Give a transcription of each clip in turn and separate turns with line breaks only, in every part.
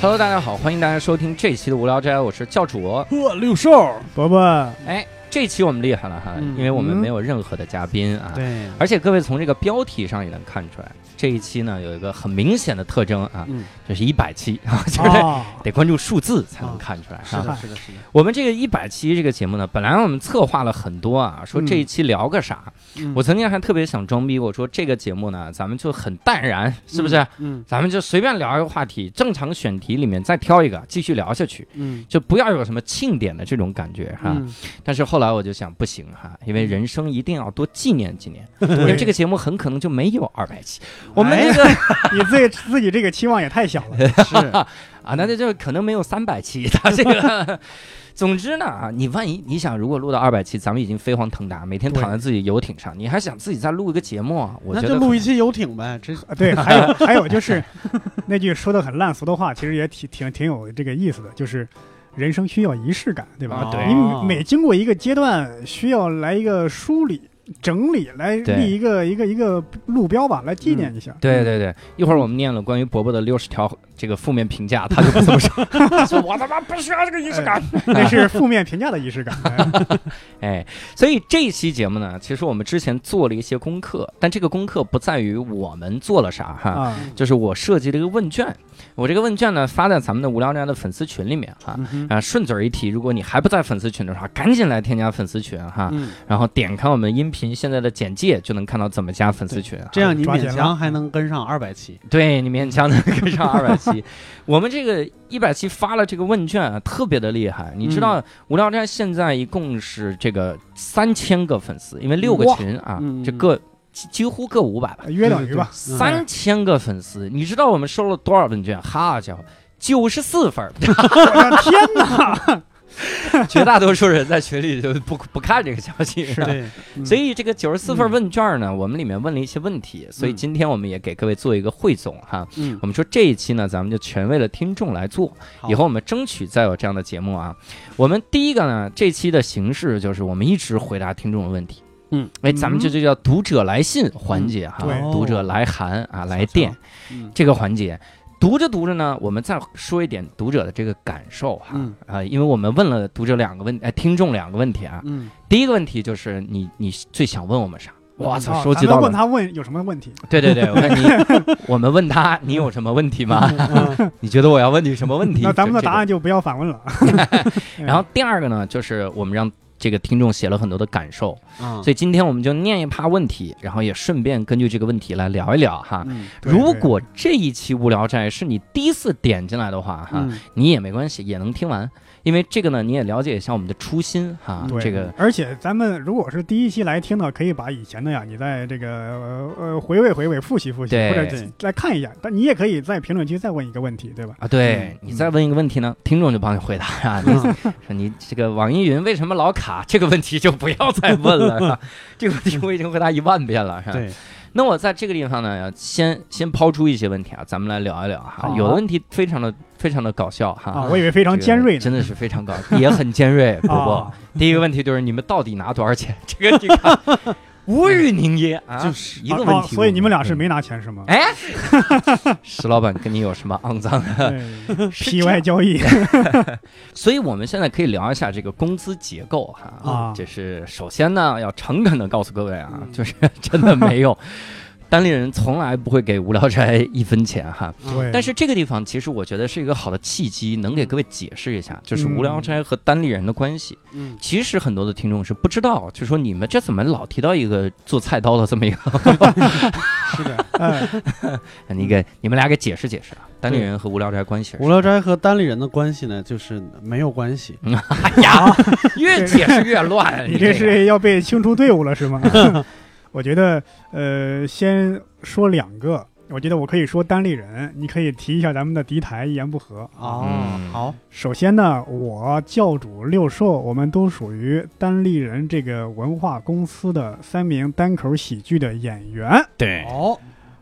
Hello，大家好，欢迎大家收听这一期的无聊斋，我是教主。哦
呵，六兽，
伯伯，
哎，这期我们厉害了哈，
嗯
因为我们没有任何的嘉宾啊，
对，
而且各位从这个标题上也能看出来，这一期呢有一个很明显的特征啊，
嗯
就是一百期 啊，就是
啊，
得关注数字才能看出来
哦是
哈。
的，是的，是的，
我们这个一百期这个节目呢，本来我们策划了很多啊，说这一期聊个啥，
嗯
我曾经还特别想装逼，我说这个节目呢，咱们就很淡然，是不是？？
嗯
咱们就随便聊一个话题，正常选题里面再挑一个继续聊下去，
嗯
就不要有什么庆典的这种感觉哈。
嗯，
但啊是后来我就想，不行哈，因为人生一定要多纪念纪 念，因为这个节目很可能就没有二百
哎
期，我们这个、
你自己自己这个期望也太小了。
是，
啊，那就就可能没有三百期， 他这个。总之呢，啊，你万一你想，如果录到二百期，咱们已经飞黄腾达，每天躺在自己游艇上，你还想自己再录一个节目啊？ 我
那
觉
就
得
录
很
一期游艇呗，这
啊，对，还有还有就是那句说的很烂俗的话，其实也挺挺挺有这个意思的，就是人生需要仪式感，对吧？
啊
哦
对
你每经过一个阶段，需要来一个梳理、整理，来
对嗯
立一个一个一个路标吧，来纪念一下。哎
对对对，一会儿我们念了关于伯伯的六十条这个负面评价，他就不这 么说， 他说我他妈不需要这个仪式感。
那是负面评价的仪式感。哎
哎，所以这一期节目呢，其实我们之前做了一些功课，但这个功课不在于我们做了啥哈，
啊，
就是我设计了一个问卷，我这个问卷呢发在咱们的无聊斋的粉丝群里面哈。
嗯哼
啊，顺嘴一提，如果你还不在粉丝群的话，赶紧来添加粉丝群哈，
嗯，
然后点开我们音频现在的简介，就能看到怎么加粉丝群啊哈。
这样你
抓紧
勉
了
强还能跟上二百期，
对你勉强能跟上二百 期。我们这个一百期发了这个问卷啊，特别的厉害。你知
嗯
道无聊斋现在一共是这个三千个粉丝，因为六个
哇
群啊，
嗯
这各几几乎各五百吧，
约等于吧。
嗯
三千个粉丝。你知道我们收了多少问卷？好家伙！九十四分 儿，
我的天哪！
绝大多数人在群里就不不看这个消息。是
对，
所
以
以这个九十四份问卷呢，我们里面问了一些问题，所以
嗯
今天我们也给各位做一个汇总哈。
嗯
我们说这一期呢，咱们就全为了听众来做，
好
以后我们争取再有这样的节目啊。我们第一个呢，这期的形式就是我们一直回答听众的问题。
嗯，
哎，咱们这就叫读者来信环节哈，
嗯
对
读者来函啊，来电
嗯
这个环节。读着读着呢，我们再说一点读者的这个感受哈，
嗯
啊、因为我们问了读者两个问，哎，听众两个问题啊，
嗯
第一个问题就是你你最想问我们啥？我操，
啊
收集到
咱们问
了。
他问有什么问题？
对对对，我看你，我们问他你有什么问题吗？ 你觉得我要问 你什么问题？
那咱们的
就这
答
种
案就不要反问了。
然后第二个呢，就是我们让这个听众写了很多的感受，
嗯
啊
所以今天我们就念一趴问题，然后也顺便根据这个问题来聊一聊哈。
嗯
对
如果这一期无聊斋是你第一次点进来的话哈，
嗯
你也没关系，也能听完，因为这个呢你也了解一下我们的初心哈。
对，
啊这个
而且咱们如果是第一期来听的，可以把以前的呀，你在这个呃呃回味回味、复习复习，
对
或者
对
来看一下。但你也可以在评论区再问一个问题，对吧？
啊，对
嗯
你再问一个问题呢，听众就帮你回答啊。 你说你这个网易云为什么老卡？这个问题就不要再问了，是吧？ 这个问题我已经回答一万遍了，是吧？
对，
那我在这个地方呢，先先抛出一些问题啊，咱们来聊一聊哈。
好啊
有的问题非常的非常的搞笑哈，
啊，我以为非
非
常尖锐呢。
真的是非常搞，也很尖 锐，不
啊
不。，第一个问题就是你们到底拿多少钱？这个你看 无语凝噎啊，
就是
一
啊
个
啊
问题。嗯
所以你们俩是没拿钱 是吗？
哎，石老板跟你有什么肮脏的？
对
是
，P
这
Y
样
交易
所以我们现在可以聊一下这个工资结构哈。
啊
就是首先呢，要诚恳的告诉各位啊，
嗯
就是真的没 有，单立人从来不会给无聊斋一分钱哈。
对，
但是这个地方其实我觉得是一个好的契机，能给各位解释一下，就是
嗯
无聊斋和单立人的关系。
嗯，
其实很多的听众是不知道，就说你们这怎么老提到一个做菜刀的这么一个，
是的，
哎
你
嗯
给你们俩给解释解释啊，单立人和无聊斋关系是
无聊斋和单立人的关系呢，就是没有关系，
哎 呀，越解释越乱，
你这
个
是要被清出队伍了是 吗？ 我觉得呃，先说两个。我觉得我可以说单立人，你可以提一下咱们的敌台一言不合啊
哦
嗯，
好，
首先呢，我教主六兽，我们都属于单立人这个文化公司的三名单口喜剧的演员。
对
哦，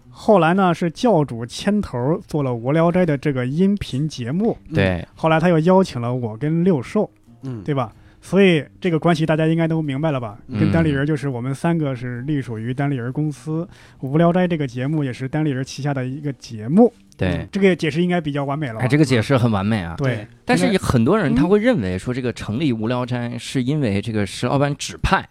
后来呢，是教主牵头做了《无聊斋》的这个音频节目。
对
后来他又邀请了我跟六兽，
嗯，
对吧？所以这个关系大家应该都明白了吧？跟
嗯
单立人就是我们三个是隶属于单立人公司，《无聊斋》这个节目也是单立人旗下的一个节目。
对，
这个解释应该比较完美了吧。
哎，这个解释很完美啊。
对，
但是
应该
很多人
嗯
他会认为说，这个成立无聊斋是因为这个石老板指派，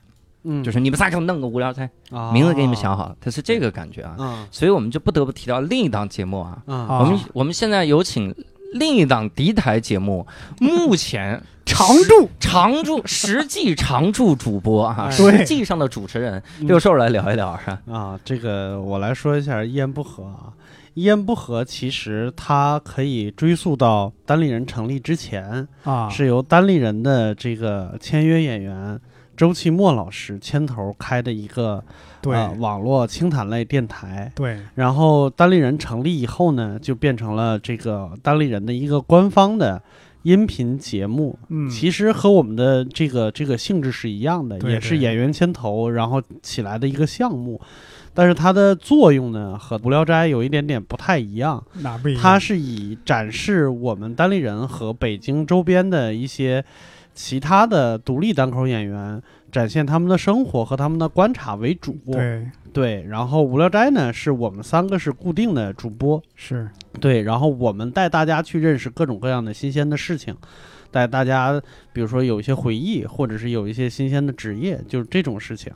嗯
就是你们仨给我弄个无聊斋，
啊
名字给你们想好了，他是这个感觉啊。
啊
所以我们就不得不提到另一档节目啊，
啊
啊
我们我们现在有请另一档敌台节目，目前
常驻
常驻实际常驻主播啊，
哎
实际上的主持人
嗯
六兽来聊一聊是吧？
啊！这个我来说一下一言不合啊。一言不合，其实它可以追溯到单立人成立之前，
啊，
是由单立人的这个签约演员周奇墨老师牵头开的一个
对、
啊
呃网络清谈类电台。
对，
然后单立人成立以后呢，就变成了这个单立人的一个官方的音频节目。
嗯，
其实和我们的这个这个性质是一样的，
对
也是
对
演员牵头然后起来的一个项目，但是它的作用呢和《无聊斋》有一点点不太一样。
哪不一样？
它是以展示我们单立人和北京周边的一些其他的独立单口演员，展现他们的生活和他们的观察为主。
对
对然后无聊斋呢，是我们三个是固定的主播，
是
对，然后我们带大家去认识各种各样的新鲜的事情，带大家比如说有一些回忆，或者是有一些新鲜的职业，就是这种事情。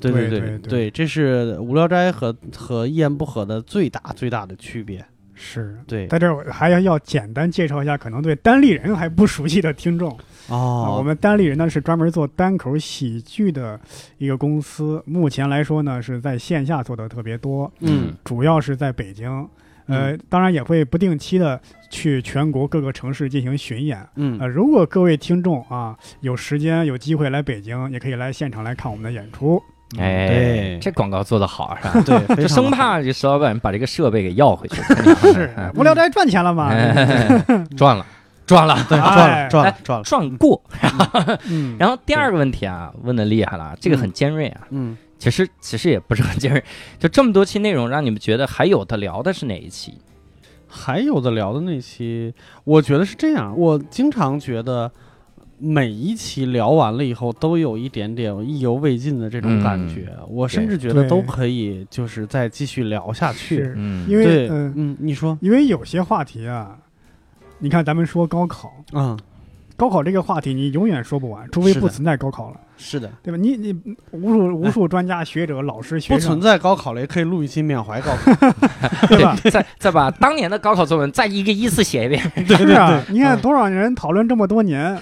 对
对
对
对对
对，这是无聊斋和和一言不合的最大最大的区别。
是。
对，
在这儿我还要要简单介绍一下，可能对单立人还不熟悉的听众，啊，我
哦，
们单立人呢是专门做单口喜剧的一个公司，目前来说呢是在线下做的特别多，
嗯
主要是在北京，呃，当然也会不定期的去全国各个城市进行巡演。
嗯
呃，如果各位听众啊有时间有机会来北京，也可以来现场来看我们的演出。
哎
嗯对，
这广告做得好是吧？
对，非
就
常
生
好
怕这石老板把这个设备给要回去，
是
哎
无聊斋赚钱了 吗？
哎 赚了，赚了，
对赚了
哎
赚
哎
了赚了，
赚过。
嗯，
然后第二个问题啊，问的厉害了，这个很尖锐啊。
嗯
其实其实也不是很尖锐， 就这么多期内容，让你们觉得还有的聊的是哪一期？
还有的聊的那期，我觉得是这样。我经常觉得每一期聊完了以后，都有一点点意犹未尽的这种感
嗯
觉。我甚至觉得
对
都可以，就是再继续聊下去。
是
嗯，
因
对，
为嗯、
嗯，你说，
因为有些话题啊，你看咱们说高考，
嗯，
高考这个话题你永远说不完，除非
是的
不存在高考了。
是的，
对吧？你你无数无数专家、学者、老师、学
不
生
存，在高考了，也可以录一期缅怀高 考。
对吧？
再再把当年的高考作文再一个依次写一遍。
是啊，你看多少人讨论这么多年，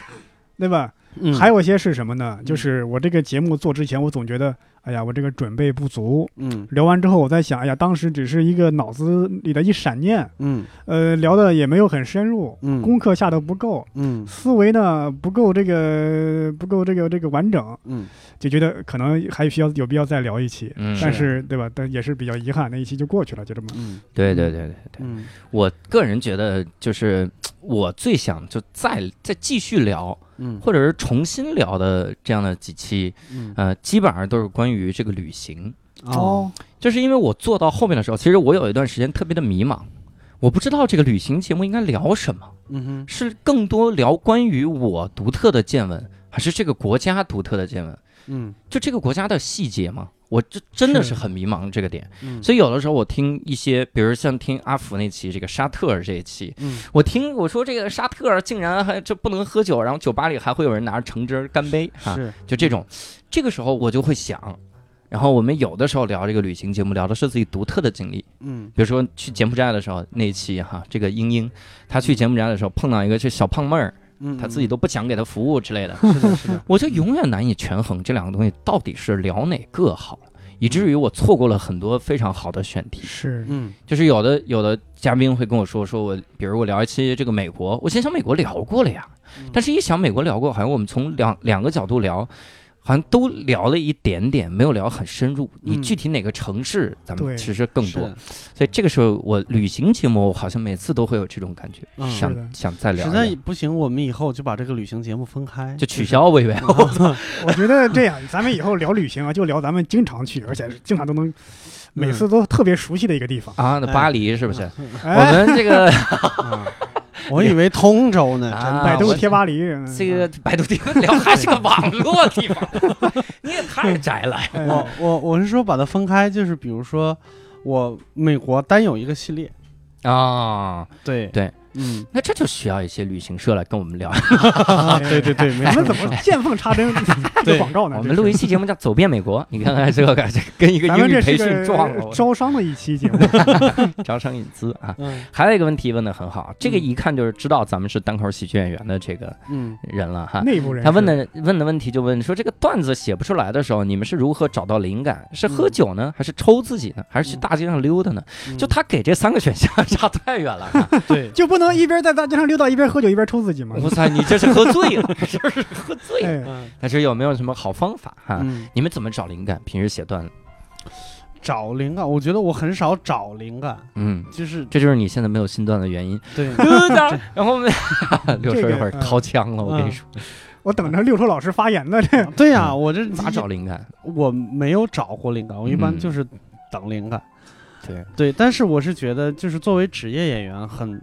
对吧？
嗯，
还有一些是什么呢？就是我这个节目做之前，我总觉得，哎呀，我这个准备不足。
嗯
聊完之后，我在想，哎呀，当时只是一个脑子里的一闪念，
嗯
呃，聊的也没有很深入，
嗯
功课下的不够，
嗯
思维呢不够这个不够这个这个完整，
嗯，
就觉得可能还需要有必要再聊一期。
嗯
但是对吧？但也是比较遗憾，那一期就过去了，就这么。
嗯
对对对对对，
嗯
我个人觉得就是我最想就再再继续聊，
嗯
或者是重新聊的这样的几期，
嗯
呃，基本上都是关于这个旅行。
哦，
就是因为我做到后面的时候，其实我有一段时间特别的迷茫，我不知道这个旅行节目应该聊什么，
嗯
是更多聊关于我独特的见闻，还是这个国家独特的见闻？
哼嗯
就这个国家的细节吗？我这真的
是
是很迷茫这个点。
嗯，
所以有的时候我听一些，比如像听阿福那期这个沙特尔这一期，
嗯
我听我说这个沙特尔竟然还这不能喝酒，然后酒吧里还会有人拿着橙汁儿干杯啊，
是
就这种，这个时候我就会想。然后我们有的时候聊这个旅行节目，聊的是自己独特的经历，
嗯
比如说去柬埔寨的时候那一期哈，这个英英她去柬埔寨的时候碰到一个这小胖妹儿，
嗯，
她自己都不想给她服务之类的，
是的是的，
我就永远难以权衡这两个东西到底是聊哪个好，以至于我错过了很多非常好的选题。
是
嗯
就是有的有的嘉宾会跟我说，说我比如我聊一期这个美国，我心想美国聊过了呀，
嗯
但是一想美国聊过，好像我们从两两个角度聊，好像都聊了一点点，没有聊很深入。
嗯
你具体哪个城市，咱
对
们其实更
是
多
的。
所以这个时候我旅行节目，我好像每次都会有这种感觉，
嗯
是的
想想再聊
实
一
在
聊，
不行，我们以后就把这个旅行节目分开，
就取。消
嗯
薇薇。
我觉得这样，咱们以后聊旅行啊，就聊咱们经常 去，而且经常都能，每次都特别熟悉的一个地方。
啊，那
哎嗯
巴黎是不是？我
哎，
们这个
啊，我以为通州 呢，真
啊
的
百度
我
贴吧里，嗯
这个百度地方聊还是个网络地方， 你也太宅了。
哎
我我我是说把它分开，就是比如说我美国单有一个系列，
啊、
对
对，
嗯，
那这就需要一些旅行社来跟我们 聊。
啊对对对，没
我
错
哎们怎么见缝插 针这个广告呢？
我
这
们
是
录一期节目叫《走遍美 国》，你看看这个感觉，跟一个
咱
英
们
语
这
培
是
训撞了
个
我，
招商的一期节目，
招商引资啊。
嗯
还有一个问题问的很好，这个
嗯
一看就是知道咱们是单口喜剧演员的这个
嗯
人了哈。
内部人士
他问的问的问题就问说，这个段子写不出来的时候，你们是如何找到灵感？是喝酒
嗯
呢，还是抽自己呢，还是去
嗯
大街上溜达呢？
嗯
就他给这三个选项差太远 了。
对，
就不能一边在大街上溜达一边喝酒一边抽自己吗？
我操，你这是喝醉 了，这是喝醉了。
哎，
嗯
但是有没有什么好方法哈？
嗯，
你们怎么找灵感？平时写段子，
找灵感，我觉得我很少找灵感，
嗯，
就是
这就是你现在没有新段的原 因。
对
然后我们 六叔一会儿
这个嗯
掏枪了，我跟你
嗯
说，
我等着六叔老师发言呢。这
对呀，我这
嗯咋找？灵感？
我没有找过灵感，我一般
嗯
就是等灵感。
对，
对，但是我是觉得，就是作为职业演员，很，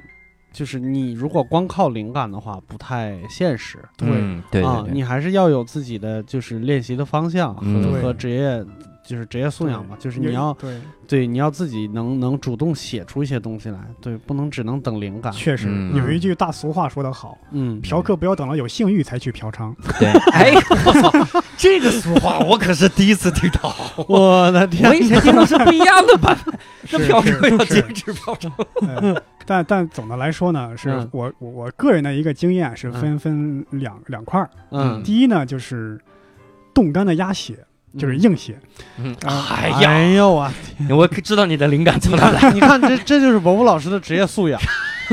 就是你如果光靠灵感的话，不太现实。
嗯对
啊
对，对，
你还是要有自己的就是练习的方向和、
嗯
和
对
职业。就是职业素养嘛，就是你要
对，
对你要自己能能主动写出一些东西来，对，不能只能等灵感。
确实
嗯
有一句大俗话说得好，
啊嗯，
嫖客不要等到有性欲才去嫖娼。
对，哎，我操， 这个俗话我可是第一次听到，
我的天
我，以前听到是不一样的版 本，那
是
嫖
是
客要
是
截止嫖娼，
呃但但总的来说呢，是
嗯
我我我个人的一个经验是分分两两块儿。
嗯，
第一呢，就是冻干的鸭血，就是硬血。
嗯，
啊
哎呀，
哎呦啊！
我可知道你的灵感从 哪来，
你看，这这就是伯伯老师的职业素养。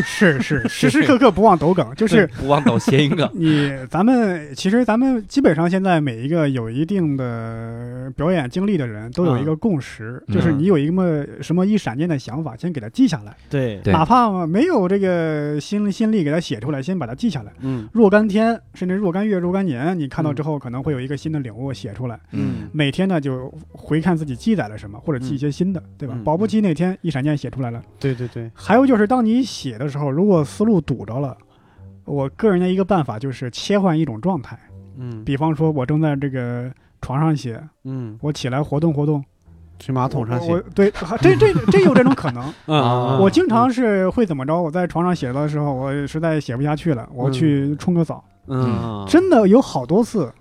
是 是，时时刻刻不忘抖梗，就是
不忘抖谐音梗，
你咱们其实咱们基本上现在每一个有一定的表演经历的人都有一个共识，
嗯
就是你有一个什么什么一闪念的想法，先给它记下来，
对，
对
哪怕没有这个心心力给它写出来，先把它记下来。
嗯
若干天，甚至若干月、若干年，你看到之后可能会有一个新的领悟写出来。
嗯
嗯
每天呢，就回看自己记载了什么，或者记一些新的，对吧？
嗯
保不齐哪天一闪念写出来了。
对对对，
还有就是，当你写的时候，如果思路堵着了，我个人的一个办法就是切换一种状态。
嗯
比方说，我正在这个床上写，
嗯，
我起来活动活动，
去马桶上
我
写
我。对，还真真真有这 种可能。
嗯
啊
嗯我经常是会怎么着？我在床上写的时候，我实在写不下去了，我去冲个澡。
嗯，
真的有好多次，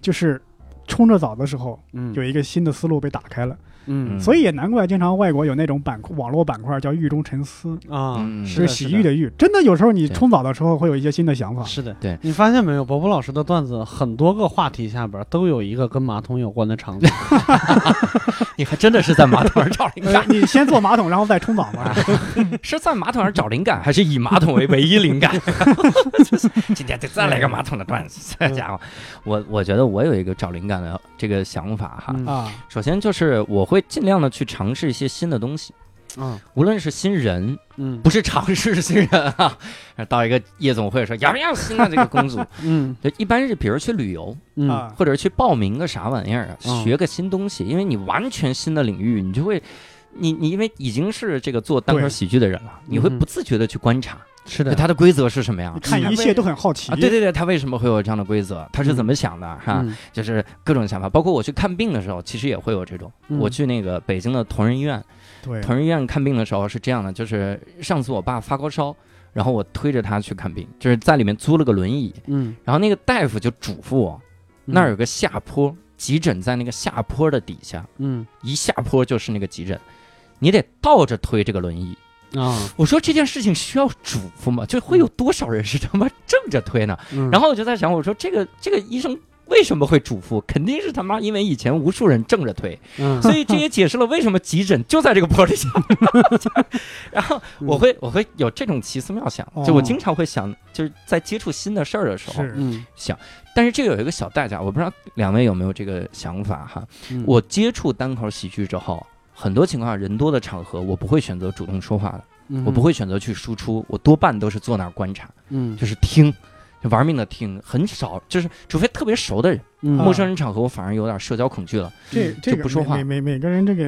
就是冲着澡的时候，
嗯
有一个新的思路被打开了。
嗯
所以也难怪，经常外国有那种板块网络板块叫“狱中沉思
啊，
嗯
是
就
的
是洗浴的浴。真的有时候你
对
冲澡的时候会有一些新的想法。
是的，
对
你发现没有，伯伯老师的段子很多个话题下边都有一个跟马桶有关的场 景。
你还真的是在马桶上找灵
呃
感，
你先坐马桶，然后再冲澡嘛。
是在马桶上找灵感，还是以马桶为唯一灵 感？就是今天得再来个马桶的段子，这家伙，
嗯
我我觉得我有一个找灵感的这个想法哈，
嗯
啊，
首先就是我会尽量的去尝试一些新的东西，
嗯
无论是新人，
嗯
不是尝试新人啊， 到一个夜总会说要不要新的啊这个公 主，
嗯
就一般是比如去旅游，
嗯
啊，
或者去报名个啥玩意儿啊，
嗯
学个新东西，因为你完全新的领域，你就会。你你因为已经是这个做单口
对
喜剧的人了，你会
嗯哼
不自觉的去观察，
是
就
的，
它的规则是什么样
啊
你，看
它
一
为
切都很好奇。
啊，对对对，他为什么会有这样的规则？他是怎么想的哈？
嗯
就是各种想法，包括我去看病的时候，其实也会有这种。
嗯
我去那个北京的同仁医院，
对
同仁医院看病的时候是这样的，就是上次我爸发高烧，然后我推着他去看病，就是在里面租了个轮椅，
嗯，
然后那个大夫就嘱咐我，那儿有个下坡，急诊在那个下坡的底下，
嗯
一下坡就是那个急诊，你得倒着推这个轮椅。
啊，
我说这件事情需要嘱咐吗？就会有多少人是他妈正着推呢？ 然
嗯
后
后我就在想，我说这个这个医生。为什么会嘱咐？肯定是他妈因为以前无数人正着 推，
嗯
所以这也解释了为什么急诊就在这个玻璃下。 然后我会我会有这种奇思妙想，就我
嗯哦
经常会想，就是在接触新的事儿的时候，
是
嗯
但是这个有一个小代价，我不知道两位有没有这个想法哈。
嗯
我接触单口喜剧之后，很多情况下人多的场合，我不会选择主动说话的，
嗯
嗯
我不会选择去输出，我多半都是坐那儿观察，
嗯
就是听，就玩命的听，很少就是除非特别熟的人，
嗯
陌生人场合我反而有点社交恐惧了。
这
嗯
这
就
个
不说
每
话
每每每个人这个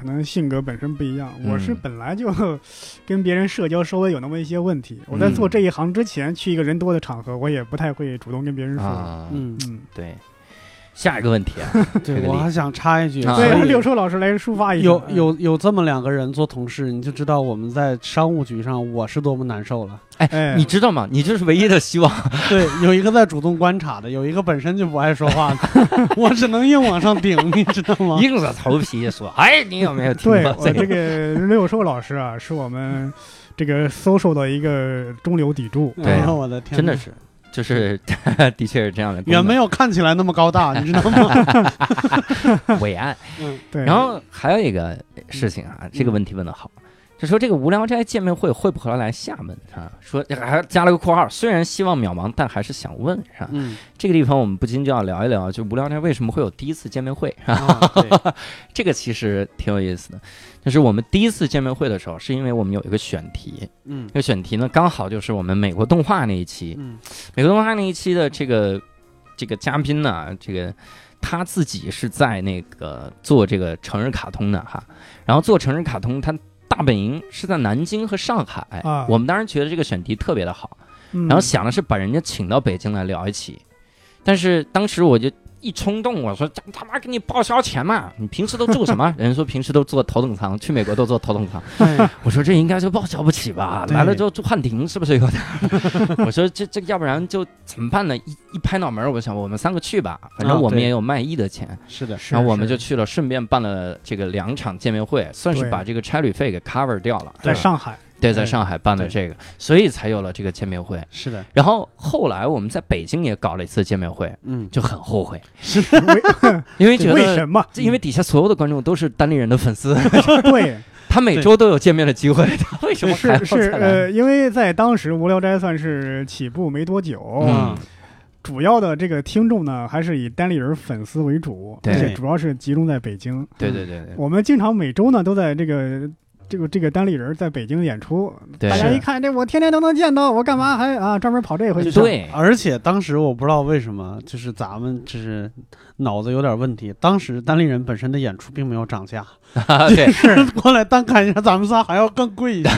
可能性格本身不一样。我是
嗯
本来就 跟别人社交稍微有那么一些问题。我在
嗯
做这一行之前，去一个人多的场合，我也不太会主动跟别人说。
啊，
嗯，
嗯，
对。下一个问 题啊，这
对
个
我
理
还想插一句，
啊
所以
对， 六叔老师来抒发一下。嗯
有
嗯
有有这么两个人做同事，你就知道我们在商务局上我是多么难受了。
哎，
你知道吗？你这是唯一的希望。
对，有一个在主动观察的，有一个本身就不爱说话的， 我只能硬往上顶，你知道吗？
硬着头皮说：“哎，你有没有听
对
过
我
这
这
个
个六兽老师啊，是我们这个 social 的一个中流砥柱。啊
对
哎呦我的？”天，
真的。是， 就是 的确是这样的功能。
远没有看起来那么高大，你知道吗？
伟岸。
嗯，
对，
然后还有一个事情啊，这个问题问得好，就说这个无聊斋见面会会不会来厦门啊？说还加了个括号，虽然希望渺茫，但还是想问啊。
嗯，
这个地方我们不禁就要聊一聊，就无聊斋为什么会有第一次见面会啊？
啊对
这个其实挺有意思的，就是我们第一次见面会的时候，是因为我们有一个选题，
嗯
这个选题呢刚好就是我们美国动画那一期，
嗯
美国动画那一期的这个这个嘉宾呢，这个他自己是在那个做这个成人卡通的哈，然后做成人卡通，他大本营是在南京和上海。
啊
我们当时觉得这个选题特别的好，
嗯
然后想的是把人家请到北京来聊一期，但是当时我就。一冲动，我说这他妈给你报销钱嘛！你平时都住什么？人家说平时都坐头等舱，去美国都坐头等舱。
哎
我说这应该就报销不起吧？
对
来了之后住汉庭是不是有点儿？我说这这要不然就怎么办呢？一一拍脑门儿，我想我们三个去吧，反正
啊
我们
对
也有卖艺的钱，
是 的，
然后我们就是去了，顺便办了这个两场见面会，算是
对
把这个差旅费给 cover 掉了。
在 上海，
对，在上海办的
对
这个，所以才有了这个见面会。
是的，
然后后来我们在北京也搞了一次见面会，
嗯，
就很后悔，
是
为
因为觉
为
得
什么？嗯
这因为底下所有的观众都是单立人的粉丝，
对，
他每
对
周都有见面的机会，他为什么还要
是是
再来？
呃，因为在当时《无聊斋》算是起步没多久，
啊
嗯
主要的这个听众呢还是以单立人粉丝为主，
对
而且主要是集中在北京。
对对对对。
我们经常每周呢都在这个这个这个单立人在北京演出，
对
大家
是
一看这我天天都能见到，我干嘛还啊专门跑这回去？啊
对
而且当时我不知道为什么，就是咱们就是脑子有点问题。当时单立人本身的演出并没有涨价，
啊，对，
过来单看一下咱们仨还要更 贵一些。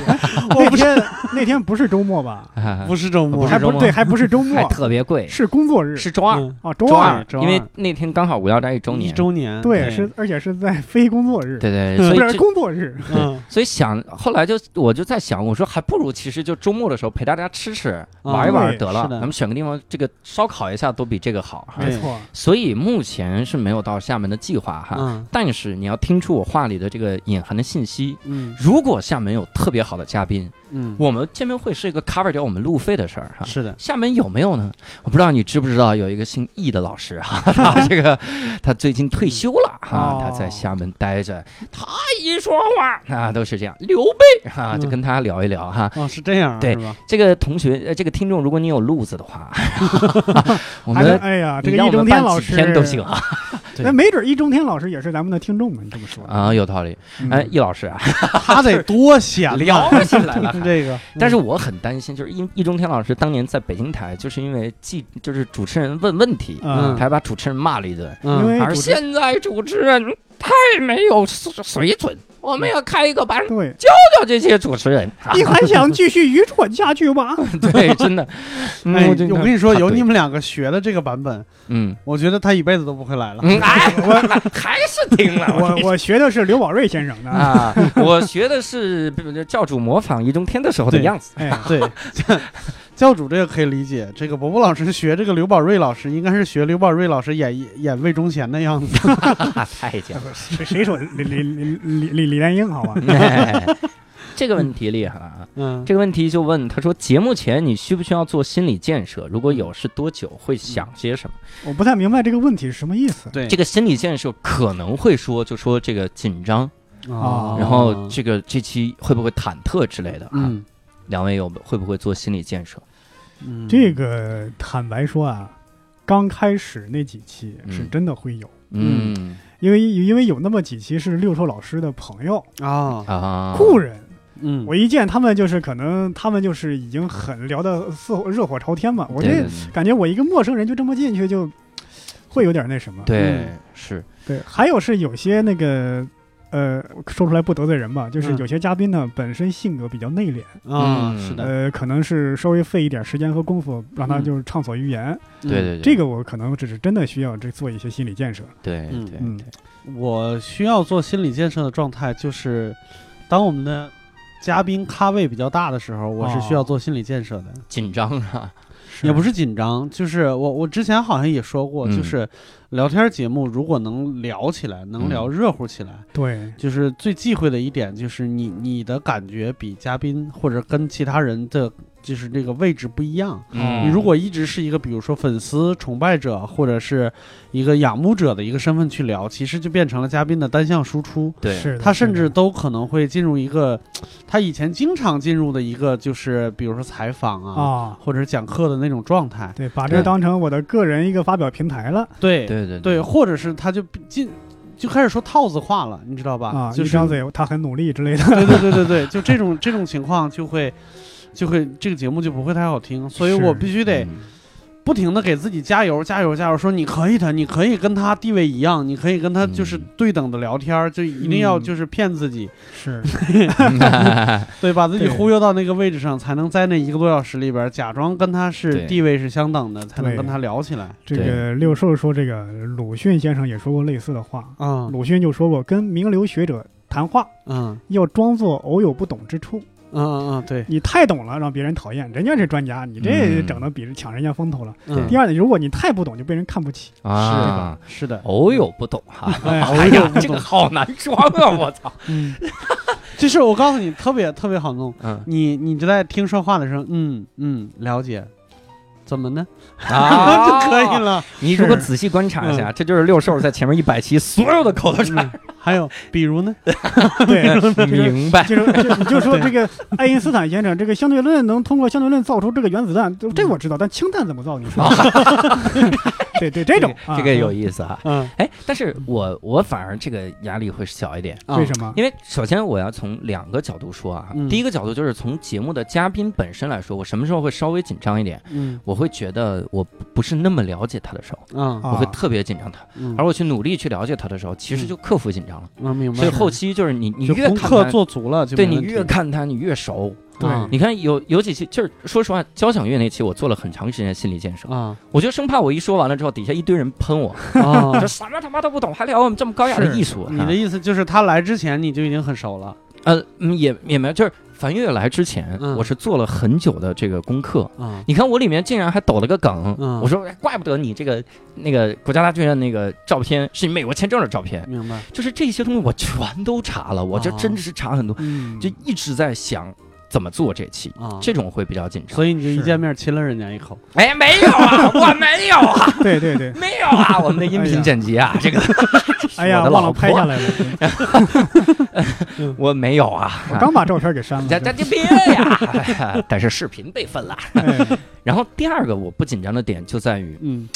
我
那
不是
天那天不是周末吧？
啊
不是周末，
不是
还
周
不
末
对，还不是周
还
末，
特别贵，
是工作日
是周二，
嗯
啊，周
周
二。
周二
因为那天刚好无聊斋一周
一
年，
周年，
对，是，而且是在非工作日，
对对，
嗯
对所
不
以
是
就
工作日，
嗯，
所以想，后来就我就在想，我说还不如其实就周末的时候陪大家吃吃、玩一玩
嗯对
得了，
是的
咱们选个地方，这个烧烤一下都比这个好哈
对。
没错，
所以目前是没有到厦门的计划哈，
嗯
但是你要听出我话里的这个隐含的信息。
嗯
如果厦门有特别好的嘉宾，
嗯，
我们见面会是一个 cover 掉我们路费的事儿哈。
是的，
厦门有没有呢？我不知道你知不知道有一个姓易的老师 哈、他这个他最近退休了哈、
哦
他在厦门待着，他一说话啊都是这样，刘备哈、
嗯
就跟他聊一聊哈、
哦，是这样啊，
对
是吧？
这个同学，呃，这个听众，如果你有路子的 话，我
还是
们
哎呀，这
你
个
让
易
我
中
们
天
办
老
几
师
天都行啊
对
那没准易中天老师也是咱们的听众呢，你这么说
啊，有道理。
嗯
哎，易老师啊，
他得多闲
聊
啊
起来 了。
这个，
但是我很担心，就是易易中天老师当年在北京台，就是因为记，就是主持人问问题，
嗯，
还把主持人骂了一顿。
嗯
因为
而
主持
现在主持人太没有水准，我们要开一个班
对，
教这些主持 人。
哎
啊
你还想继续愚蠢下去 吗？
对，真的，嗯
哎，我
就
跟你说，
他
有
对
你们两个学的这个版本，
嗯
我觉得他一辈子都不会 来了。
嗯，哎，我还是听了
我我学的是刘宝瑞先生的，
啊，我学的是教主模仿易中天的时候的
对
样子。
哎，
对，教主这个可以理解。这个伯伯老师学这个刘宝瑞老师，应该是学刘宝瑞老师演演魏忠贤的样 子。
啊太监了。
谁谁说李李李李李李莲英好吧？
哎 这个问题厉害了啊！
嗯，
这个问题就问他说：“节目前你需不需要做心理建设？如果有，是多久？会想些什么？”
我不太明白这个问题是什么意思。
对，
这个心理建设可能会说，就说这个紧张，
个
哦
然后这个这期会不会忐忑之类的啊？
嗯
两位有会不会做心理建设？啊
嗯，
这个坦白说啊，刚开始那几期是真的会有，
嗯
因为因为有那么几期是六兽老师的朋友
啊，
啊，
故人，
嗯，
我一见他们就是可能他们就是已经很聊的似火热火朝天嘛，我
对
这
对对
感觉我一个陌生人就这么进去就会有点那什么。
对
嗯，
是，
对，还有是有些那个。呃，说出来不得罪人吧，就是
嗯
有些嘉宾呢，本身性格比较内敛，
啊，
嗯
是的，
呃，可能是稍微费一点时间和功夫，让他
嗯
就是畅所欲言。
对对对，
这个我可能只是真的需要这做一些心理建设。
对
嗯
对
嗯
对，
我需要做心理建设的状态就是，当我们的嘉宾咖位比较大的时候，我是需要做心理建设的，
紧张啊，
也不是紧张，就是我我之前好像也说过，
嗯
就是聊天节目如果能聊起来，能聊
嗯
热乎起来，
对，
就是最忌讳的一点就是你你的感觉比嘉宾或者跟其他人的就是这个位置不一样。
嗯
你如果一直是一个，比如说粉丝、崇拜者或者是一个仰慕者的一个身份去聊，其实就变成了嘉宾的单向输出。
对
是的
他甚
是
至
的
都可能会进入一个，他以前经常进入的一个，就是比如说采访啊，
啊，
或者是讲课的那种状态。
对，把这
对
当成我的个人一个发表平台了
对
对对
对，或者是他就进就开始说套子话了，你知道吧？
啊，
就
一
是
张嘴他很努力之类的。
对对对对对，就这种这种情况就会就会这个节目就不会太好听，所以
是
我必须得
嗯
不停的给自己加油加油加油，说你可以的，你可以跟他地位一样，你可以跟他就是
嗯
对等的聊天儿，就一定要
嗯
就是骗自己，
是，
对，把自己
对
忽悠到那个位置上，才能在那一个多小时里边儿假装跟他是
对
地位是相等的，才能
对
跟他聊起来
这
对
个六兽说，这个鲁迅先生也说过类似的话。
啊，
鲁迅就说过，跟名流学者谈话
嗯
要装作偶有不懂之处，
嗯嗯嗯，对，
你太懂了让别人讨厌，人家是专家，你这
嗯
整的比人抢人家风头了。
对
嗯
第，二呢，如果你太不懂，就被人看不起。
啊，
是的，
偶有不懂哈，
哎呀
哎呀，这个好难装 啊，我操，
嗯， 就是我告诉你，特别特别好弄。
嗯
你你就在听说话的时候，嗯嗯，了解，怎么呢？
啊
就可以。了。
你如果仔细观察一下，这就是六兽在前面一百期所有的口头禅，
嗯还有，比 如呢？
嗯对，这个
明白？
就是就你就说这个爱因斯坦先生，这个相对论能通过相对论造出这个原子弹，这
嗯
这我知道，但氢弹怎么造？你说？ 对对，这种啊
这个有意思啊。
嗯
哎，但是我我反而这个压力会小一点，
啊
为什么？
因为首先我要从两个角度说啊
嗯。
第一个角度就是从节目的嘉宾本身来说，我什么时候会稍微紧张一点？
嗯
我会觉得我不是那么了解他的时候，
啊
我会
啊
特别紧张他。
嗯，
而我去努力去了解他的时候，其实就克服紧张了。
我明白。
所以后期就是你你
就
越
功
看
课
他，
做足了，就
对
没
你
问题
越看他，你越熟。
对
啊
你看有有几期，就是说实话，交响乐那期我做了很长时间的心理建设，
啊
我就生怕我一说完了之后，底下一堆人喷 我，
啊
说什么他妈都不懂，还聊我们这么高雅的
是
艺术。啊
你的意思就是他来之前你就已经很熟了
呃，嗯也也没有，就是樊月来之前，
嗯
我是做了很久的这个功课。
啊？
你看我里面竟然还抖了个梗，
嗯
我说哎怪不得你这个那个国家大剧院那个照片是你美国签证的照片，
明白？
就是这些东西我全都查了，我这
哦
真的是查很多，
嗯，
就一直在想怎么做这期，
啊，
这种会比较紧张。
所以你就一
是
见面亲了人家一口，
哎，没有啊，我没有 啊，
对对 对，
没有啊，我们的音
哎
频
呀
剪辑啊，这个
哎呀，
我的老
忘了拍
婆啊
下 来了，
我没有啊，
我刚把照片给删了。
咱咱 这别呀， 但是视频备份了。
哎
然后第二个我不紧张的点就在于，
嗯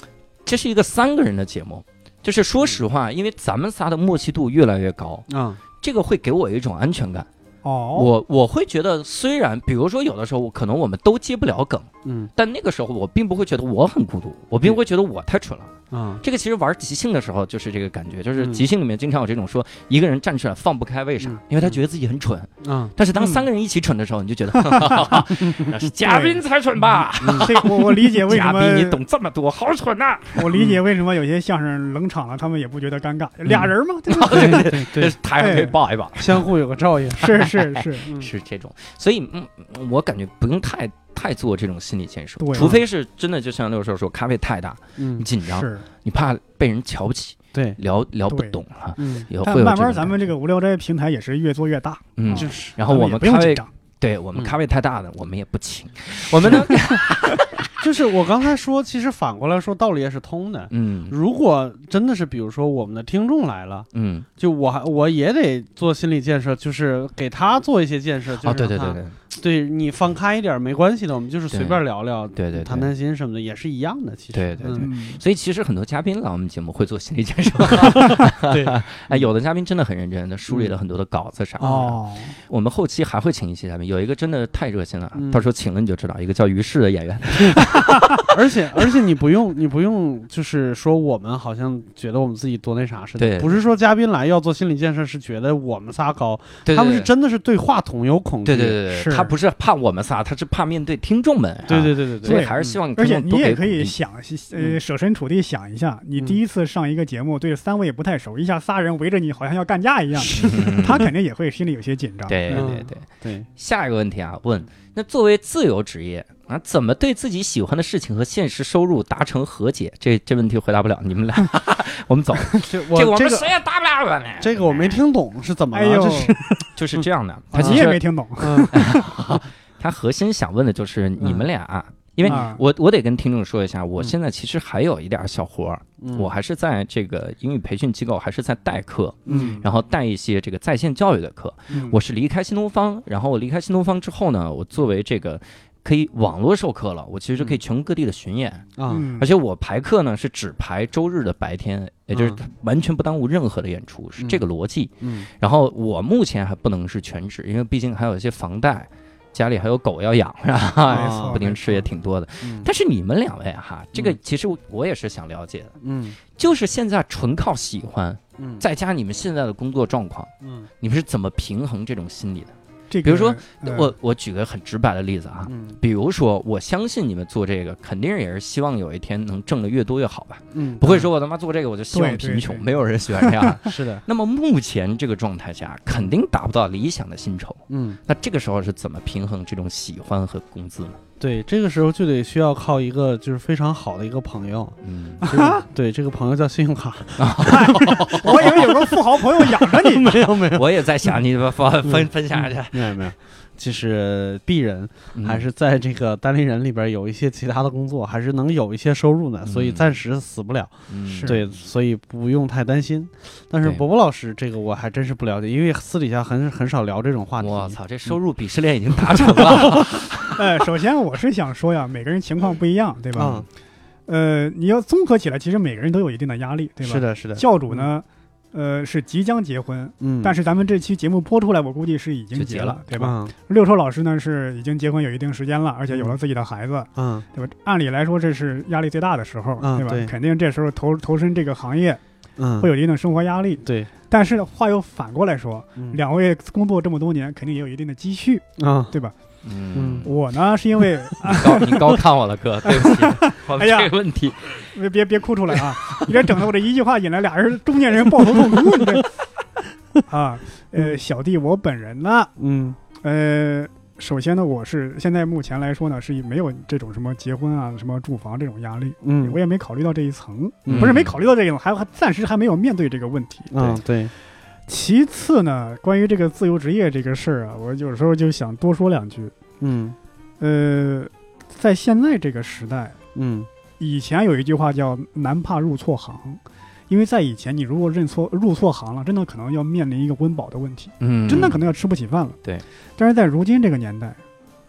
这是一个三个人的节目，就是说实话，
嗯
因为咱们仨的默契度越来越高，
啊
这个会给我一种安全感。
哦，
我我会觉得，虽然比如说有的时候我可能我们都接不了梗，
嗯
但那个时候我并不会觉得我很孤独，我并不会觉得我太蠢了。
啊
这个其实玩即兴的时候就是这个感觉，就是
嗯
即兴里面经常有这种说一个人站起来放不开，为啥
嗯？
因为他觉得自己很蠢。
嗯
啊
但是当三个人一起蠢的时候，你就觉得 哈哈哈，那是嘉宾才蠢吧？
这个我我理解嗯哎为什
嘉
么
宾你懂这么多，好蠢啊呐！
我理解为什么有些相声冷场了，他们也不觉得尴尬，
嗯
俩人嘛，对哎吧？
对对
这
对，
是台上可以抱一抱，
相互有个照应。
是是是，
嗯
是这种。所以，嗯，嗯我感觉不用太太做这种心理建设
对，啊
除非是真的，就像六兽说，咖啡太大，你
嗯，
紧张，
是。
你怕被人瞧不起，
对，
聊聊不
对
懂啊。
嗯
也会
但
有
慢
这
慢
种
咱们
感
这
觉
个无聊斋平台也是越做越大，
嗯，
就是
然后我
也
们
不用
咖
紧
位
张，
对我们
嗯
咖位太大的，我们也不请，我们呢，
就是我刚才说，其实反过来说，道理也是通的。
嗯
如果真的是，比如说我们的听众来了，
嗯，
就我还我也得做心理建设，就是给他做一些建设。就是
哦，对对
让
对
他，
对
对你放开一点没关系的，我们就是随
对
便聊聊，
对对，
谈谈心什么的也是一样的。其实，
对对对
嗯
嗯，
所以其实很多嘉宾来我们节目会做心理建设，
对，
哎，有的嘉宾真的很认真，他梳理了很多的稿子啥的。
哦，
我们后期还会请一些嘉宾，有一个真的太热心了，
嗯
到时候请了你就知道，一个叫于适的演员，
而且而且你不用你不用就是说我们好像觉得我们自己多那啥似的，
对
不是说嘉宾来要做心理建设是觉得我们仨高，
对
他们是。真的是对话筒有恐惧，
对对对对
是
对，他不是怕我们仨，他是怕面对听众们啊。
对对对对
所以
对
还是希望
而且
听众
你
多
也
给
可以
鼓励
想，呃，
嗯
设身处地想一下，你
嗯
第一次上一个节目，对着三位也不太熟，一下仨人围着你，好像要干架一样，
嗯
他肯定也会心里有些紧张。
对对
嗯
对。
对，
下一个问题啊，问那作为自由职业啊，怎么对自己喜欢的事情和现实收入达成和解？这这问题回答不了，你们俩， 我们走。 这
这
我
我这
们
个
谁也答不了我们。
这个我没听懂是怎么
哎
了，
呦
这，是
就是这样的，他
嗯
其
你也
实
没听懂，
嗯
他核心想问的就是你们俩啊，因为
啊
我我得跟听众说一下，我
嗯
现在其实还有一点小活儿，
嗯
我还是在这个英语培训机构还是在代课，
嗯
然后带一些这个在线教育的课。
嗯
我是离开新东方，然后我离开新东方之后呢，我作为这个可以网络授课了，我其实
嗯
可以全国各地的巡演，
啊
嗯
而且我排课呢是只排周日的白天，也就是完全不耽误任何的演出，是这个逻辑。
嗯
然后我目前还不能是全职，因为毕竟还有一些房贷，家里还有狗要养，是吧？
没
哦
错
哎 不停吃也挺多的。
嗯
但是你们两位哈，这个
嗯
其实我也是想了解的，
嗯
就是现在纯靠喜欢，
嗯
再加你们现在的工作状况，
嗯
你们是怎么平衡这种心理的？
这个，
比如说
呃
我我举个很直白的例子啊，
嗯
比如说，我相信你们做这个，肯定也是希望有一天能挣得越多越好吧，
嗯
不会说我他妈做这个我就希望
对对
贫穷，
对
没有人喜欢这样。
是的
那么目前这个状态下，肯定达不到理想的薪酬。
嗯。
那这个时候是怎么平衡这种喜欢和工资呢？
对，这个时候就得需要靠一个就是非常好的一个朋 友，
嗯，
这个对，这个朋友叫信用卡，
我以为有个富豪朋友养着你，
没有没 有
我也在想，你把分分分享一下，
没有没有，就是鄙人
嗯
还是在这个单立人里边有一些其他的工作，还是能有一些收入呢，所以
嗯
暂时死不了，
嗯
是
对，所以不用太担心。但是
对
伯伯老师这个我还真是不了解，因为私底下很很少聊这种话题。
我操，这收入鄙视链已经达成了。
呃，首先我是想说呀，每个人情况不一样，对吧
嗯
啊？，
呃，你要综合起来，其实每个人都有一定的压力，对吧？
是。的，是的，
教主呢，
嗯
呃，是即将结婚，
嗯，
但是咱们这期节目播出来，我估计是已经
就
结
结
了
了，嗯
对吧？
吧？
六兽老师呢是已经结婚有一定时间了，而且有了自己的孩子，
嗯
对吧？按理来说这是压力最大的时候，
嗯
对吧？
对
肯定这时候投投身这个行业
嗯，
会有一定的生活压力。
对
但是话又反过来说，
嗯
两位工作这么多年，肯定也有一定的积蓄，
啊，
对吧？
嗯，
我呢是因 为啊
你高你高看我了，哥，对不起，我
哎
们
呀
这个问题，
别别别哭出来啊！你这整的我这一句话引来俩人中年人抱头痛哭，你这啊，呃，小弟我本人呢，
嗯
呃，首先呢，我是现在目前来说呢，是没有这种什么结婚啊、什么住房这种压力，
嗯，
我也没考虑到这一层，
嗯
不是没考虑到这一层，还还暂时还没有面对这个问题。
啊，对，
其次呢，关于这个自由职业这个事儿啊，我有时候就想多说两句。
嗯
呃，在现在这个时代，
嗯。
以前有一句话叫“男怕入错行”，因为在以前，你如果认错入错行了，真的可能要面临一个温饱的问题，
嗯，
真的可能要吃不起饭了。
对。
但是在如今这个年代，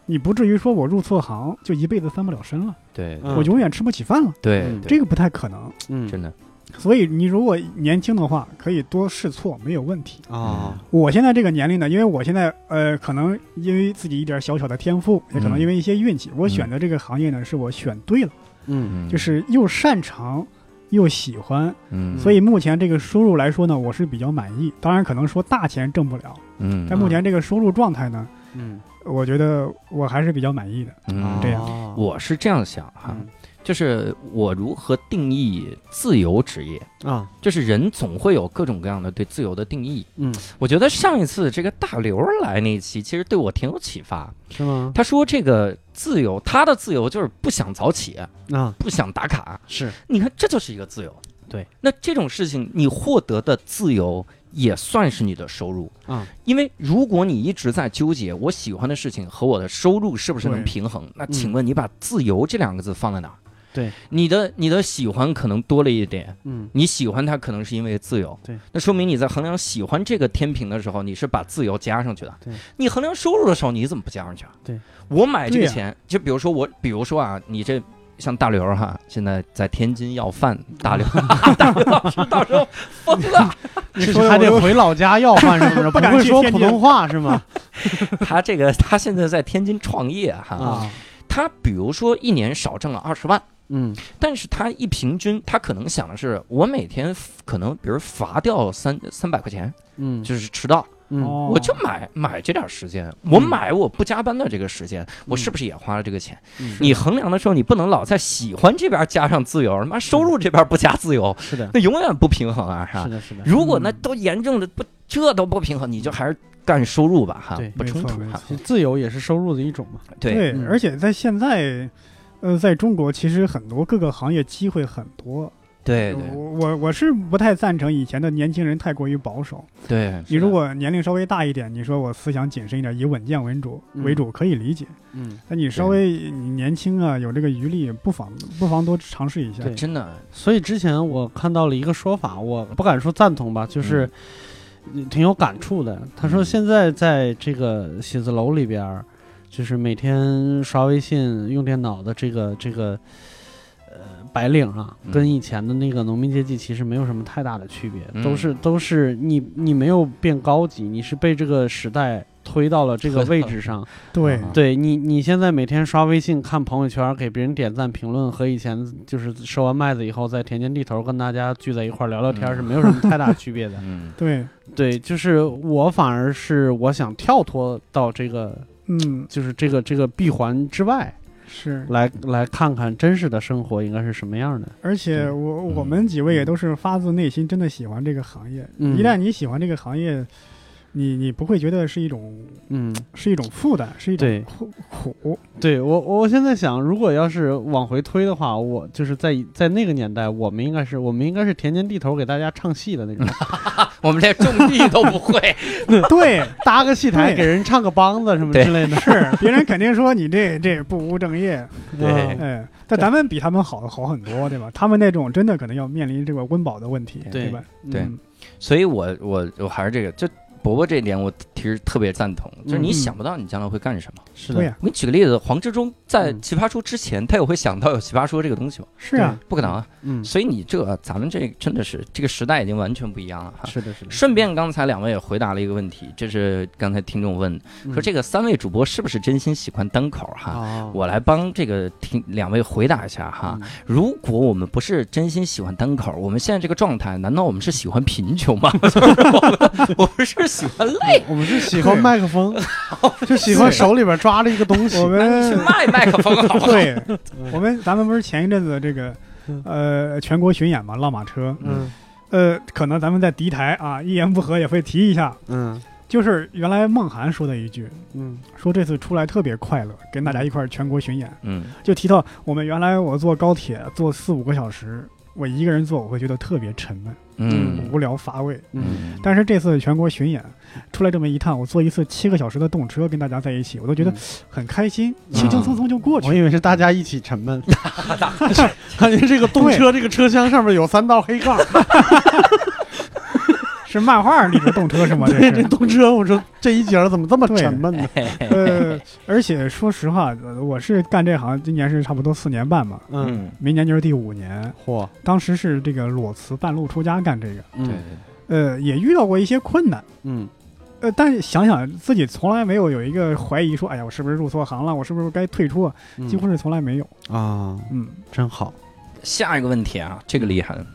你不至于说我入错行就一辈子翻不了身了，
对
嗯
我永远吃不起饭了，
对
嗯
对
这个不太可能。
嗯，
真的，
所以你如果年轻的话，可以多试错，没有问题。
啊，
我现在这个年龄呢，因为我现在呃，可能因为自己一点小小的天赋，也可能
嗯
因为一些运气，我选择这个行业呢，是我选对了，
嗯
嗯
就是又擅长又喜欢，
嗯，
所以目前这个收入来说呢，我是比较满意。当然，可能说大钱挣不了，
嗯，
但目前这个收入状态呢，
嗯，
我觉得我还是比较满意的。
嗯
这样
啊样嗯
我是这样想哈，就是我如何定义自由职业？
啊，
就是人总会有各种各样的对自由的定义。
嗯，
我觉得上一次这个大刘儿来那一期，其实对我挺有启发。
是吗？
他说这个自由，他的自由就是不想早起，
啊，
不想打卡。
是，
你看，这就是一个自由。
对，
那这种事情，你获得的自由也算是你的收入
啊。
因为如果你一直在纠结我喜欢的事情和我的收入是不是能
对
平衡，那请问你把“自由”这两个字放在哪儿？
对，
你的你的喜欢可能多了一点，
嗯，
你喜欢它可能是因为自由，
对，
那说明你在衡量喜欢这个天平的时候，你是把自由加上去的，
对，
你衡量收入的时候，你怎么不加上去啊？
对，
我买这
对
个
呀
钱，就比如说我，比如说啊，你这像大刘儿哈，现在在天津要 饭，大刘，大刘老师到时候疯了，
你
是
说的
还得
我
回老家要饭是不 是？
不
不
敢
会
去
说
天
普
津
通话是吗？
他这个他现在在天津创业哈，
啊，
他比如说一年少挣了二十万，
嗯
但是他一平均，他可能想的是，我每天 f- 可能比如罚掉三三百块钱，
嗯
就是迟到，
嗯
哦
我就买买这点时间，我买我不加班的这个时间，我
嗯
是不是也花了这个钱？
嗯
你衡量的时候，你不能老在喜欢这边加上自由，他妈收入这边不加自由，
是的，
那永远不平衡啊，是吧
嗯是？的，是的。
如果那
嗯
都严重的不，这都不平衡，你就还是干收入吧，哈
对，
不
没
冲
错
突
没
哈。
其实自由也是收入的一种嘛。
对，
嗯
而且在现在，呃，在中国其实很多各个行业机会很多。
对，对，
我我我是不太赞成以前的年轻人太过于保守。
对，
你如果年龄稍微大一点，你说我思想谨慎一点，以稳健为主
嗯
为主可以理解。
嗯，
但你稍微你年轻啊，有这个余力，不妨不妨多尝试一下。
对
真的，
所以之前我看到了一个说法，我不敢说赞同吧，就是挺有感触的。他说
嗯
现在在这个写字楼里边儿，就是每天刷微信、用电脑的这个这个呃白领啊，
嗯
跟以前的那个农民阶级其实没有什么太大的区别，
嗯
都是都是你你没有变高级，你是被这个时代推到了 这个位置上。
对
啊
对你，你现在每天刷微信、看朋友圈、给别人点赞、评论，和以前就是收完麦子以后在田间地头跟大家聚在一块儿聊聊天
嗯。
儿是没有什么太大区别的
嗯，
对，
对，就是我反而是我想跳脱到这个，
嗯，
就是这个这个闭环之外，
是。
来来看看真实的生活应该是什么样的。
而且我
嗯
我们几位也都是发自内心真的喜欢这个行业。
嗯
一旦你喜欢这个行业，你你不会觉得是一种
嗯，
是一种负担，是一
对
种苦苦。
对我我现在想，如果要是往回推的话，我就是在在那个年代，我们应该是我们应该是田间地头给大家唱戏的那种。
我们连种地都不会，
对，
搭个戏台
对
给人唱个梆子什么
对
之类的。
是别人肯定说你这 这不务正业，
对
哎，但咱们比他们好好很多，对吧？他们那种真的可能要面临这个温饱的问题，
对
吧？
对
嗯
所以我我我还是这个，就伯伯这一点，我其实特别赞同，就是你
嗯
想不到你将来会干什么。
是的，
对呀，
我给你举个例子，黄志忠在《
嗯
奇葩说》之前，他有会想到有《奇葩说》这个东西吗？
是啊，
不可能啊！
嗯，
所以你这咱们这真的是这个时代已经完全不一样了哈。
是的，是的。
顺便，刚才两位也回答了一个问题，这是刚才听众问
嗯
说这个三位主播是不是真心喜欢单口哈？
啊，
我啊来帮这个听两位回答一下哈。
嗯
如果我们不是真心喜欢单口，我们现在这个状态，难道我们是喜欢贫穷吗？ 就是我们我们是喜欢累，
我们是喜欢麦克风，就喜欢手里边抓着一个东西
我。
去
们
卖麦克风好不好？
对，我们咱们不是前一阵子这个
嗯
呃全国巡演嘛，浪马车，
嗯
呃，可能咱们在敌台啊，一言不合也会提一下，
嗯
就是原来梦涵说的一句，
嗯
说这次出来特别快乐，跟大家一块儿全国巡演，
嗯，
就提到我们原来我坐高铁坐四五个小时，我一个人坐我会觉得特别沉闷、
嗯
无聊乏味。
嗯，
但是这次全国巡演出来这么一趟，我坐一次七个小时的动车跟大家在一起，我都觉得
嗯
很开心，轻轻松松就过去
我
了。
以为是大家一起沉闷， 感觉这个动车这个车厢上面有三道黑杠。
是漫画里的动车 是吗？这
对，这
是。
动车，我说这一节儿怎么这么
对
沉闷呢？
呃，而且说实话，呃我是干这行，今年是差不多四年半嘛，
嗯，
明年就是第五年。
嚯，
当时是这个裸辞半路出家干这个，
对
嗯
呃，也遇到过一些困难，
嗯
呃，但是想想自己从来没有有一个怀疑说，哎呀，我是不是入错行了？我是不是该退出啊？
嗯，
几乎是从来没有。
啊，
嗯，
真好。
下一个问题啊，这个厉害了。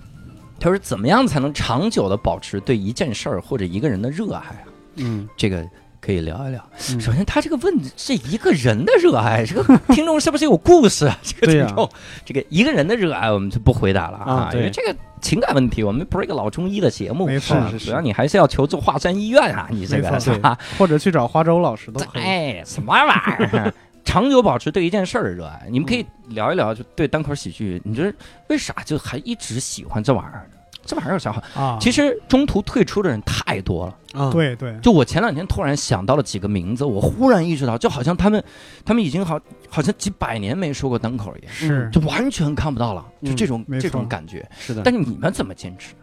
他说：“怎么样才能长久的保持对一件事儿或者一个人的热爱啊？
嗯，
这个可以聊一聊。
嗯
首先，他这个问是一个人的热爱，这个听众是不是有故事 啊？这个
对呀
听众，这个一个人的热爱我们就不回答了
啊
因为
对
这个情感问题，我们不是一个老中医的节目，
没
是吧
错是是
主要你还是要求助华山医院啊，你这
没
个
错
是吧？
或者去找花粥老师都可以。
哎，什么玩意儿？ 长久保持对一件事儿的热爱，你们可以聊一聊，就对单口喜剧，你觉得为啥就还一直喜欢这玩意儿？这玩意儿有啥好？
啊，
其
实
实中途退出的人太多了。
啊，
对对，
就我前两天突然想到了几个名字，我忽然意识到，就好像他们，他们已经好好像几百年没说过单口一样，
是
就完全看不到了，就这种、
嗯没错
这种感觉。
是的。
但是你们怎么坚持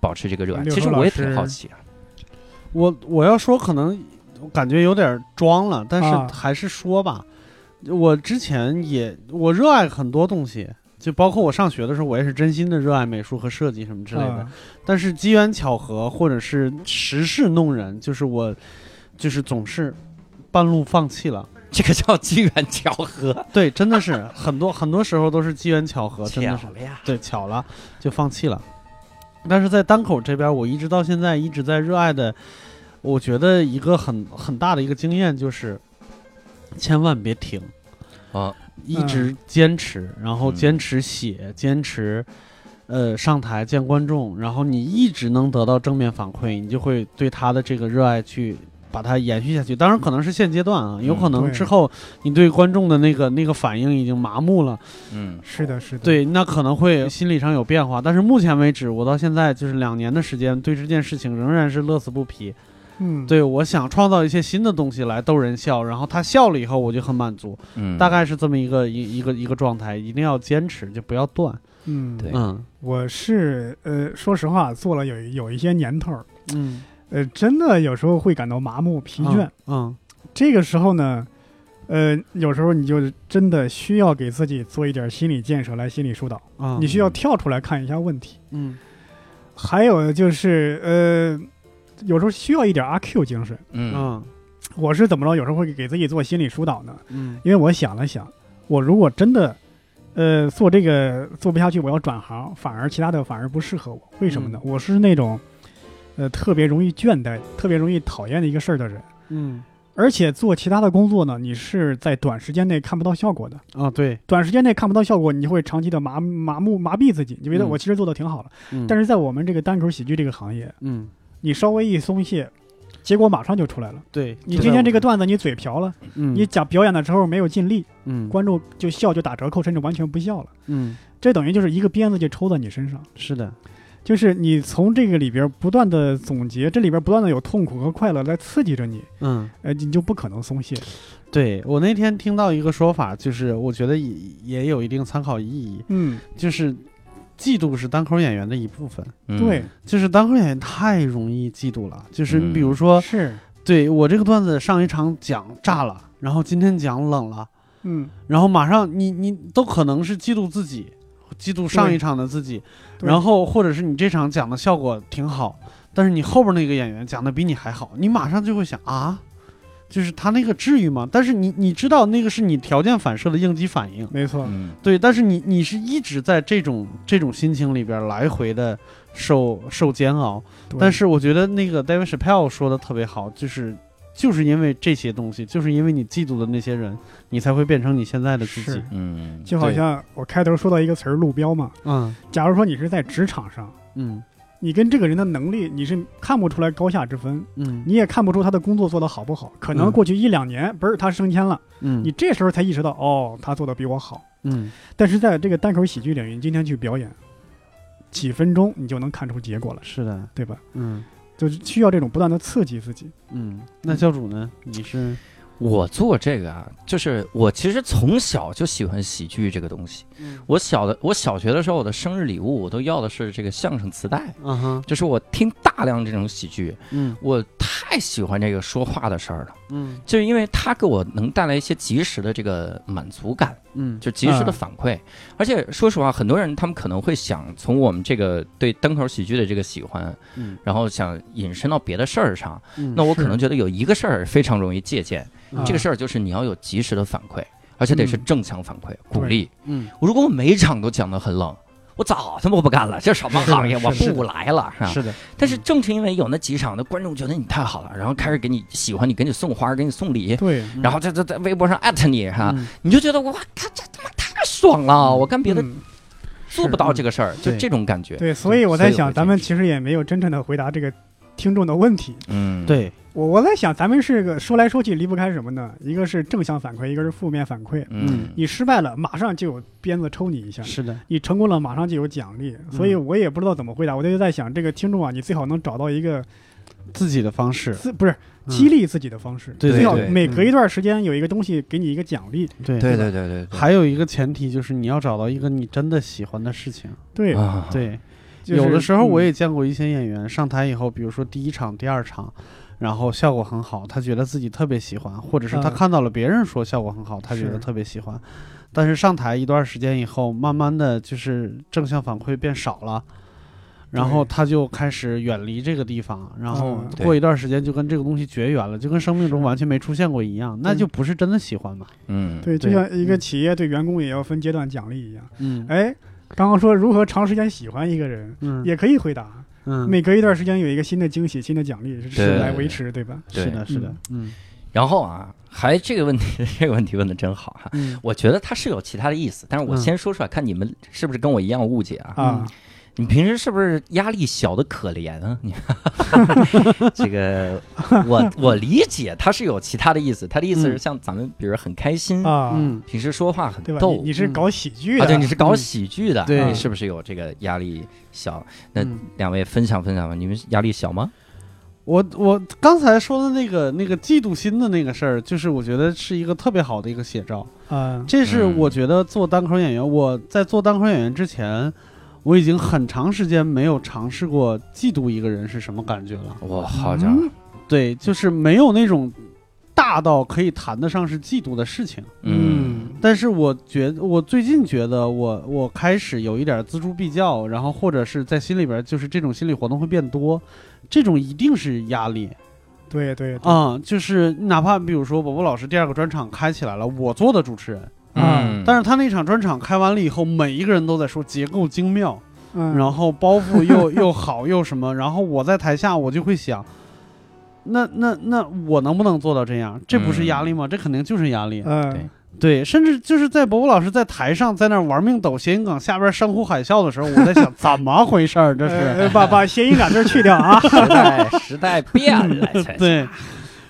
保持这个热爱？
刘
其实
和老
我也
师
挺好奇啊。
我我要说，可能我感觉有点装了，但
啊
是还是说吧。我之前也我热爱很多东西，就包括我上学的时候，我也是真心的热爱美术和设计什么之类的。
啊
但是机缘巧合，或者是时势弄人，就是我就是总是半路放弃了。
这个叫机缘巧合，
对，真的是很多很多时候都是机缘巧合，真的是
巧了呀。
对巧了就放弃了。但是在单口这边，我一直到现在一直在热爱的，我觉得一个很很大的一个经验就是，千万别停，
啊，
一直坚持，然后坚持写，坚持，呃，上台见观众，然后你一直能得到正面反馈，你就会对他的这个热爱去把它延续下去。当然，可能是现阶段啊，有可能
对
之后你对观众的那个那个反应已经麻木了，
嗯
是的，是的，，
对，那可能会心理上有变化。但是目前为止，我到现在就是两年的时间，对这件事情仍然是乐此不疲。
嗯，
对我想创造一些新的东西来逗人笑，然后他笑了以后，我就很满足。
嗯，
大概是这么一个一一个一个状态，一定要坚持，就不要断。
嗯，
对
嗯
我是呃，说实话，做了有有一些年头儿，
嗯，
呃，真的有时候会感到麻木疲倦。
嗯，
这个时候呢，呃，有时候你就真的需要给自己做一点心理建设，来心理疏导。
嗯啊，
你需要跳出来看一下问题。
嗯
还有就是，呃，有时候需要一点阿 Q 精神。
嗯
嗯
我是怎么着？有时候会给自己做心理疏导呢？
嗯
因为我想了想，我如果真的，呃，做这个做不下去，我要转行，反而其他的反而不适合我。为什么呢？我是那种，呃，特别容易倦怠、特别容易讨厌的一个事儿的人。
嗯
而且做其他的工作呢，你是在短时间内看不到效果的。
啊，对，
短时间内看不到效果，你就会长期的麻麻木麻痹自己，你觉得
嗯
我其实做的挺好了。
嗯
但
是
是在我们这个单口喜剧这个行业，
嗯
你稍微一松懈，结果马上就出来了。
对，
你
就
今
在
天
我
这个段子你嘴瓢了，
嗯
你讲表演的时候没有尽力，
嗯
观众就笑就打折扣，甚至完全不笑了。
嗯
这等于就是一个鞭子就抽到你身上，
是的，
就是你从这个里边不断的总结，这里边不断的有痛苦和快乐来刺激着你，
嗯，
呃，你就不可能松懈。
对我那天听到一个说法，就是我觉得也也有一定参考意义，
嗯，
就是嫉妒是单口演员的一部分。
嗯
对，
就是单口演员太容易嫉妒了，就是你比如
嗯
说，
是，
对我这个段子上一场讲炸了，然后今天讲冷了，
嗯，
然后马上你你都可能是嫉妒自己，嫉妒上一场的自己，
对
然后或者是你这场讲的效果挺好，但是你后边那个演员讲的比你还好，你马上就会想啊，就是他那个至于吗？但是你你知道那个是你条件反射的应激反应，
没错，
嗯
对，但是你你是一直在这种这种心情里边来回的受受煎熬，
对
但是我觉得那个 David Chappelle 说的特别好，就是就是因为这些东西，就是因为你嫉妒的那些人，你才会变成你现在的自己
是。
嗯，
就好
对
像我开头说到一个词儿“路标”嘛，
嗯
假如说你是在职场上，
嗯
你跟这个人的能力你是看不出来高下之分，
嗯
你也看不出他的工作做得好不好。可能
嗯
过去一两年，不是他升迁了，
嗯，
你这时候才意识到，哦，他做得比我好。
嗯
但是在这个单口喜剧领域，你今天去表演，几分钟你就能看出结果了，
是的，
对吧？
嗯
就是需要这种不断的刺激自己。
嗯。那教主呢？你是
我做这个啊，就是我其实从小就喜欢喜剧这个东西。我小的，我小学的时候，我的生日礼物我都要的是这个相声磁带，
嗯哼
就是我听大量这种喜剧，
嗯
我太喜欢这个说话的事儿了，
嗯
就是因为它给我能带来一些及时的这个满足感，
嗯
就及时的
嗯
反馈。而且说实话，很多人他们可能会想从我们这个对单口喜剧的这个喜欢，
嗯
然后想引申到别的事儿上。
嗯
那我可
是
能觉得有一个事儿非常容易借鉴。
嗯
这个事儿就是你要有及时的反馈，而且得是
嗯
正向反馈、鼓励。
嗯
我如果我每场都讲得很冷，我早他妈不干了，这什么行业，
是
我
的是的
不来了，是吧？
是的，
但是正是因为有那几场的观众觉得你太好了，然后开始给你喜欢你，给你送花，给你送礼，
啊对，
嗯
然后在在在微博上艾特你哈，
嗯
你就觉得哇，他这他妈太爽了，
嗯
我干别的
嗯
做不到这个事儿，就
对
这种感觉。
对，所以我在
所以我
想，
会
咱们
坚持
其实也没有真正的回答这个听众的问题。
嗯，，
对
我我在想，咱们是个说来说去离不开什么呢？一个是正向反馈，一个是负面反馈。
嗯，
你失败了，马上就有鞭子抽你一下；
是嗯的，
你成功了，马上就有奖励。所以我也不知道怎么回答，我就在想，这个听众啊，你最好能找到一个
自己的方式，
自不是
嗯
激励自己的方式，
对
对
最好
对
每隔
嗯
一段时间有一个东西给你一个奖励。
对
对对对对对，
还有一个前提就是你要找到一个你真的喜欢的事情，
对，
啊，
对，
就是
有的时候我
嗯
也见过一些演员上台以后，比如说第一场、第二场，然后效果很好，他觉得自己特别喜欢，或者是他
嗯
看到了别人说效果很好，他觉得
是
特别喜欢。但是上台一段时间以后，慢慢的就是正向反馈变少了，然后他就开始远离这个地方，然后
嗯
对
过一段时间就跟这个东西绝缘了，就跟生命中完全没出现过一样，
嗯
那就不是真的喜欢嘛。
嗯，
对，就
对
像一个
嗯
企业对员工也要分阶段奖励一样。
嗯
哎，刚刚说如何长时间喜欢一个人，
嗯
也可以回答，
嗯，
每隔一段时间有一个新的惊喜、新的奖励，是
对
来维持，对吧？
对
是的，是的，嗯
然后啊，还这个问题，这个问题问的真好哈、
嗯
我觉得它是有其他的意思，但是我
嗯
先说出来，看你们是不是跟我一样误解啊？
啊，
你平时是不是压力小的可怜啊？你 这个，我我理解它是有其他的意思，它的意思是
嗯
像咱们比如很开心，
啊，
嗯，
平时说话很
对吧？
逗
你你是
嗯
搞喜剧的，
啊，对，你是搞喜剧的，
对
你是不是有这个压力小？那
嗯
两位分享分享吧，你们压力小吗？
我我刚才说的那个那个嫉妒心的那个事儿，就是我觉得是一个特别好的一个写照。
啊，
这是
嗯
我觉得做单口演员，我在做单口演员之前，我已经很长时间没有尝试过嫉妒一个人是什么感觉了。
哇，好家伙，
对，就是没有那种大到可以谈得上是嫉妒的事情。
嗯，
但是我觉得，我最近觉得我我开始有一点锱铢必较，然后或者是在心里边就是这种心理活动会变多，这种一定是压力
对对对
啊、就是哪怕比如说宝宝老师第二个专场开起来了，我做的主持人，
嗯，
但是他那场专场开完了以后，每一个人都在说结构精妙，
嗯，
然后包袱又又好又什么，然后我在台下我就会想，那那那我能不能做到这样？这不是压力吗？这肯定就是压力。
对
嗯，
对，甚至就是在伯伯老师在台上在那儿玩命抖谐音梗，下边山呼海啸的时候，我在想怎么回事儿？这
呃
是
呃把把谐音俩字儿去 掉啊，
时代时代变了，才
对。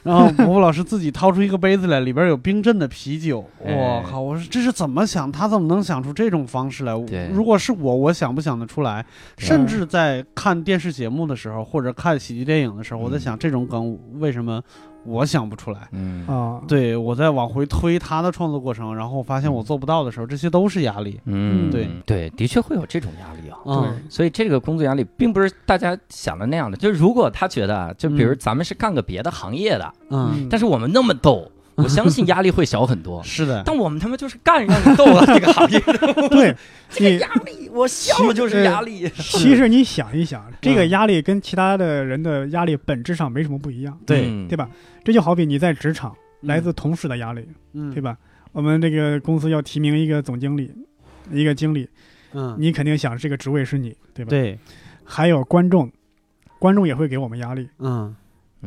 然后伯伯老师自己掏出一个杯子来，里边有冰镇的啤酒。我
哎
靠！我说这是怎么想？他怎么能想出这种方式来？我
对嗯
如果是我，我想不想得出来？
对
甚至在看电视节目的时候，或者看喜剧电影的时候，我在想这种梗为什么我想不出来？
嗯
啊，
对我在往回推他的创作过程，然后发现我做不到的时候，这些都是压力。
嗯，
对
对，的确会有这种压力啊。
嗯，
所以这个工作压力并不是大家想的那样的。就如果他觉得啊，就比如
嗯
咱们是干个别的行业的，
嗯，。
但是我们那么逗，我相信压力会小很多
是的，
但我们他妈就是干让你逗了这个行 业，
对，
这
你
个压力，我笑就是压力。
其实你想一想，这个
嗯
压力跟其他的人的压力本质上没什么不一样，
对，
嗯
对吧？这就好比你在职场
嗯
来自同事的压力，
嗯
对吧？我们这个公司要提名一个总经理，一个经理，
嗯，
你肯定想这个职位是你，对吧？。
对，
还有观众，观众也会给我们压力，
嗯，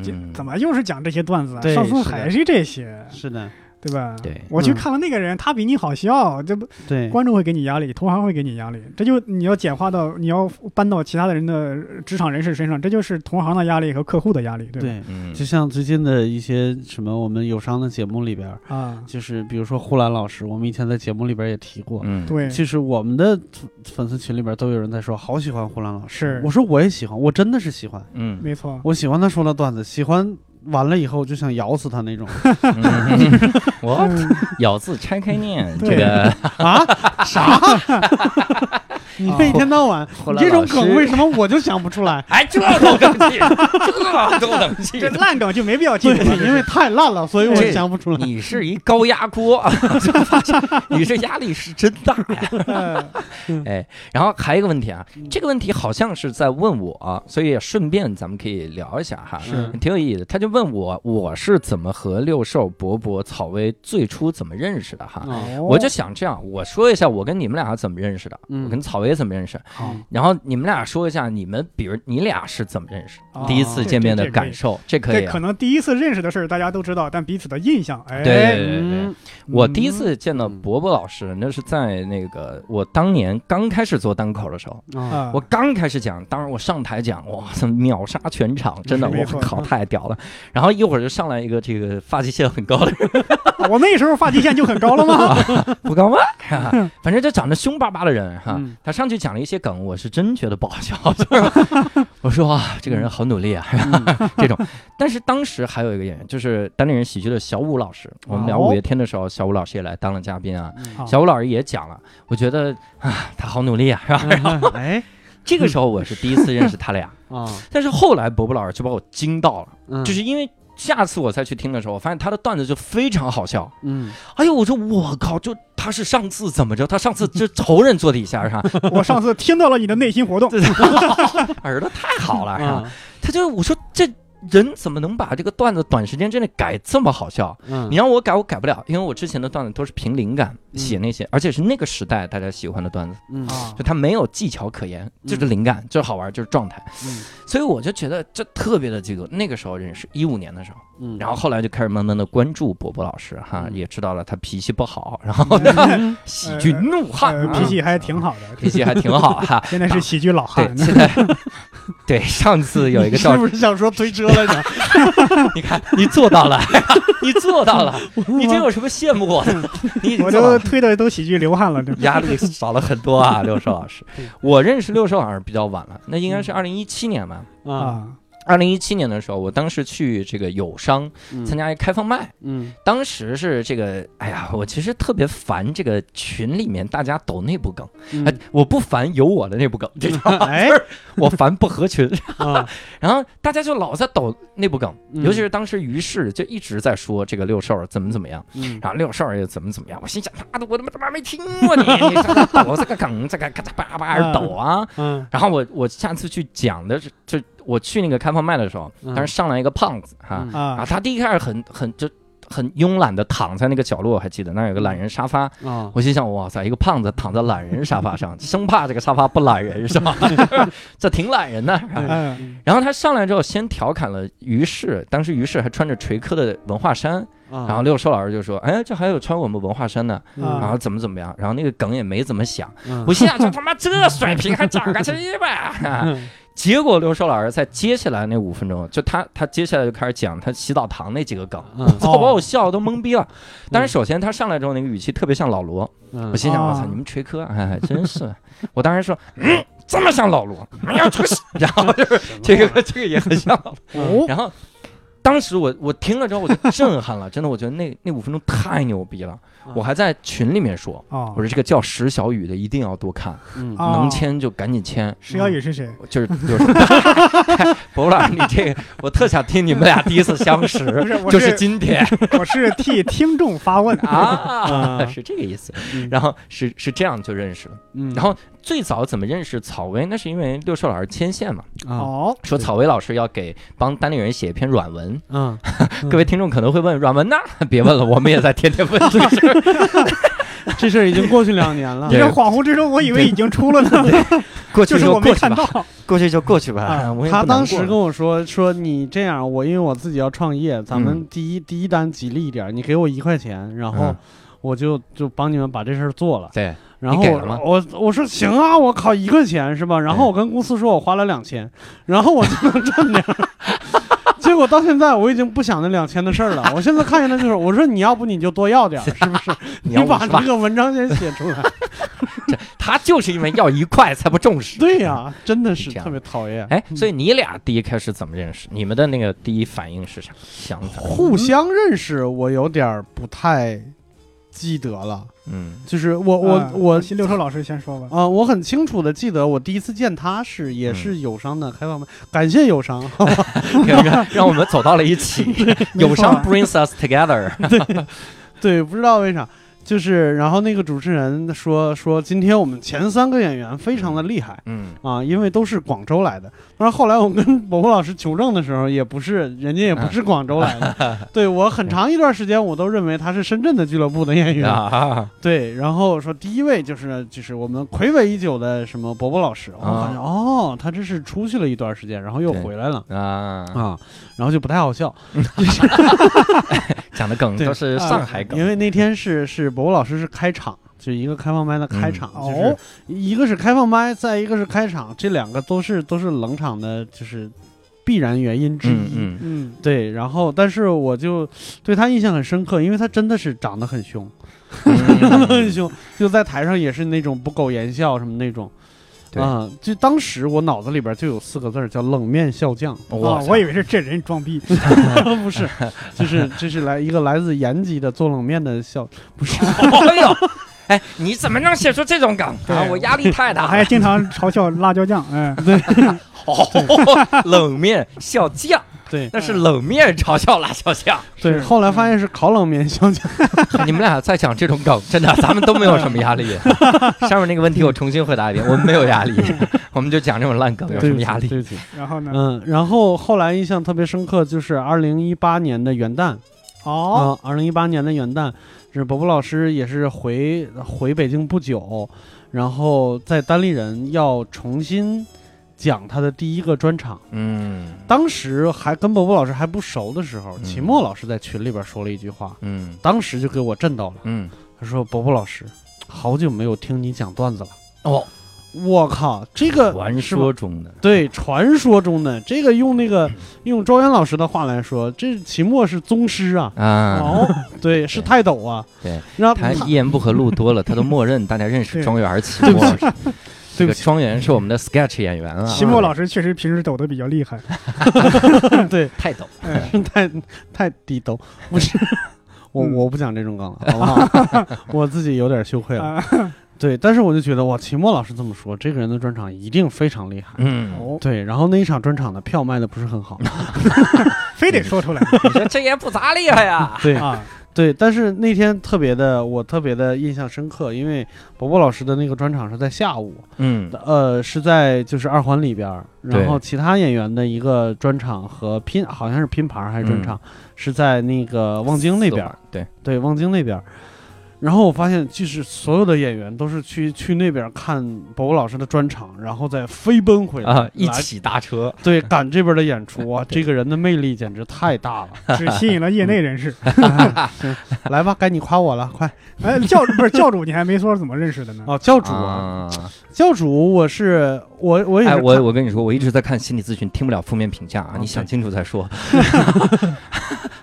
这
嗯
怎么又是讲这些段子啊？
对
上次
是的
还是这些，
是的，
对吧？
对
我去
嗯
看了那个人，他比你好笑，这不
对，
观众会给你压力，同行会给你压力，这就你要简化到你要搬到其他的人的职场人士身上，这就是同行的压力和客户的压力，对吧？
对，
嗯
就像最近的一些什么我们友商的节目里边儿，
啊，
就是比如说呼兰老师，我们以前在节目里边儿也提过。
嗯
对，
其实我们的粉丝群里边儿都有人在说，好喜欢呼兰老师。
是
我说我也喜欢，我真的是喜欢，
嗯
没错，
我喜欢他说的段子，喜欢完了以后就想咬死他 那种
嗯， 我
嗯
咬字拆开念，这
对
个
啊！啥？你
啊
这一天到晚，
呼
你
兰
这种
老师？
梗为什么我就想不出来
哎，这都能记， 这都能 记
这。烂梗就没必要记
对，
住了，
因为太烂了，所以我
这
想不出来。
你是一高压锅， 就发现你这压力是真大呀。
呃
哎，然后还有一个问题啊
嗯，
这个问题好像是在问我，所以也顺便咱们可以聊一下哈，
是
挺有意义的。他就问我我是怎么和六兽、伯伯、草薇最初怎么认识的哈。
嗯
啊，
我就想这样，我说一下我跟你们俩怎么认识的，
嗯
我跟草薇怎么认识，
好，
然后你们俩说一下你们，比如你俩是怎么认识，
哦
第一次见面的
这这这可以
感受，这可以
这
啊。
可能第一次认识的事儿大家都知道，但彼此的印象，哎，
对对对对
嗯，
我第一次见到伯伯老师，那是在那个我当年刚开始做单口的时候，
啊，
啊，
我刚开始讲，当时我上台讲，哇，秒杀全场，真的，
没
我
错
靠，太屌了。然后一会儿就上来一个这个发际线很高的人，
我那时候发际线就很高 了吗？
不高吗？哈反正就长得凶巴巴的人哈，
嗯
他上去讲了一些梗，我是真觉得不好笑。就是我说啊，这个人好努力啊，
嗯
这种。但是当时还有一个演员，就是单立人喜剧的小武老师，我们聊
哦
五月天的时候，小武老师也来当了嘉宾 啊。
嗯
好
小武老师也讲了，我觉得啊，他好努力啊，是吧？
哎
这个时候我是第一次认识他 俩，
啊，
但是后来伯伯老师就把我惊到了，
嗯
就是因为下次我再去听的时候，我发现他的段子就非常好笑。
嗯
哎呦，我说我靠，就他是上次怎么着？他上次这仇人坐底下是吧？
我上次听到了你的内心活动，
耳朵太好了是吧？
啊，
他就我说这人怎么能把这个段子短时间之内改这么好笑？
嗯
你让我改我改不了，因为我之前的段子都是凭灵感
嗯
写那些，而且是那个时代大家喜欢的段子，
嗯
啊
就，他没有技巧可言，就是灵感，就是好玩，就是状态。
嗯
所以我就觉得这特别的嫉妒。那个时候认识，一五年的时候。
嗯，
然后后来就开始慢慢的关注伯伯老师哈，
嗯
也知道了他脾气不好，然后喜剧怒汉、
嗯呃
啊
哎脾气还挺好的，
脾气还挺好哈。
现在是喜剧老汉
对，，现在对上次有一个
是
照，
不是想说推车 来着？
你看你做到了， 你做到了，你这有什么羡慕我的？你已经
我
做到
都
了。
推的都喜剧流汗了，这
压力少了很多啊，六兽老师。我认识六兽老师比较晚了，那应该是二零一七年吧。
啊，
啊，
二零一七年的时候，我当时去这个友商参
加，
加一开放麦，
嗯
当时是这个，哎呀，我其实特别烦这个群里面大家抖内部梗，
嗯
哎，我不烦有我的内部梗，这种
哎
我烦不合群。
啊，
然后大家就老在抖内部梗，
嗯
尤其是当时于是就一直在说这个六兽怎么怎么样，
嗯
然后六兽也怎么怎么样。我心想，妈的，我他妈他妈没听过你，你这个抖这个梗，这个咔嚓叭叭而抖啊。
嗯
然后我我下次去讲的是，就我去那个开放麦的时候，
嗯
当时上来一个胖子哈。
嗯
啊，
啊，
他第一开始很很就很慵懒的躺在那个角落，我还记得那儿有个懒人沙发，
啊，
我心想哇塞，一个胖子躺在懒人沙发上，生怕这个沙发不懒人是吧？ 这挺懒人的。是吧
嗯
然后他上来之后，先调侃了于适，当时于适还穿着锤科的文化衫，
啊
然后六兽老师就说：“哎，这还有穿我们文化衫的，
啊
然后怎么怎么样，然后那个梗也没怎么想。”
嗯
我心想啊说：“他妈这水平还长个鸡巴！” 结果刘寿老师在接下来那五分钟，就他他接下来就开始讲他洗澡堂那几个梗，
嗯
操，把我笑得都懵逼了。但是首先他上来之后那个语气特别像老罗，
嗯
我心想
哦
我操你们锤科，哎，真是！我当时说，嗯，这么像老罗，没有 出息。然后就是这个这个也很像老罗，
哦
然后。当时我我听了之后我就震撼了，真的， 我觉得那那五分钟太牛逼了。我还在群里面说，
哦
我，说这个叫石小雨的一定要多看，
嗯
啊
能签就赶紧签。
石小雨是谁？
就是就是， 博老师，你这个我特想听你们俩第一次相
不
识，
是， 我
就是
是
今天
我是替听众发问
啊，
啊
是这个意思
嗯。
然后是是这样就认识了。
嗯
然后最早怎么认识草薇？那是因为六兽老师牵线嘛，
啊
哦，
说草薇老师要给帮单立人写一篇软文。
嗯嗯
各位听众可能会问软文呢？ 别问了，我们也在天天问这个事儿。
这事儿已经过去两年了
你
对
这恍惚之中，我以为已经出了呢，
过
就
去
是
就
我没
过去
看
吧，
到。
过去就过去吧
啊。
我也
他
不难
当时
过
跟我说说你这样，我因为我自己要创业，咱们第一、第一单吉利一点，你给我一块钱，然后
嗯
我就就帮你们把这事儿做了。
对，
然后
你给了吗
我我我说行啊，我靠一块钱是吧？然后我跟公司说我花了两千，然后我就能赚点儿。 结果到现在我已经不想那两千的事儿了，我现在看见他就是我说你要不你就多 要点儿，是不是？
你
你
要
把
是吧
这个文章先写出 来。
他就是因为要一块才不重视。
对呀、真的是
这样
特别讨厌。
哎，所以你俩第一开始怎么认识？你们的那个第一反应是啥？想法？
互相认识，我有点儿不太记得了。
嗯
就是我我、
啊
我
新六兽老师先说吧。
啊、我很清楚的记得，我第一次见他是
嗯
也是友商的开放麦，感谢友商。
让让让我们走到了一起， 友
啊
商 brings us together。
对，不知道为啥，就是然后那个主持人说说今天我们前三个演员非常的厉害。
嗯，
啊，因为都是广州来的。然后后来我跟伯伯老师求证的时候，也不是人家也不是广州来的。
啊
对我很长一段时间，我都认为他是深圳的俱乐部的演员。
啊，
对，然后说第一位就是就是我们暌违已久的什么伯伯老师，我
啊
感觉哦，他这是出去了一段时间，然后又
对
回来了。
啊，
啊，然后就不太好笑，
讲的梗
对
都是上海
因
梗。
为那天是是伯伯老师是开场，就一个开放麦的开场，
嗯
就是
哦
一个是开放麦，再一个是开场，这两个都是都是冷场的，就是必然原因之一。
嗯嗯，
嗯，
对，然后但是我就对他印象很深刻，因为他真的是长得很 凶，很
嗯
凶，就在台上也是那种不苟言笑什么那种。
对
啊、就当时我脑子里边就有四个字儿叫“冷面笑匠
啊
哇，塞
我以为是这人装逼，”，
不是， 就是这是来一个来自延吉的做冷面的笑，不是
哎呦，哎，你怎么能写出这种梗
对
啊？我压力太
我
大
还
了。
经常嘲笑辣椒酱， 嗯，
哦，冷面笑匠，
对
那是冷面嘲笑辣椒酱。
对，
是
后来发
嗯
现是烤冷面相加，
你们俩在讲这种梗，真的，咱们都没有什么压 力。上面那个问题我重新回答一遍，我们没有压力， 我们就讲这种烂梗，有什
对
么
不起
压力？
对不起，
然后呢，
嗯，然后后来印象特别深刻就是二零一八年的元旦，
哦，
啊，二零一八年的元旦，是伯伯老师也是回回北京不久，然后在单立人要重新讲他的第一个专场。
嗯
当时还跟伯伯老师还不熟的时候，
嗯
秦墨老师在群里边说了一句话，
嗯
当时就给我震到了。
嗯，
他说：“伯伯老师，好久没有听你讲段子了。
哦，”
我靠，这个
传
呃是吧
说中的，
对传说中的这个用那
嗯
个用周元老师的话来说，这秦墨是宗师啊，
啊，
哦，对，是泰斗啊，
对，
然后
他一言不合录多了，他都默认大家认识
对
庄园儿齐墨。这
对不
个
起，
庄园是我们的 sketch 演员啊，
嗯
期末老师确实平时抖得比较厉 害，
对，
太懂，
哎，
太太低头，不是，我
嗯
我不讲这种梗了，好不好？我自己有点羞
嗯
愧了。
啊，
对，但是我就觉得哇，秦墨老师这么说，这个人的专场一定非常厉害。
嗯，
哦，
对，然后那一场专场的票卖的不是 很好，
非得说出来
你说这也不咋厉害呀，
对
啊，
对，但是那天特别的，我特别的印象深刻，因为伯伯老师的那个专场是在下午，
嗯
呃，是在就是二环里边儿，
对
然后其他演员的一个专场和拼好像是拼盘儿还是专
嗯
场，是在那个望京那边儿，，
对，
对，望京那边儿。然后我发现，就是所有的演员都是去去那边看伯伯老师的专场，然后再飞奔回来
啊，一
嗯来
起搭车，
对赶这边的演出啊，这个人的魅力简直太大 了！
只吸引了业内人士。
来吧，该你夸我了，快！
哎，教主不是教主，你还没说是怎么认识的呢？
哦，教主啊，
啊，
教主，我是我我也是
哎，
看
我我跟你说，我一直在看心理咨询，听不了负面评价啊，
OK
你想清楚再说，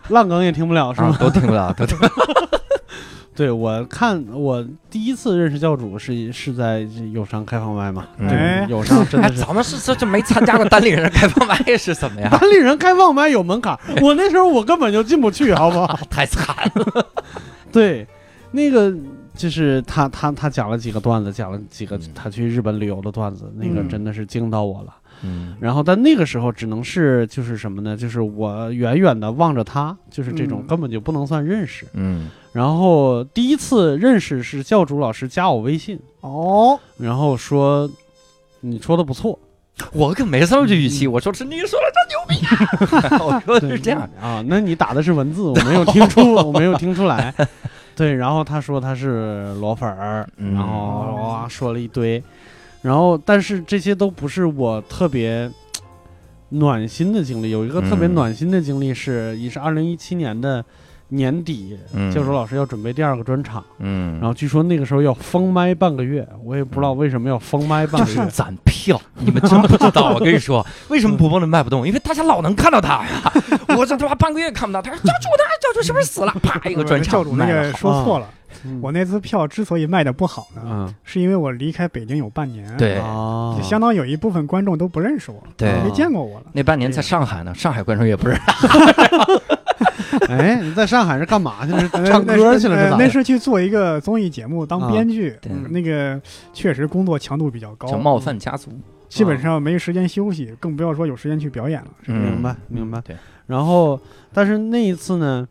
烂梗也听不了是吗？
啊都听不了，都听不了，
对我看我第一次认识教主是是在友商开放麦嘛，
嗯
哎
友商 真
哎，
的是
咱们是这这没参加过单立人开放麦是什么哎呀
单？立人开放麦有门槛儿，我那时候我根本就进不去，好不好？
太惨了，
对，那个就是他他他讲了几个段子，讲了几个
嗯
他去日本旅游的段子，那个
嗯
真的是惊到我了。
嗯
然后但那个时候只能是就是什么呢？就是我远远的望着他，就是这种
嗯
根本就不能算认识。
嗯
然后第一次认识是教主老师加我微信，
哦，
然后说你说的 不错，
我可没这么这语气，我说是你说的真牛逼啊，嗯 我说
对
是这样，
啊，那你打的是文字，我没有听 出，我没有听出来。对，然后他说他是裸粉儿，
嗯
然后哇说了一堆，然后但是这些都不是我特别暖心的经历。有一个特别
嗯
暖心的经历是，也是二零一七年的年底，
嗯
教授老师要准备第二个专场，
嗯
然后据说那个时候要封麦半个月，我也不知道为什么要封麦半
就
个月
是。攒票，你们真不知道。我跟你说， 为什么不蹦的卖不动？因为大家老能看到他呀。我这他妈半个月看不到他，教主呢？教主是不是 死了？啪一个专
教
场
主那
卖
个
了。
说错了，
嗯
我那次票之所以卖的不好呢，
嗯
是因为我离开北京有半年，，
对
啊
就，相当有一部分观众都不认识我，
对
没见 过我了。
那半年在上海呢，上海观众也不是。
哎，你在上海是干嘛去了？
呃
是唱歌去了是
那
咋
呃
的啊
那？是去做一个综艺节目当编剧，
对
嗯那个确实工作强度比较高啊
叫，冒犯家族，
基本上没时间休息，更不要说有时间去表演了。是吧
嗯
明白明白。
对，
然后但是那一次呢，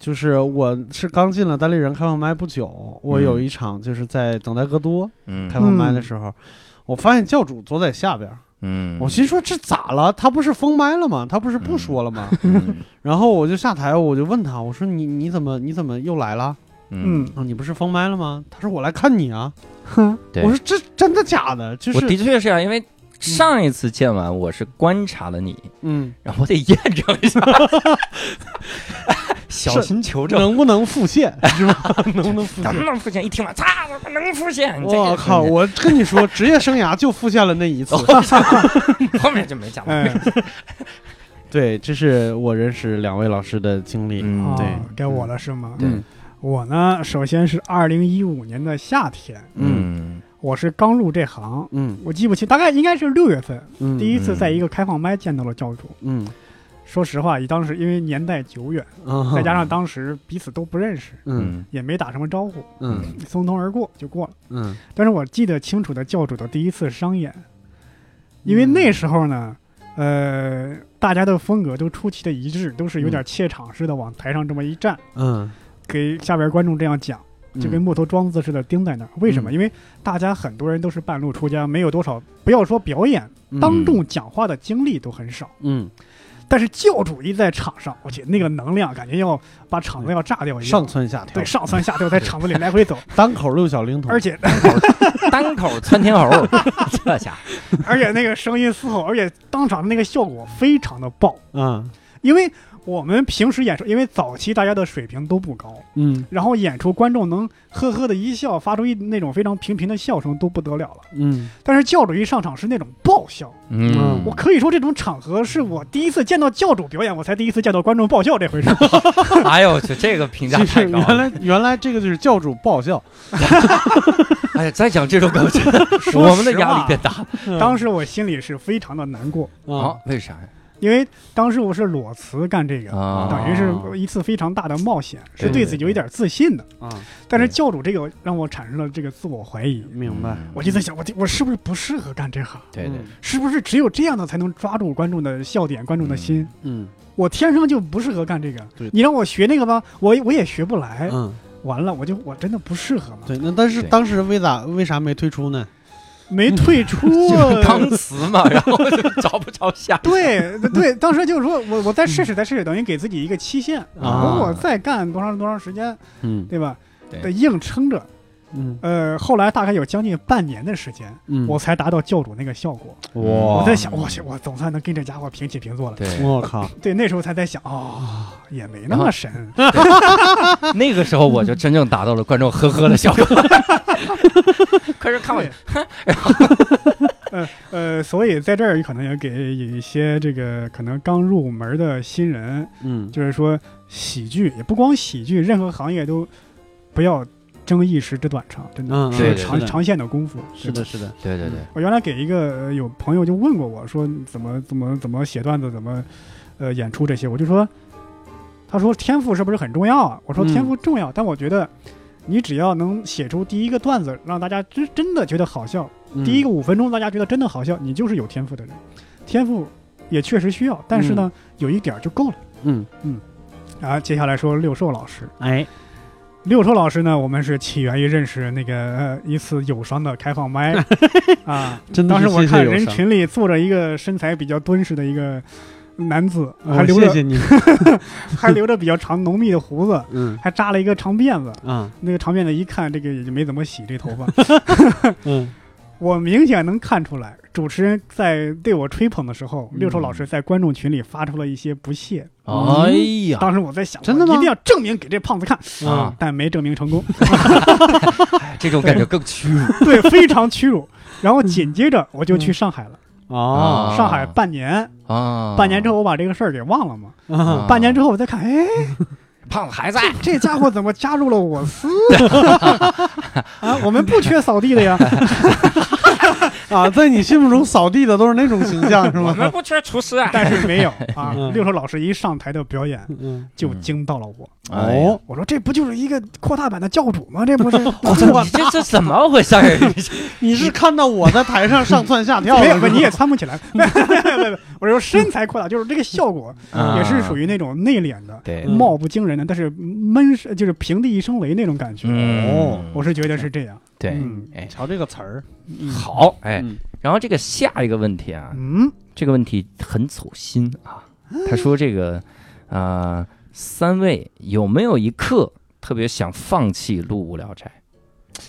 就是我是刚进了单立人开放麦不久，我
嗯
有一场就是在等待戈多
嗯
开放麦的时候。我发现教主坐在下边儿，
嗯
我心说这咋了？他不是封麦了吗？他不是不说了吗？
嗯
然后我就下台，我就问他，我说你你怎么你怎么又来了？
嗯
嗯，
啊，你不是封麦了吗？他说我来看你啊。
哼，
对
我说这真的假的？就
我
是
的确是啊，因为上一次见完我是观察了你，
嗯，
然后我得验证 一下，小心求证。
能不能复现 是吧？能不能复
能
现
不？能复现？一听完，擦，怎么能复现？你这
我
个
靠！
你
我跟你说，职业生涯就复现了 那一次。
哦后面就没讲了。
哎，
对，这是我认识两位老师的经历。
嗯
哦
对
该我了是吗？
对
嗯
我呢，首先是二零一五年的夏天，
嗯
我是刚入这行，
嗯
我记不清，大概应该是六月份，
嗯，
第
一
一次在一个开放麦见到了教主。
嗯
说实话，以当时因为年代久远，
啊
再加上当时彼此都不认识，
嗯
也没打什么招呼，
嗯
匆匆而过就过了。
嗯，
但是我记得清楚的教主的第一次商演，因为
嗯
那时候呢，呃，大家的风格都出奇的一致，都是有点怯场似的往台上这么一站，
嗯
给下边观众这样讲，
嗯
就跟木头桩子似的钉在那儿。为什么？因为大家很多人都是半路出家，没有多少，不要说表演，当众讲话的经历都很少。
嗯
但是教主一在场上，我去那个能量，感觉要把场子要炸掉
嗯
一样，
上嗯蹿下跳
对，上蹿下跳，在场子里来回 走，
单口六小龄童，
而且
单口窜天猴， 这下，
而且那个声音嘶吼，而且当场的那个效果非常的爆，
嗯
因为我们平时演出，因为早期大家的水平都不高，
嗯
然后演出观众能呵呵的一笑，发出一那种非常平平的笑声都不得了了。
嗯
但是教主一上场是那种爆笑，
嗯，
我可以说这种场合是我第一次见到教主表演，我才第一次见到观众爆笑这回事。
哎呦我去，这个评价
其
太
实
高
原
了。
来原来这个就是教主爆笑，
哎呀，再讲这种梗，
说
我们的
实
压力
话
变大了。
嗯
当时我心里是非常的难过，
啊
啊，
为啥呀？
因为当时我是裸辞干这个，
啊
等于是一次非常大的冒险，
对
是对自己有一点自信的。
啊，
但是
对
教主这个让我产生了这个自我怀疑，
明白，嗯
嗯
我就在想，我这我是不是不适合干这行？
对对，
是不是只有这样的才能抓住观众的笑点、观众的心？
嗯
我天生就不适合干这个
对。
你让我学那个吧，我我也学不来。
嗯，
完了，我就我真的不适合嘛。
对，那但是
对，
当时为啥为啥没退出呢？
没退出。
就刚辞 嘛，然后就找不着下
对对，当时就是说我我再试试再试试，等于给自己一个期限，等我再干多长多长时间，
嗯
对吧？
对
得硬撑着。
嗯
呃，后来大概有将近半年的时间，
嗯，
我才达到教主那个效果。
哇
我在想，我去，我总算能跟这家伙平起平坐了。
哦 对，嗯
我靠，
对，那时候才在想，哦，也没那么神。
那个时候我就真正达到了观众呵呵的效果。可是看我
对，呃呃，所以在这儿可能也给一些这个可能刚入门的新人，
嗯
就是说喜剧也不光喜剧，任何行业都不要争一时之短长，真的
嗯，
对
是
对
长
是的
长线的功夫。
是的，是的，
对对对，
我原来给一个、呃有朋友就问过我说怎么怎么怎么写段子，怎么呃演出这些，我就说，他说天赋是不是很重要啊？我说
嗯
天赋重要，但我觉得你只要能写出第一个段子，让大家真真的觉得好笑，
嗯
第一个五分钟大家觉得真的好笑，你就是有天赋的人。天赋也确实需要，但是呢，有一点儿就够了。
嗯，
啊，接下来说六兽老师，
哎，
六兽老师呢，我们是起源于认识那个、呃、一次友商的开放麦啊。
真的
当
是
时我
谢谢
看
有
人
伤
群里坐着一个身材比较敦实的一个男子，还
我
留
哦
着
谢谢 你，
还留着比较长浓密的胡子，
嗯
还扎了一个长辫子。
啊
那个长辫子一看，这个也就没怎么洗这头 发。
嗯
我明显能看出来，主持人在对我吹捧的时候，
嗯
六兽老师在观众群里发出了一些不屑。
哎呀，
当时我在想，
啊真的吗
我一定要证明给这胖子看，
啊
嗯
但没证明成功， 嗯
这种感觉更屈辱
对，非常屈辱。然后紧接着我
嗯
就去上海了，
哦
啊
上海半年，
啊！
半年之后我把这个事儿给忘了嘛。
啊，
半年之后我再看，哎，
胖子还在，
这家伙怎么加入了我司？啊，我们不缺扫地的呀。
啊，在你心目中扫地的都是那种形象 是吗？
不缺厨师啊。
但是没有啊
嗯，
六兽老师一上台的表演
嗯，
就惊到了我。
哎呀，
哦，
我说这不就是一个扩大版的教主吗？这不是
我这这怎么回事 儿？
你是看到我在台上上蹿下跳 了
没有，
是吗？
不你也窜不起来。 没有没有没有没有，我说身材扩大就是这个效果，也是属
于
于那种内敛的，
对
嗯
貌不惊人的，但是闷声就是平地一声雷那种感觉。哦
嗯
我是觉得是这样。
对
嗯
哎
瞧这个词儿，
好哎
嗯，
然后这个下一个问题啊，
嗯，
这个问题很走心啊。他说这个，呃，三位有没有一刻特别想放弃录无聊斋？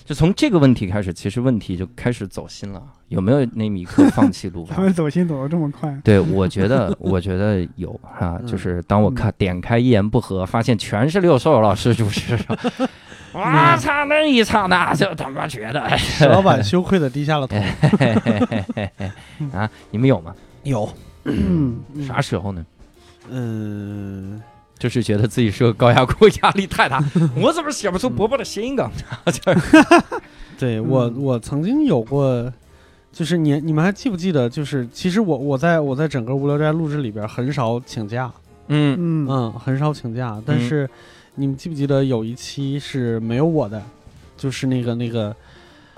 就从这个问题开始，其实问题就开始走心了。有没有那么一刻放弃录无
咱
聊斋
们？走心走的这么快，
对，我觉得，我觉得有啊，
嗯
就是当我看点开一言不合，发现全是六兽老师主持的时候，我操，那一刹那就他妈觉得，哎
史老板羞愧的低下了头。
嘿嘿嘿嘿嘿啊，你们有吗？
有，
嗯，
啥时候呢？
嗯，
就是觉得自己是个高压锅，压力太大。我怎么写不出伯伯的谐音梗？就是
对我
嗯
我曾经有过，就是你你们还记不记得？就是其实我我在我在整个无聊斋录制里边很少请假，
嗯
嗯
嗯，很少请假。但是你们记不记得有一期是没有我的，就是那个那个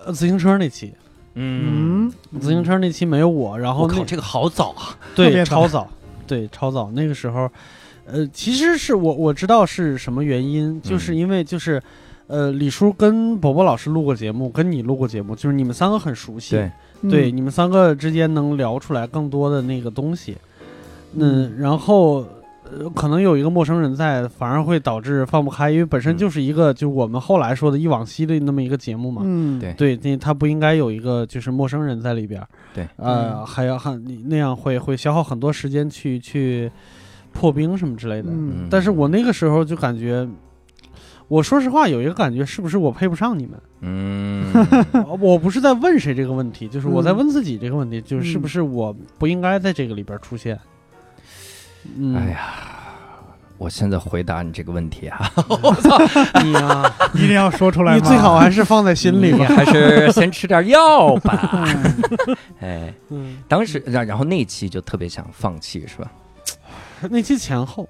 呃自行车那期，
嗯，
嗯，
自行车那期没有我，然后
我
那
靠，这个好早啊！
特别
对，
早
超早，对，超早。那个时候，呃，其实是我我知道是什么原因，就是
嗯
因为就是，呃，李叔跟伯伯老师录过节目，跟你录过节目，就是你们三个很熟悉，
对，
嗯
对，你们三个之间能聊出来更多的那个东西。嗯，然后。呃，可能有一个陌生人在，反而会导致放不开，因为本身
嗯
就是一个，就我们后来说的忆往昔的那么一个节目嘛。
嗯
对
对，那他不应该有一个就是陌生人在里边儿。
对
呃，
嗯
还要很你那样会会消耗很多时间去去破冰什么之类的。
嗯
但是我那个时候就感觉，我说实话有一个感觉，是不是我配不上你们？
嗯，
呃我不是在问谁这个问题，就是我在
嗯
问自己这个问题，就是是
嗯
不是我不应该在这个里边儿出现？嗯，
哎 呀，我现在回答你这个问题 啊，
你 呀，
一定要说出来吗，
你最好还是放在心里
你
吧。
还是先吃点药 吧。
嗯
哎，
嗯，
当时然然后那一期就特别想放弃，是吧？
那期前后，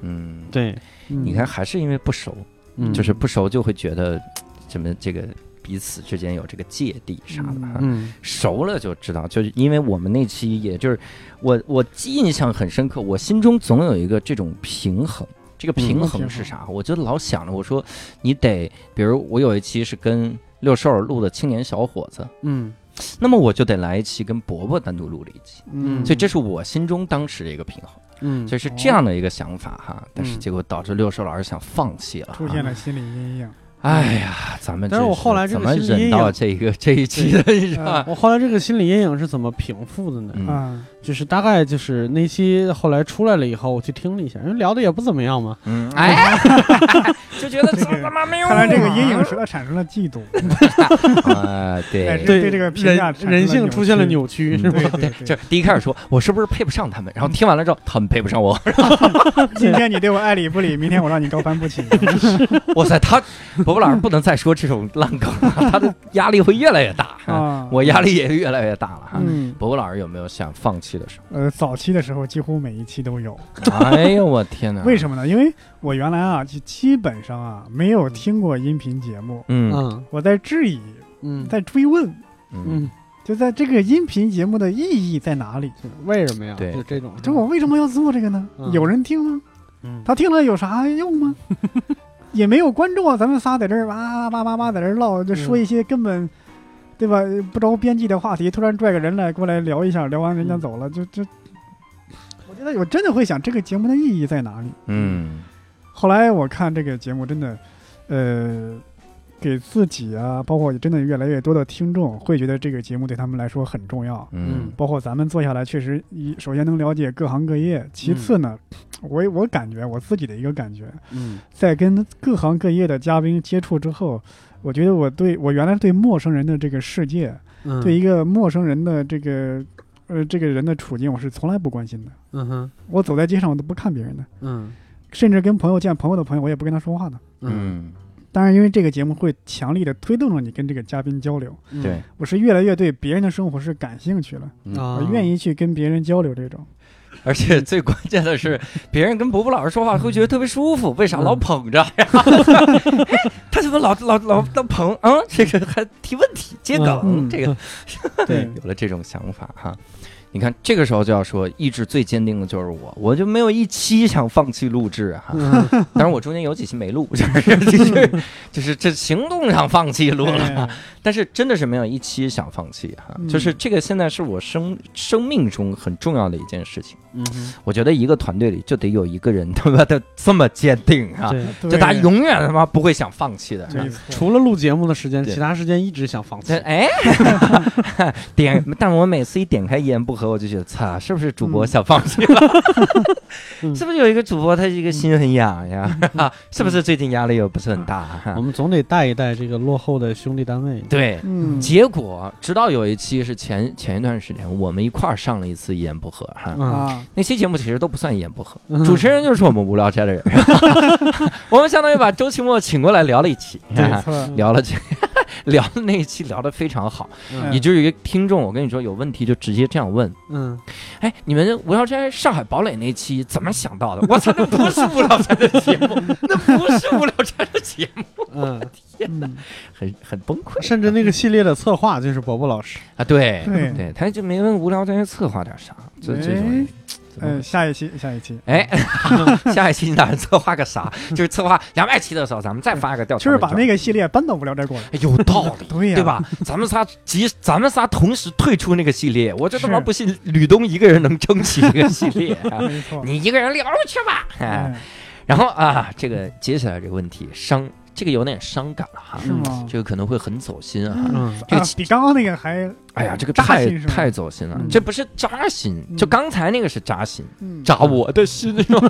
嗯，
对，
你看还是因为不熟，
嗯
就是不熟就会觉得什么这个彼此之间有这个芥蒂啥的哈。
嗯
熟了就知道，就是因为我们那期，也就是我我印象很深刻，我心中总有一个这种平衡。这个平
嗯
衡是啥？我就老想着，我说你得，比如我有一期是跟六兽儿录的青年小伙子，
嗯
那么我就得来一期跟伯伯单独录了一期，
嗯，
所以这是我心中当时的一个平衡，
嗯，
所以是这样的一个想法哈。但是结果导致六兽老师想放弃了，
出现了。心理阴影，
哎呀，咱们
但是我后来这
怎
个
么
心理阴
忍
影
到这个这一期的，是 吧？
我后来这个心理阴影是怎么平复的呢？
嗯
啊，
就是大概就是那期后来出来了以后，我去听了一下，因为聊的也不怎么样嘛。
嗯，哎， 就 觉得怎么他妈没有？
嗯看来这个阴影使他产生了嫉妒，
啊，对
哎
对。
对这个评价产生
人
了
人性出现了扭
嗯
曲，是吧？
对对
就
对，
第一开始说我是不是配不上他们，然后听完了之后他们配不上我，
今天你对我爱理不理，明天我让你高攀不起，
哇塞，他 伯伯老师不能再说这种烂梗了，他的压力会越来越大，
啊，
我压力也越来越大了哈。
嗯，
伯伯老师有没有想放弃的时
呃，早期的时候几乎每一期都有，
候？ 哎呦我天哪！
为什么呢？因为我原来啊，就基本上啊没有听过音频节目，
嗯
嗯
我在质疑，
嗯
在追问，
嗯
嗯，
就在这个音频节目的意义在哪里？
就为什么呀？
对
就这种，
就我为什么要做这个呢？
嗯
有人听吗？
嗯
他听了有啥用吗？ 也没有观众啊，咱们仨在这儿哇哇哇哇在这儿唠，就
嗯
说一些根本。对吧？不着边际的话题，突然拽个人来过来聊一下，聊完人家
嗯
走了，就就，我觉得我真的会想这个节目的意义在哪里。
嗯
后来我看这个节目，真的，呃，给自己啊，包括真的越来越多的听众会觉得这个节目对他们来说很重要。
嗯
包括咱们做下来，确实一首先能了解各行各业，其次呢，我我感觉我自己的一个感觉，
嗯
在跟各行各业的嘉宾接触之后，我觉得我对我原来对陌生人的这个世界，
嗯
对一个陌生人的这个呃这个人的处境，我是从来不关心的。
嗯哼
我走在街上，我都不看别人的，
嗯
甚至跟朋友见朋友的朋友，我也不跟他说话的。
嗯
嗯，
当然，因为这个节目会强力的推动着你跟这个嘉宾交流。
嗯
对，
我是越来越对别人的生活是感兴趣了，
嗯，
啊
我，愿意去跟别人交流这种。
而
嗯
且最关键的 是，别人跟伯伯老师说话会觉得特别舒服，为啥
嗯
老捧 着？然后哎他怎么老老老老捧？啊，这个还提问题接
嗯
梗，
嗯
这个
对，
有了这种想法哈。你看，这个时候就要说，意志最坚定的就是我，我就没有一期想放弃录制哈。
嗯
当然，我中间有几期没录，就是
嗯
就是就是这行动上放弃录了，
哎
但是真的是没有一期想放弃哈。
嗯
就是这个现在是我生生命中很重要的一件事情。
嗯哼
我觉得一个团队里就得有一个人 他妈的这么坚定啊，
对，
对
就他永远他妈不会想放弃的。
没错
除了录节目的时间，
对
其他时间一直想放弃
这。哎， 点，但我每次一点开一言不合，我就觉得，擦，是不是主播
嗯
想放弃了？
嗯
是不是有一个主播他这个心很痒呀？
嗯
是不是最近压力又不是很大、啊
我？们总得带一带这个落后的兄弟单位。
对，
嗯，
结果直到有一期是前前一段时间，我们一块儿上了一次一言不合哈。
嗯，
啊，
那期节目其实都不算一言不合，
嗯
主持人就是我们无聊斋的人， 我们相当于把周奇墨请过来聊了一期，
没错，
聊了这。聊的那一期聊得非常好，
嗯
以至于听众，我跟你说有问题就直接这样问。
嗯，
哎，你们无聊斋上海堡垒那期怎么想到的？我操，那不是无聊斋的节目， 那不是无聊斋的节目，
嗯，
嗯，
很很崩溃
甚至那个系列的策划就是伯伯老师，
啊！对
对
对，他就没问无聊斋策划点啥，这这种人怎么
哎呃，
回事。
下一期，下一期，
哎， 下一期你打算策划个 啥？就是策划两百期的时候，咱们再发一个调查
就是
问
把
卷
那个系列搬到无聊斋过来。
哎有道理，
对呀
对吧？咱们仨集，咱们仨同时退出那个系列，我就他妈
是
不信吕东一个人能撑起一个系列。啊
没错，
你一个人聊去吧。哎，
哎
然后啊，这个接下来这个问题伤，这个有点伤感了哈，
是吗？
这个可能会很走心啊。
嗯
这个
啊比刚刚那个还，
哎呀，这个
扎
太
心是吧
太走心了，
嗯
这不是扎心，
嗯
就刚才那个是扎心，
嗯
扎我的心是 吧？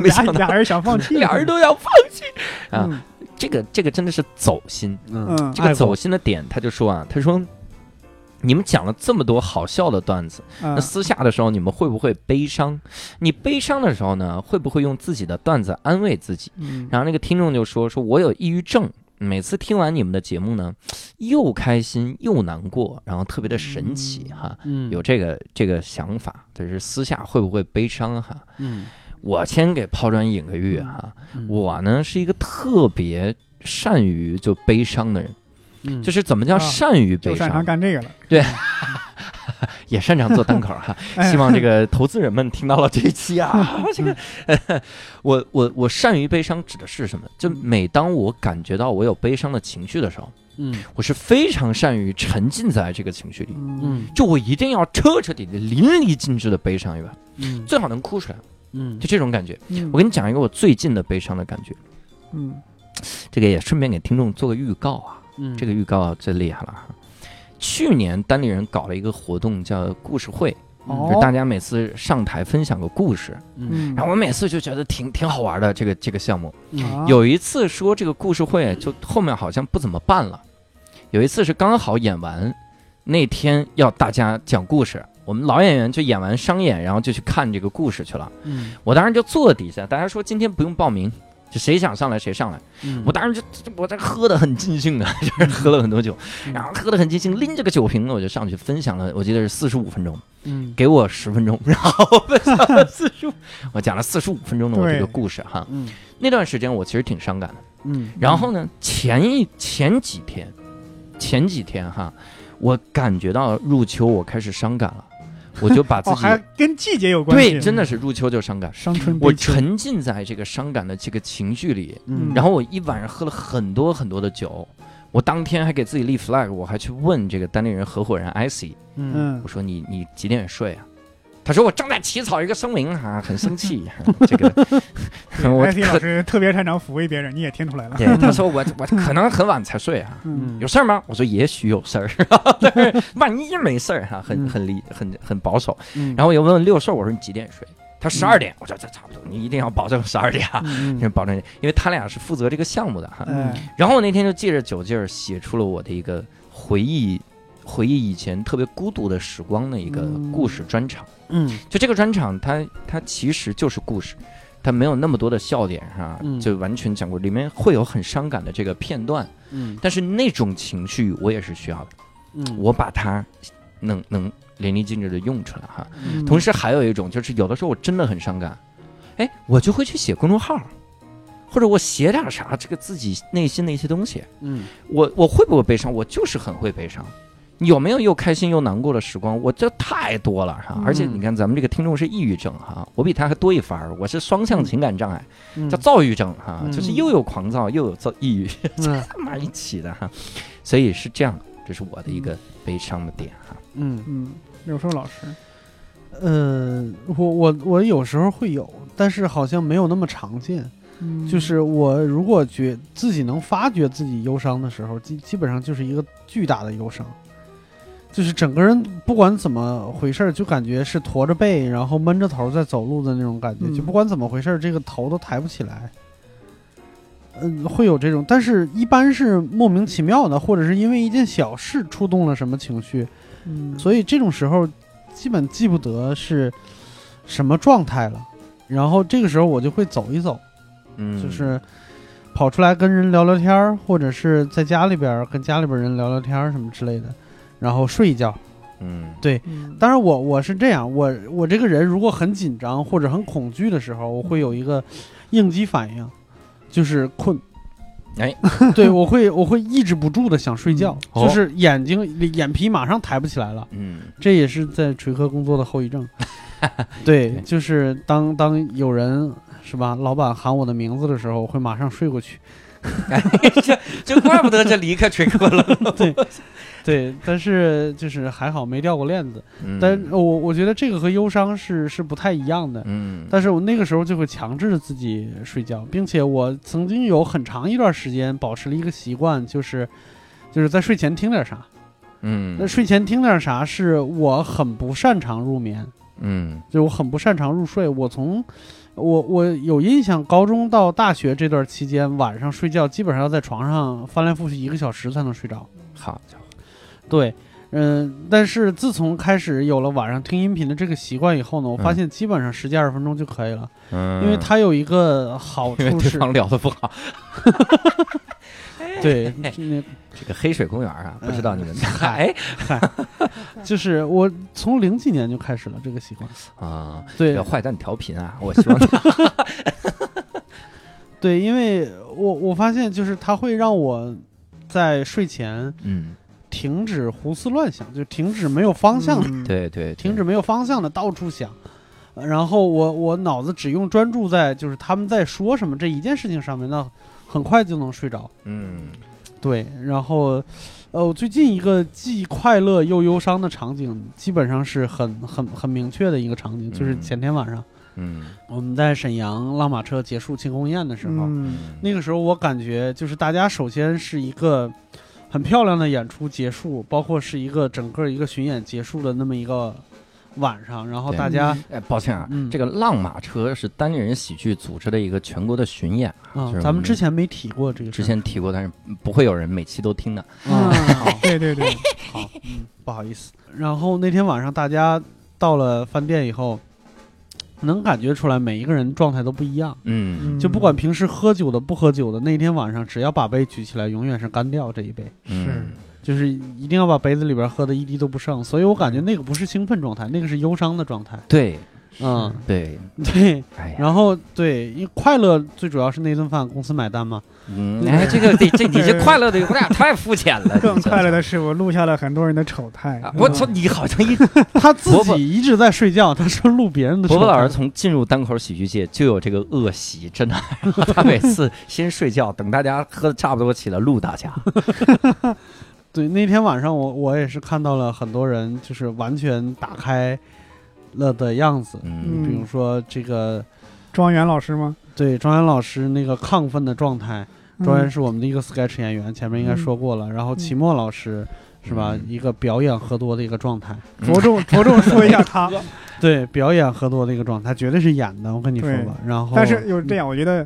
没
俩
想到
俩人想 放弃，
俩人都要放弃。啊
嗯
这个这个真的是走心，
嗯
嗯
这个
爱
走
国
心的点，他就说啊，他说。你们讲了这么多好笑的段子，那
嗯
私下的时候你们会不会悲伤？你悲伤的时候呢，会不会用自己的段子安慰自己？
嗯
然后那个听众就说：“说我有抑郁症，每次听完你们的节目呢，又开心又难过，然后特别的神奇哈。”
嗯
有这个这个想法，就是私下会不会悲伤哈？
嗯，
我先给抛砖引个玉哈，
嗯
我呢是一个特别善于就悲伤的人，
嗯
就是怎么叫
啊
善于悲
就擅
伤，
长干这个了。
也擅长做单口哈。
哎
希望这个投资人们听到了这一期 啊，这个， 呃我我我善于悲伤指的是什么？就每当我感觉到我有悲伤的情绪的时候，
嗯
我是非常善于沉浸在这个情绪里，
嗯
就我一定要彻彻底底、淋漓尽致的悲伤一把，
嗯
最好能哭出来，
嗯
就这种感觉。
嗯
我跟你讲一个我最近的悲伤的感觉，
嗯
这个也顺便给听众做个预告啊，
嗯
这个预告最厉害了哈。去年单立人搞了一个活动叫故事会，
哦
就是大家每次上台分享个故事，
嗯
嗯，
然后我每次就觉得挺挺好玩的这个这个项目。
嗯
啊
有一次说这个故事会就后面好像不怎么办了，有一次是刚好演完那天要大家讲故事，我们老演员就演完商演，然后就去看这个故事去了。
嗯
我当时就坐底下，大家说今天不用报名。就谁想上来谁上来，
嗯
我当时就我在喝的 很尽兴啊，就是喝了很多酒，
嗯
然后喝的很尽兴，拎着个酒瓶呢我就上去分享了，我记得是四十五分钟，
嗯
给我十分钟， 然后我分享了四十五， 我讲了四十五分钟的我这个
对
故事哈。
嗯
那段时间我其实挺伤感的。
嗯
然后呢，前一前几天，前几天哈，我感觉到入秋我开始伤感了，我就把自
哦，
己、
还跟季节有关系，嗯
对，真的是入秋就伤感，
伤春悲
我
秋
沉浸在这个伤感的这个情绪里，
嗯
然后我一晚上喝了很多很多的酒。我当天还给自己立 flag，我还去问这个单立人合伙人 IC，
嗯
嗯
我说你你几点睡啊？他说我正在起草一个声明哈、很生气。啊 这个我
，IC 老
可
师特别擅长抚慰别人，你也听出来了。
对他说我我可能很晚才睡啊，
嗯
有事儿吗？我说也许有事儿， 但是万一没事儿哈、很
嗯
很理很很保守。
嗯
然后我又问六兽，我说你几点睡？他十
嗯
二点，我说这差不多，你一定要保证十二点啊，
嗯
就保证，因为他俩是负责这个项目的哈、
哎，
然后我那天就借着酒劲儿写出了我的一个回忆，回忆以前特别孤独的时光的一个
嗯
故事专场。
嗯
就这个专场它，它其实就是故事，它没有那么多的笑点哈、
嗯
就完全讲过，里面会有很伤感的这个片段，
嗯
但是那种情绪我也是需要的，
嗯
我把它能能淋漓尽致的用出来哈。
嗯
同时还有一种就是有的时候我真的很伤感，哎，我就会去写公众号，或者我写点啥这个自己内心的一些东西，
嗯
我我会不会悲伤？我就是很会悲伤。有没有又开心又难过的时光？我这太多了哈！
嗯
而且你看，咱们这个听众是抑郁症哈，我比他还多一番儿。我是双向情感障碍，
嗯
叫躁郁症哈，
嗯
就是又有狂躁又有躁抑郁，
嗯
他妈一起的哈。所以是这样，这是我的一个悲伤的点哈。
嗯。
嗯，柳树老师，
呃，我我我有时候会有，但是好像没有那么常见。
嗯
就是我如果觉自己能发觉自己忧伤的时候，基基本上就是一个巨大的忧伤，就是整个人不管怎么回事儿，就感觉是驼着背，然后闷着头在走路的那种感觉，
嗯
就不管怎么回事儿，这个头都抬不起来。嗯，会有这种，但是一般是莫名其妙的，或者是因为一件小事触动了什么情绪，
嗯
所以这种时候基本记不得是什么状态了。然后这个时候我就会走一走，
嗯，
就是跑出来跟人聊聊天儿，或者是在家里边儿跟家里边儿人聊聊天儿什么之类的，然后睡一觉。
嗯，
嗯
当然我，我是这样，我我这个人如果很紧张或者很恐惧的时候，我会有一个应激反应，就是困。
哎，
对我会我会抑制不住的想睡觉，
嗯哦
就是眼睛眼皮马上抬不起来了。
嗯，
这也是在锤科工作的后 遗症。对，就是当当有人是吧，老板喊我的名字的时候，我会马上睡过去。
哎，这这怪不得这离开锤哥了。
对，但是就是还好没掉过链子。
嗯
但呃我我觉得这个和忧伤是是不太一样的。
嗯，
但是我那个时候就会强制自己睡觉，并且我曾经有很长一段时间保持了一个习惯，就是就是在睡前听点啥。
嗯，
那睡前听点啥是我很不擅长入眠，
嗯
就是我很不擅长入睡。我从我我有印象，高中到大学这段期间，晚上睡觉基本上要在床上翻来覆去一个小时才能睡着。
好家伙，
对，嗯、但是自从开始有了晚上听音频的这个习惯以后呢，我发现基本上十几二十分钟就可以了，
嗯，
因为它有一个好
因为
处
对
是，
方聊的不好，
对，那
这个黑水公园啊，不知道你们
嗨
哎
就是我从零几年就开始了这个习惯。
啊，
对
要，坏蛋调频啊，我希望他
对，因为我我发现就是它会让我在睡前
嗯，
停止胡思乱想，就停止没有方向的，
嗯
对对，对
停止没有方向的到处想。呃然后我我脑子只用专注在就是他们在说什么这一件事情上面，那很快就能睡着。
嗯
对，然后，呃，我最近一个既快乐又忧伤的场景，基本上是很很很明确的一个场景，就是
嗯
前天晚上
嗯
我们在沈阳拉马车结束庆功宴的时候，
嗯
那个时候我感觉就是大家首先是一个很漂亮的演出结束，包括是一个整个一个巡演结束的那么一个晚上，然后
对
大家
哎，抱歉啊
嗯，
这个浪马车是单立人喜剧组织的一个全国的巡演啊，
啊
就，是
咱
我
们之前没提过这个事
之
儿，
前提过，但是不会有人每期都听的。
啊，好
对对对，
好，嗯，不好意思。然后那天晚上大家到了饭店以后，能感觉出来每一个人状态都不一样。
嗯
就不管平时喝酒的不喝酒的，那天晚上只要把杯举起来，永远是干掉这一杯，
嗯
就是一定要把杯子里边喝的一滴都不剩。所以我感觉那个不是兴奋状态，那个是忧伤的状态。
对
嗯，
对，
对。
哎呀，
然后对，因为快乐最主要是那顿饭公司买 单嘛。
嗯，哎，这个这这你这快乐的，我俩太肤浅了。
更
你这
快乐的是我录下了很多人的丑态呃
啊，我操，你好像一
他自
伯伯
己一直在睡觉，他说录别人的
伯伯
手
老
机
师从进入单口喜剧界就有这个恶习，真 的，他每次先睡觉，等大家喝的差不多起来录大家。
对，那天晚上我我也是看到了很多人就是完全打开了的样子，
嗯
嗯
比如说这个
庄园老师吗？
对庄园老师那个亢奋的状态，庄园
嗯
是我们的一个 sketch 演员，前面应该说过了，然后
嗯嗯
齐墨老师是吧，
嗯
一个表演喝多的一个状态，
着重
嗯
着重说一 下他，
哦对，表演喝多的一个状态，绝对是演的，我跟你说
对
吧，然后
但是有这样，我觉得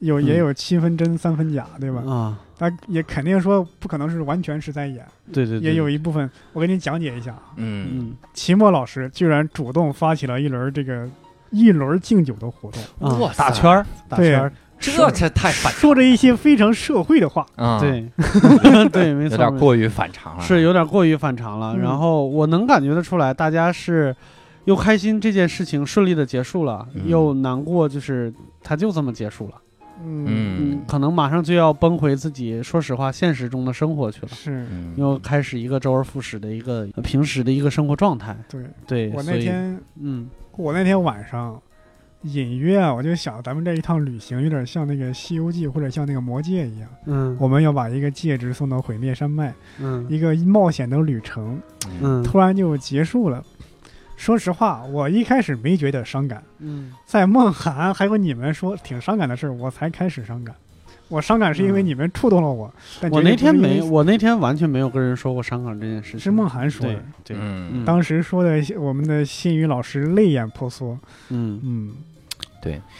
有也
嗯
有七分真三分假，对吧？
啊，
他也肯定说不可能是完全是在演，
对对对，
也有一部分。我给你讲解一下，啊，
嗯
嗯
齐墨老师居然主动发起了一轮这个一轮敬酒的活动，
哇
啊，
塞
打圈儿打
对
圈儿，
这这太反
说着一些非常社会的话。
啊，，
对 对，没
有
错，
点
没错
过于反常了。
是有点过于反常了。
啊嗯
然后我能感觉得出来，大家是又开心这件事情顺利的结束了，
嗯
又难过，就是它就这么结束了。
嗯
可能马上就要奔回自己，说实话，现实中的生活去了。
是
嗯，
又开始一个周而复始的一个呃平时的一个生活状态，
对。
对，
我
所
那
以
天
嗯，
我那天晚上隐约啊，我就想咱们这一趟旅行有点像那个《西游记》或者像那个《魔戒》一样，
嗯，
我们要把一个戒指送到毁灭山脉，
嗯
一个冒险的旅程
嗯
突然就结束了。说实话，我一开始没觉得伤感，
嗯，
在梦涵还有你们说挺伤感的事儿，我才开始伤感。我伤感是因为
嗯
你们触动了我，但
我
绝对
那天
不是因
没，
为
我那天完全没有跟人说过伤感这件事情，
是梦涵说
对
的，
对，
嗯，
当时说的我们的新宇老师泪眼婆娑，
嗯
嗯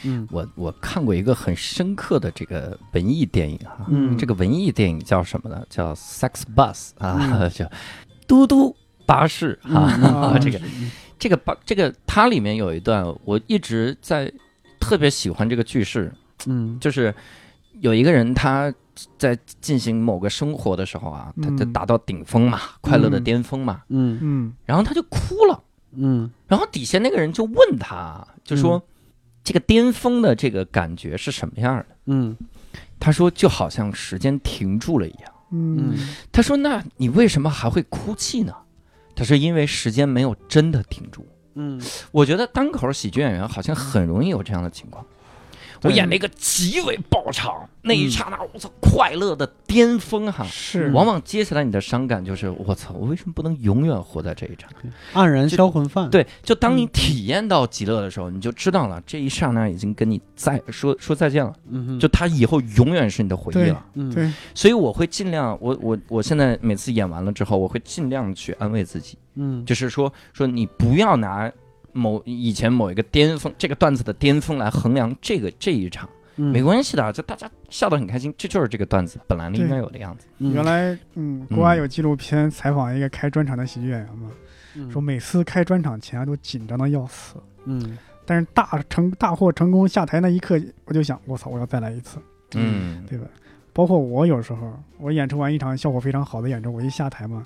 嗯
我我看过一个很深刻的这个文艺电影啊，
嗯
这个文艺电影叫什么呢？叫《Sex Bus》啊，
嗯
叫嘟嘟巴士啊，
嗯
啊
这个这个巴这个它里面有一段我一直在特别喜欢这个句式，
嗯
就是有一个人他在进行某个生活的时候啊，他
嗯
他达到顶峰嘛，快乐的
嗯
巅峰嘛，
嗯
嗯
然后他就哭了，
嗯
然后底下那个人就问他，就说、
嗯
这个巅峰的这个感觉是什么样的？
嗯
他说就好像时间停住了一样。
嗯
他说那你为什么还会哭泣呢？他说因为时间没有真的停住。
嗯
我觉得单口喜剧演员好像很容易有这样的情况。我
对
演了一个极为爆场，那一刹那，我操，快乐的巅峰
啊
哈！
是
往往接下来你的伤感就是，我操，我为什么不能永远活在这一刹那？
黯然
就
销魂饭，，
对，就当你
嗯
体验到极乐的时候，你就知道了，这一刹那已经跟你再说说再见了，
嗯哼
就他以后永远是你的回忆
对
了。
嗯
对，
所以我会尽量，我我我现在每次演完了之后，我会尽量去安慰自己，
嗯
就是说说你不要拿某以前某一个巅峰这个段子的巅峰来衡量这个这一场，没
嗯
关系的，就大家笑得很开心，这就是这个段子本来应该有的样子。
嗯
原来嗯，国外有纪录片采访一个开专场的喜剧演员嘛，
嗯
说每次开专场前啊都紧张的要死，
嗯
但是大成大获成功下台那一刻，我就想，我操，我要再来一次，
嗯，
对吧？包括我有时候，我演出完一场效果非常好的演出，我一下台嘛，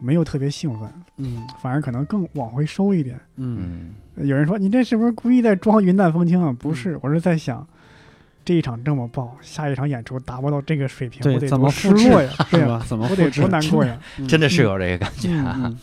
没有特别兴奋，
嗯
反而可能更往回收一点。
嗯
嗯
有人说你这是不是故意在装云淡风轻啊？不
嗯
是，我是在想，这一场这么爆，下一场演出达不到这个水平，
对
我得
怎么
多
复
失
制
落呀，
是
对呀，
吧？怎么
我得
复制
多难过呀。
啊真的是有这个感觉啊。
嗯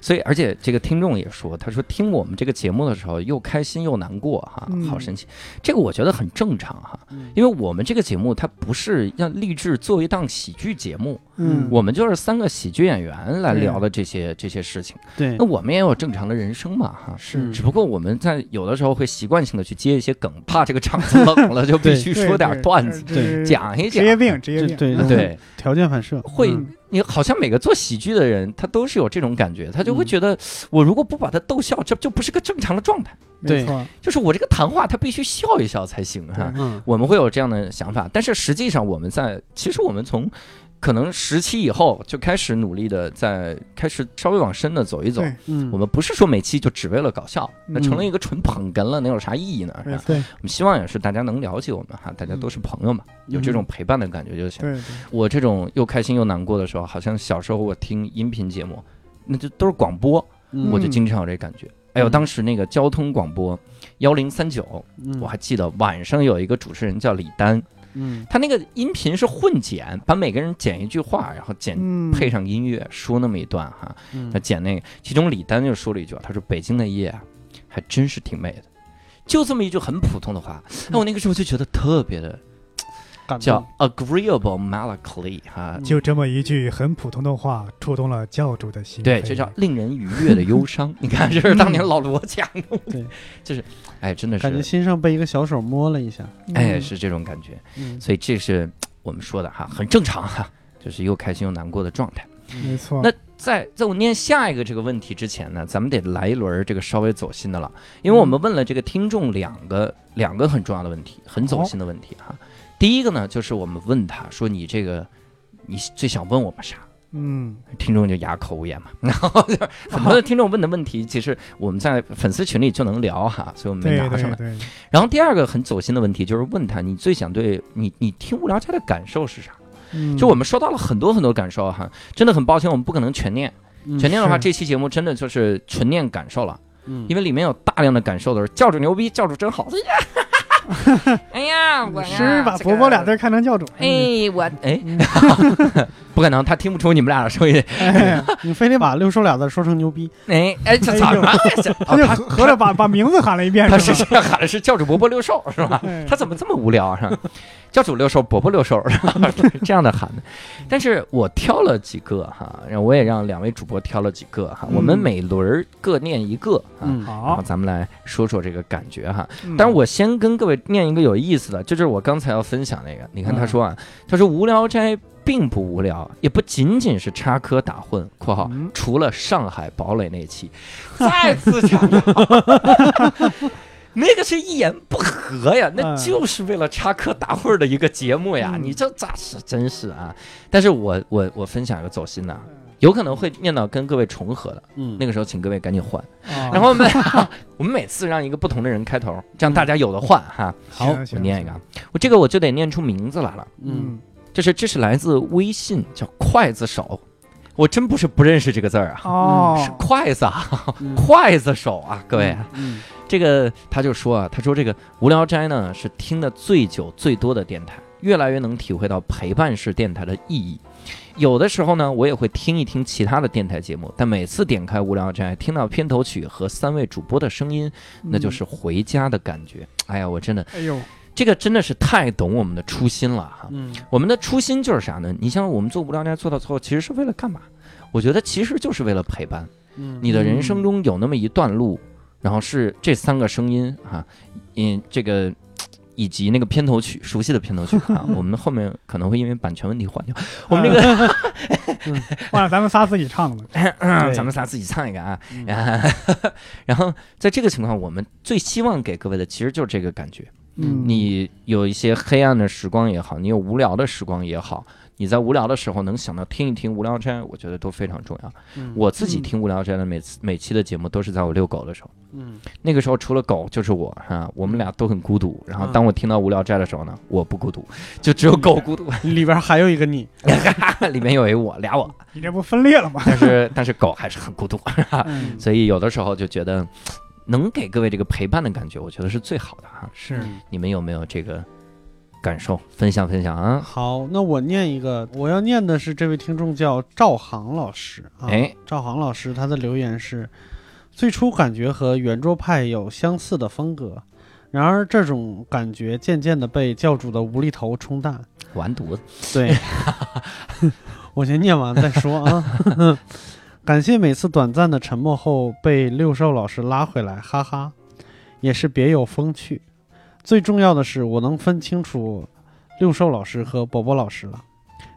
所以，而且这个听众也说，他说听我们这个节目的时候又开心又难过哈、
嗯
好神奇。这个我觉得很正常哈、
嗯
因为我们这个节目它不是要立志做一档喜剧节目，
嗯，
我们就是三个喜剧演员来
对
聊的这些这些事情。
对
那我们也有正常的人生嘛哈、
嗯
是
只不过我们在有的时候会习惯性的去接一些梗，怕这个场子冷 了就必须
对
说点
对
段子，
这是
讲一
职业
讲。
病，职业
这
病，
对
嗯
对，
条件反射
会
嗯，
你好像每个做喜剧的人，他都是有这种感觉，他就会
嗯
觉得，我如果不把他逗笑，这就不是个正常的状态。
没错，
就是我这个谈话，他必须笑一笑才行哈、
对
嗯
我们会有这样的想法，但是实际上我们在，其实我们从可能十期以后就开始努力的在开始稍微往深的走一走。
对
嗯
我们不是说每期就只为了搞笑，那
嗯
成了一个纯捧哏了，能有啥意义呢？是
没
吧
错，对
我们希望也是大家能了解我们哈，大家都是朋友
嗯
嘛，有这种陪伴的感觉就行。
对，
我这种又开心又难过的时候，好像小时候我听音频节目，那就都是广播，
嗯
我就经常有这感觉。哎
嗯
呦，当时那个交通广播幺零三九，
嗯
我还记得晚上有一个主持人叫李丹，
嗯
他那个音频是混剪，把每个人剪一句话，然后剪
嗯，
配上音乐说那么一段哈。
嗯
他剪那个，其中李丹就说了一句啊，他说北京的夜啊，还真是挺美的。就这么一句很普通的话，哎，我那个时候就觉得特别的
嗯感
叫
动
agreeable melancholy 哈，
嗯
就这么一句很普通的话，触动了教主的心扉。
对，这叫令人愉悦的忧伤。你看，这是当年老罗讲的，
嗯对，
就是，哎，真的
感觉
是，
心上被一个小手摸了一下，
嗯
哎，是这种感觉。
嗯
所以这是我们说的哈，很正常哈，就是又开心又难过的状态。
没错。
那在在我念下一个这个问题之前呢，咱们得来一轮这个稍微走心的了，因为我
嗯
们问了这个听众两个两个很重要的问题，很走心的问题哈。
嗯
第一个呢，就是我们问他说你这个你最想问我们啥？
嗯，
听众就哑口无言嘛， 然后就很多的听众问的问题，其实我们在粉丝群里就能聊哈，所以我们没
对
拿上
对
来。
对，
然后第二个很走心的问题就是问他，你最想对你你听无聊斋的感受是啥？
嗯
就我们收到了很多很多感受哈，真的很抱歉，我们不可能全念，
嗯
全念的话，
是
这期节目真的就是纯念感受了，
嗯
因为里面有大量的感受都是教主牛逼，教主真好。哎呀，我呀
是把“
这
伯
个
伯”俩字看成教主。
哎，我哎，不可能，他听不出你们俩的声音。
哎，
你非得把六叔俩字说成牛逼，
哎 哎，这咋了？
他就合合着把把名字喊了一遍，
他
是
是
吧
这样喊的是教主伯伯六兽是吧？
哎
他怎么这么无聊啊？是吧 教主六兽，伯伯六兽是吧？这样的喊的。但是我挑了几个哈，然后我也让两位主播挑了几个哈，
嗯
我们每轮儿各念一个啊。
嗯
然后
好，嗯
咱们来说说这个感觉哈，但是我先跟各位念一个有意思的，这就是我刚才要分享那个。你看
嗯
他说啊，他说《无聊斋》并不无聊，也不仅仅是插科打诨（括号
嗯
除了上海堡垒那期，再次强 调，那个是一言不合呀，那
嗯
就是为了插科打诨的一个节目呀，
嗯
你这咋是真是啊？但是我我我分享一个走心的啊，
嗯
有可能会念到跟各位重合的，
嗯，
那个时候请各位赶紧换。
哦
然后我 们我们每次让一个不同的人开头，这样大家有的换哈。
好行
我
行
念一个啊，我这个我就得念出名字来了。
嗯，
这是这是来自微信，叫刽子手。我真不是不认识这个字儿啊，是
哦，
筷子啊，
嗯
筷子手啊， 各位啊。
嗯
这个他就说啊，他说这个无聊斋呢是听的最久最多的电台，越来越能体会到陪伴式电台的意义。有的时候呢，我也会听一听其他的电台节目，但每次点开无聊斋，听到片头曲和三位主播的声音，那就是回家的感觉。哎呀，我真的
嗯哎呦，
这个真的是太懂我们的初心了哈。
嗯
我们的初心就是啥呢？你像我们做无聊斋做到最后，其实是为了干嘛？我觉得其实就是为了陪伴。
嗯，
你的人生中有那么一段路，然后是这三个声音啊，嗯，这个以及那个片头曲，熟悉的片头曲啊，我们后面可能会因为版权问题换掉。我们这个，
嗯忘了咱们仨自己唱的，
对
咱们仨自己唱一个啊。
嗯
然后在这个情况，我们最希望给各位的其实就是这个感觉。
嗯，
你有一些黑暗的时光也好，你有无聊的时光也好，你在无聊的时候能想到听一听无聊斋，我觉得都非常重要。
嗯
我自己
嗯
听无聊斋的每次每期的节目都是在我遛狗的时候。
嗯
那个时候除了狗就是我哈、我们俩都很孤独。然后
嗯
当我听到《无聊斋》的时候呢，我不孤独，就只有狗孤独，
里边还有一个你，
里面有一我俩我，
你这不分裂了吗？
但是但是狗还是很孤独，
啊
嗯
所以有的时候就觉得能给各位这个陪伴的感觉，我觉得是最好的哈、
是
嗯
你们有没有这个感受？分享分享啊！
好，那我念一个，我要念的是这位听众叫赵航老师啊。
哎，
赵航老师他的留言是：最初感觉和圆桌派有相似的风格，然而这种感觉渐渐的被教主的无厘头冲淡。
完犊子，
对， 我先念完再说啊。 感谢每次短暂的沉默后被六兽老师拉回来，哈哈，也是别有风趣。最重要的是，我能分清楚六兽老师和伯伯老师了。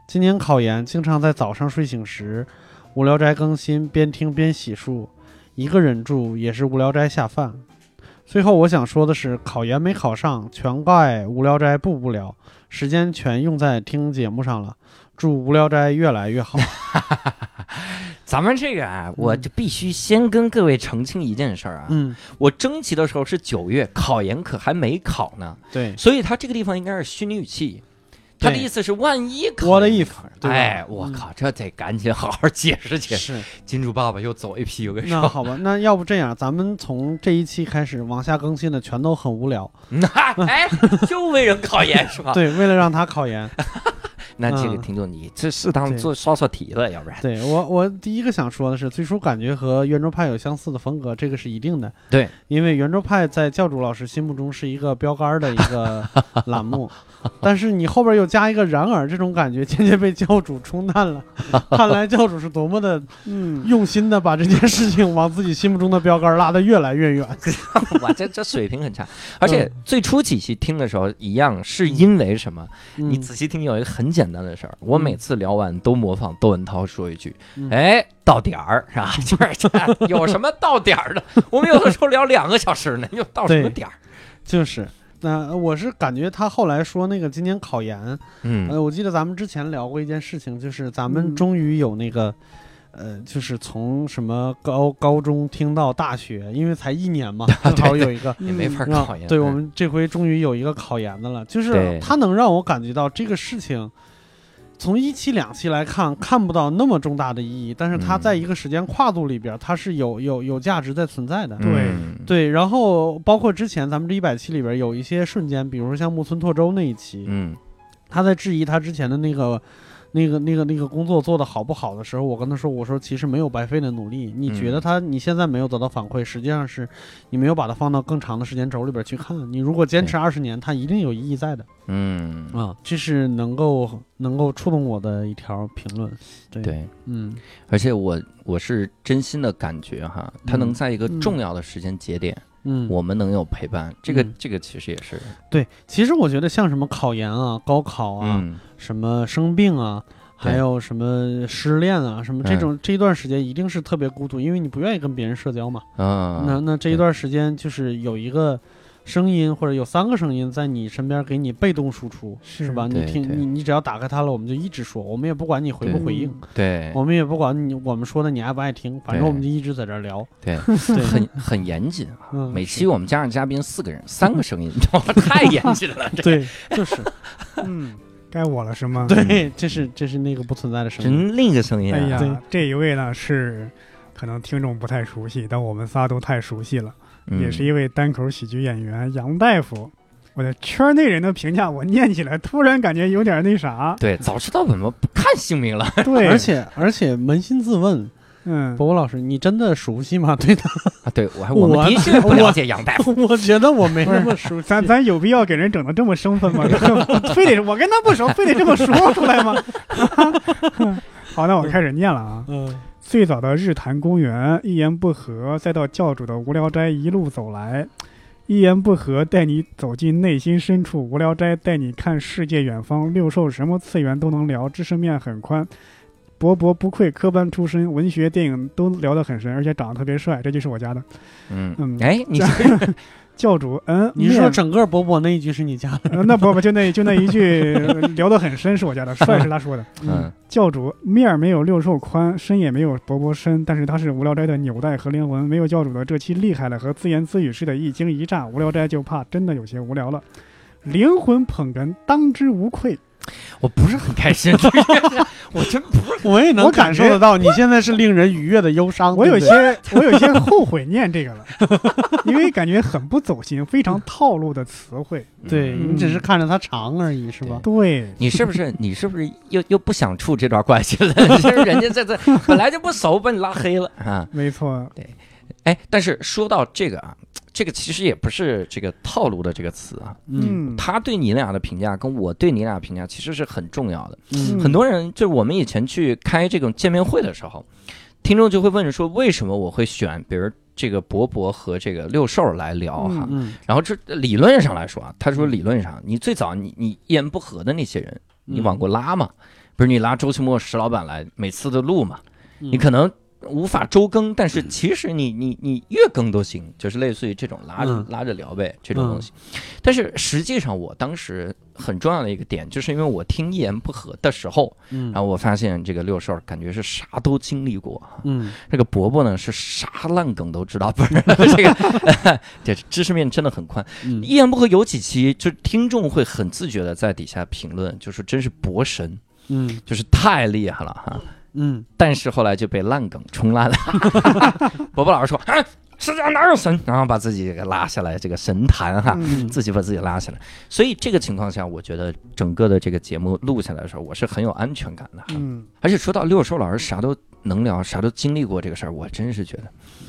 今年考研，经常在早上睡醒时，无聊斋更新，边听边洗漱，一个人住也是无聊斋下饭。最后我想说的是，考研没考上，全怪无聊斋不无聊。时间全用在听节目上了。祝无聊斋越来 越好。
咱们这个啊，我就必须先跟各位澄清一件事儿啊。
嗯，
我征集的时候是九月，考研可还没考呢。
对，
所以他这个地方应该是虚拟语气。他的意思是，万一考
What if，对吧
哎，我靠，这得赶紧好好解释解释。
是。
金主爸爸又走一批，我跟你
那
说，
好吧，那要不这样，咱们从这一期开始往下更新的全都很无聊。
那哎，就为人考研是吧？
对，为了让他 考研，
那这个
嗯
听众，你这适当
对
做刷刷题了， 要不然
对我我第一个想说的是，最初感觉和圆桌派有相似的风格，这个是一定的。
对，
因为圆桌派在教主老师心目中是一个标杆的一 个栏目，但是你后边又加一个然而，这种感觉渐渐被教主冲淡 了。看来教主是多么的
嗯，
用心的把这件事情往自己心目中的标杆拉得越来越远。
哇，这这水平很差。而且最初几期听的时候一样，是因为什么？ 你
嗯
仔细听有一个很简单的事儿，我每次聊完都模仿窦文涛说一句
嗯：“
哎，到点儿是吧？”就是这 有什么到点儿的？我们有的时候聊两个小时呢，又到什么
对
点儿？
就是，那、呃我是感觉他后来说那个今年考研，
嗯
呃，我记得咱们之前聊过一件事情，就是咱
嗯
们终于有那个，呃，就是从什么高高中听到大学，因为才一年 嘛，正好有一个。
也没法
让
考研。
对
嗯
我们这回终于有一个考研的了，就是
对
它能让我感觉到这个事情，从一期两期来看看不到那么重大的意义，但是它
嗯
在一个时间跨度里边，它是有有有价值在存在的。
对
嗯
对，然后包括之前咱们这一百期里边有一些瞬间，比如说像木村拓周那一期，
嗯
他在质疑他之前的那个、那个、那个、那个工作做得好不好的时候，我跟他说：“我说其实没有白费的努力，你觉得
嗯
他你现在没有得到反馈，实际上是你没有把它放到更长的时间轴里边去看。你如果坚持二十年，它一定有意义在的
嗯，
啊。”这是能够能够触动我的一条评论。对，
对。
嗯
而且我我是真心的感觉哈，他能
嗯
在一个
嗯
重要的时间节点，
嗯，
我们能有陪伴，这个
嗯
这个其实也是，
对，其实我觉得像什么考研啊、高考啊，
嗯
什么生病啊，
对哎
还有什么失恋啊，什么这种、这一段时间一定是特别孤独，因为你不愿意跟别人社交嘛。
啊，
那那这一段时间就是有一个声音或者有三个声音在你身边给你被动输出，
是
是吧？
嗯对
你听
对
你你只要打开它了，我们就一直说，我们也不管你回
嗯
不回应，
对
我们也不管你我们说的你爱不爱听，反正
对
我们就一直在这儿聊。
对，
对，
很很严谨啊。
嗯
每期我们加上嘉宾四个人，三个 声音，太严谨了，这
对，就是
嗯，该我了是吗？
对，这是这是那个不存在的声音。
真另一个声音
哎
啊。
对
呀，这一位呢是可能听众不太熟悉，但我们仨都太熟悉了，
嗯。
也是一位单口喜剧演员杨大夫。我的圈内人的评价，我念起来突然感觉有点那啥
对，早知道怎么不看姓名了？
对，
而且而且扪心自问，
嗯，
伯伯老师，你真的熟悉吗？ 对他，
啊，对我还
我
我们的确不了解杨大夫。
我觉得我没
不
那
是
么熟悉。
咱咱有必要给人整的这么生分吗？ 非得我跟他不熟，非得这么说出来吗？ 好，那我开始念了啊。
嗯
最早的日坛公园，一言不合，再到教主的无聊斋，一路走来，一言不合带你走进内心深处，无聊斋带你看世界远方，六兽什么次元都能聊，知识面很宽。博博不愧科班出身，文学、电影都聊得很深，而且长得特别帅，这就是我家的
嗯
嗯，
哎， 你
教主。嗯，
你是说
面
整个伯伯那一句是你加的？
呃那不不就那就那一句聊得很深是我家的，帅是他 说的。
嗯，
教主面儿没有六兽宽，身也没有伯伯深，但是他是无聊斋的纽带和灵魂。没有教主的这期厉害了，和自言自语似的，一惊一乍，无聊斋就怕真的有些无聊了。灵魂捧哏，当之无愧。
我不是很开心， 我真不是。
我也能
我
感
感
受
觉
得到，你现在是令人愉悦的忧伤。
我有
对不
些
对，
我有些后悔念这个了，因为感觉很不走心，非常套路的词汇。
对
嗯
你只是看着它长而已，是吧？
对，
你是不是你是不是又又不想处这段关系了？ 你是不是人家这这本来就不熟，把你拉黑了啊？
没错，
哎，但是说到这个啊，这个其实也不是这个套路的这个词啊，
嗯，
他对你俩的评价跟我对你俩的评价其实是很重要的。
嗯
很多人就是我们以前去开这种见面会的时候，听众就会问说，为什么我会选，比如这个博博和这个六兽来聊哈？
嗯
然后这理论上来说啊，他说理论上，你最早你你一言不合的那些人，
嗯
你往过拉嘛，不是你拉周奇墨石老板来，每次都录嘛，
嗯
你可能。无法周更，但是其实你你你月更都行，就是类似于这种拉着、
嗯
拉着聊呗这种东西。但是实际上，我当时很重要的一个点，就是因为我听一言不合的时候，
嗯
然后我发现这个六兽感觉是啥都经历过啊，
嗯
这个伯伯呢是啥烂梗都知道，不是 这个， 这知识面真的很宽。
嗯
一言不合有几期，就是听众会很自觉的在底下评论，就是真是博神，
嗯
就是太厉害了哈。
嗯
但是后来就被烂梗冲烂了。 伯伯老师说：“哎，世界上哪有神？”然后把自己给拉下来，这个神坛哈。
嗯
自己把自己拉下来，所以这个情况下，我觉得整个的这个节目录下来的时候，我是很有安全感的哈。
嗯，
而且说到六兽老师啥都能聊，啥都经历过这个事儿，我真是觉得，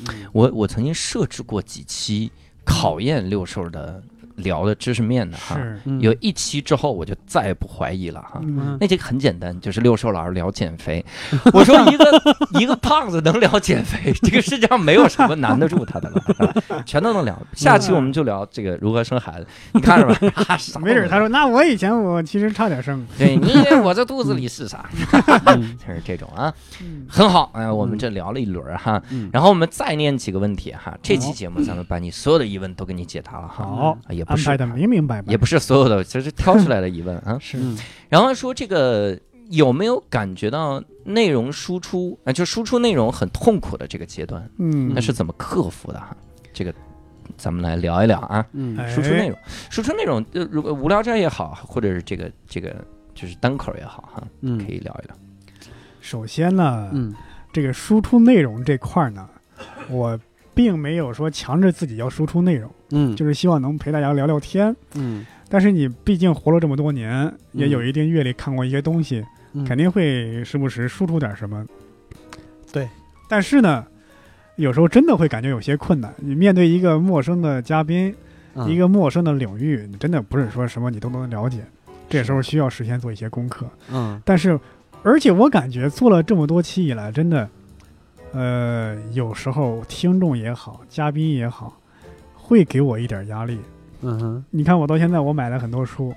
嗯
我我曾经设置过几期考验六兽的聊的知识面的哈。
是，
嗯
有一期之后，我就再也不怀疑了哈。
嗯
那这个很简单，就是六兽老师聊减 肥。我说一个一个胖子能聊减肥， 这个世界上没有什么难得住他的了是吧，全都能聊。下期我们就聊这个如何生孩子，你看着吧。 哈啥都
没准他
能
说，那我以前我其实差点生。
聊对你以为我这肚子里是啥，
嗯
就是这种啊。
嗯
很好，哎，我们这聊了一轮儿哈，
嗯
然后我们再念几个问题哈。这期节目咱们把你所有的疑问都给你解答了哈，
好，
啊也不
安排
是
的明明白白。。
也不是所有的，其实挑出来的疑问啊
是
嗯
然后说这个有没有感觉到内容输出啊，就输出内容很痛苦的这个阶段，
嗯
那是怎么克服的哈？这个咱们来聊一聊啊。
嗯
哎
输出内容，输出内容，呃，如果无聊斋也好，或者是这个这个就是单口也好哈，
嗯
可以聊一聊。
首先呢，
嗯
这个输出内容这块儿呢，我并没有说强制自己要输出内容，
嗯
就是希望能陪大家聊聊天。
嗯
但是你毕竟活了这么多年，也
嗯
有一定阅历，看过一些东西，
嗯
肯定会时不时输出点什么。
对，
但是呢，有时候真的会感觉有些困难。你面对一个陌生的嘉宾，
嗯
一个陌生的领域，你真的不是说什么你都能了解。这时候需要事先做一些功课。
嗯
但是，而且我感觉做了这么多期以来，真的，呃，有时候听众也好，嘉宾也好，会给我一点压力。
嗯哼
你看，我到现在我买了很多书，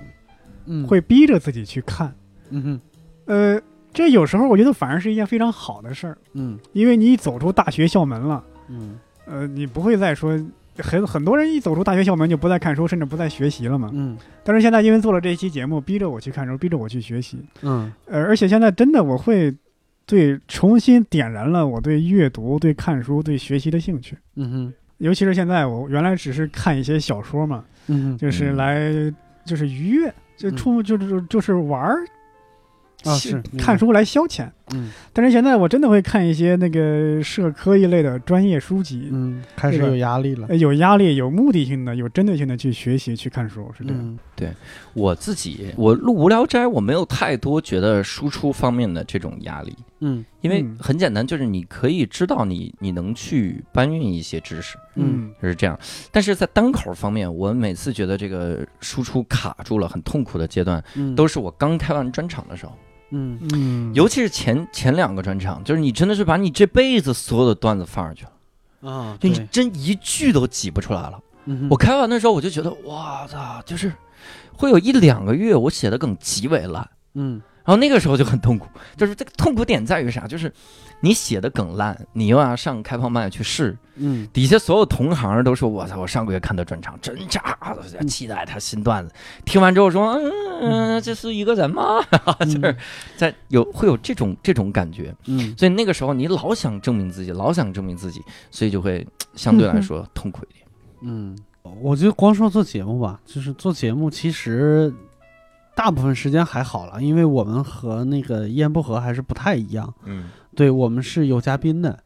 嗯
会逼着自己去看。
嗯哼
呃，这有时候我觉得反而是一件非常好的事儿，
嗯
因为你走出大学校门了，
嗯
呃，你不会再说很很多人一走出大学校门就不再看书，甚至不再学习了嘛。
嗯
但是现在因为做了这一期节目，逼着我去看书，逼着我去学习，
嗯
呃，而且现在真的我会对重新点燃了我对阅读、对看书、对学习的兴趣。
嗯哼
尤其是现在，我原来只是看一些小说嘛，
嗯哼，
就是
嗯
来就是愉悦，就
嗯
出就是就是玩儿，
啊
是
是明
看
白
书来消遣。
嗯
但是现在我真的会看一些那个社科一类的专业书籍，
嗯，开始
这个
有压力了
呃。有压力、有目的性的、有针对性的去学习、去看书，是这样。
嗯
我自己，我录《无聊斋》，我没有太多觉得输出方面的这种压力，
嗯
因为
嗯
很简单，就是你可以知道你你能去搬运一些知识，
嗯
就是这样。但是在单口方面，我每次觉得这个输出卡住了，很痛苦的阶段，
嗯
都是我刚开完专场的时候，
嗯
嗯，
尤其是前前两个专场，就是你真的是把你这辈子所有的段子放上去了，
啊
就
对
你真一句都挤不出来了。
嗯哼
我开完的时候，我就觉得，哇操，就是会有一两个月我写的梗极为烂。
嗯
然后那个时候就很痛苦，就是这个痛苦点在于啥？就是你写的梗烂，你又要上开放麦去试，
嗯
底下所有同行都说：“我操，我上个月看他专场，真炸！”我
嗯
期待他新段子。听完之后说：“嗯，这是一个人吗？” 就是 在有会有这种这种感觉，
嗯
所以那个时候你老想证明自己，老想证明自己，所以就会相对来 说痛苦一点。
嗯，我觉得光说做节目吧，就是做节目其实大部分时间还好了，因为我们和那个一言不合还是不太一样。
嗯
对我们是有嘉宾的。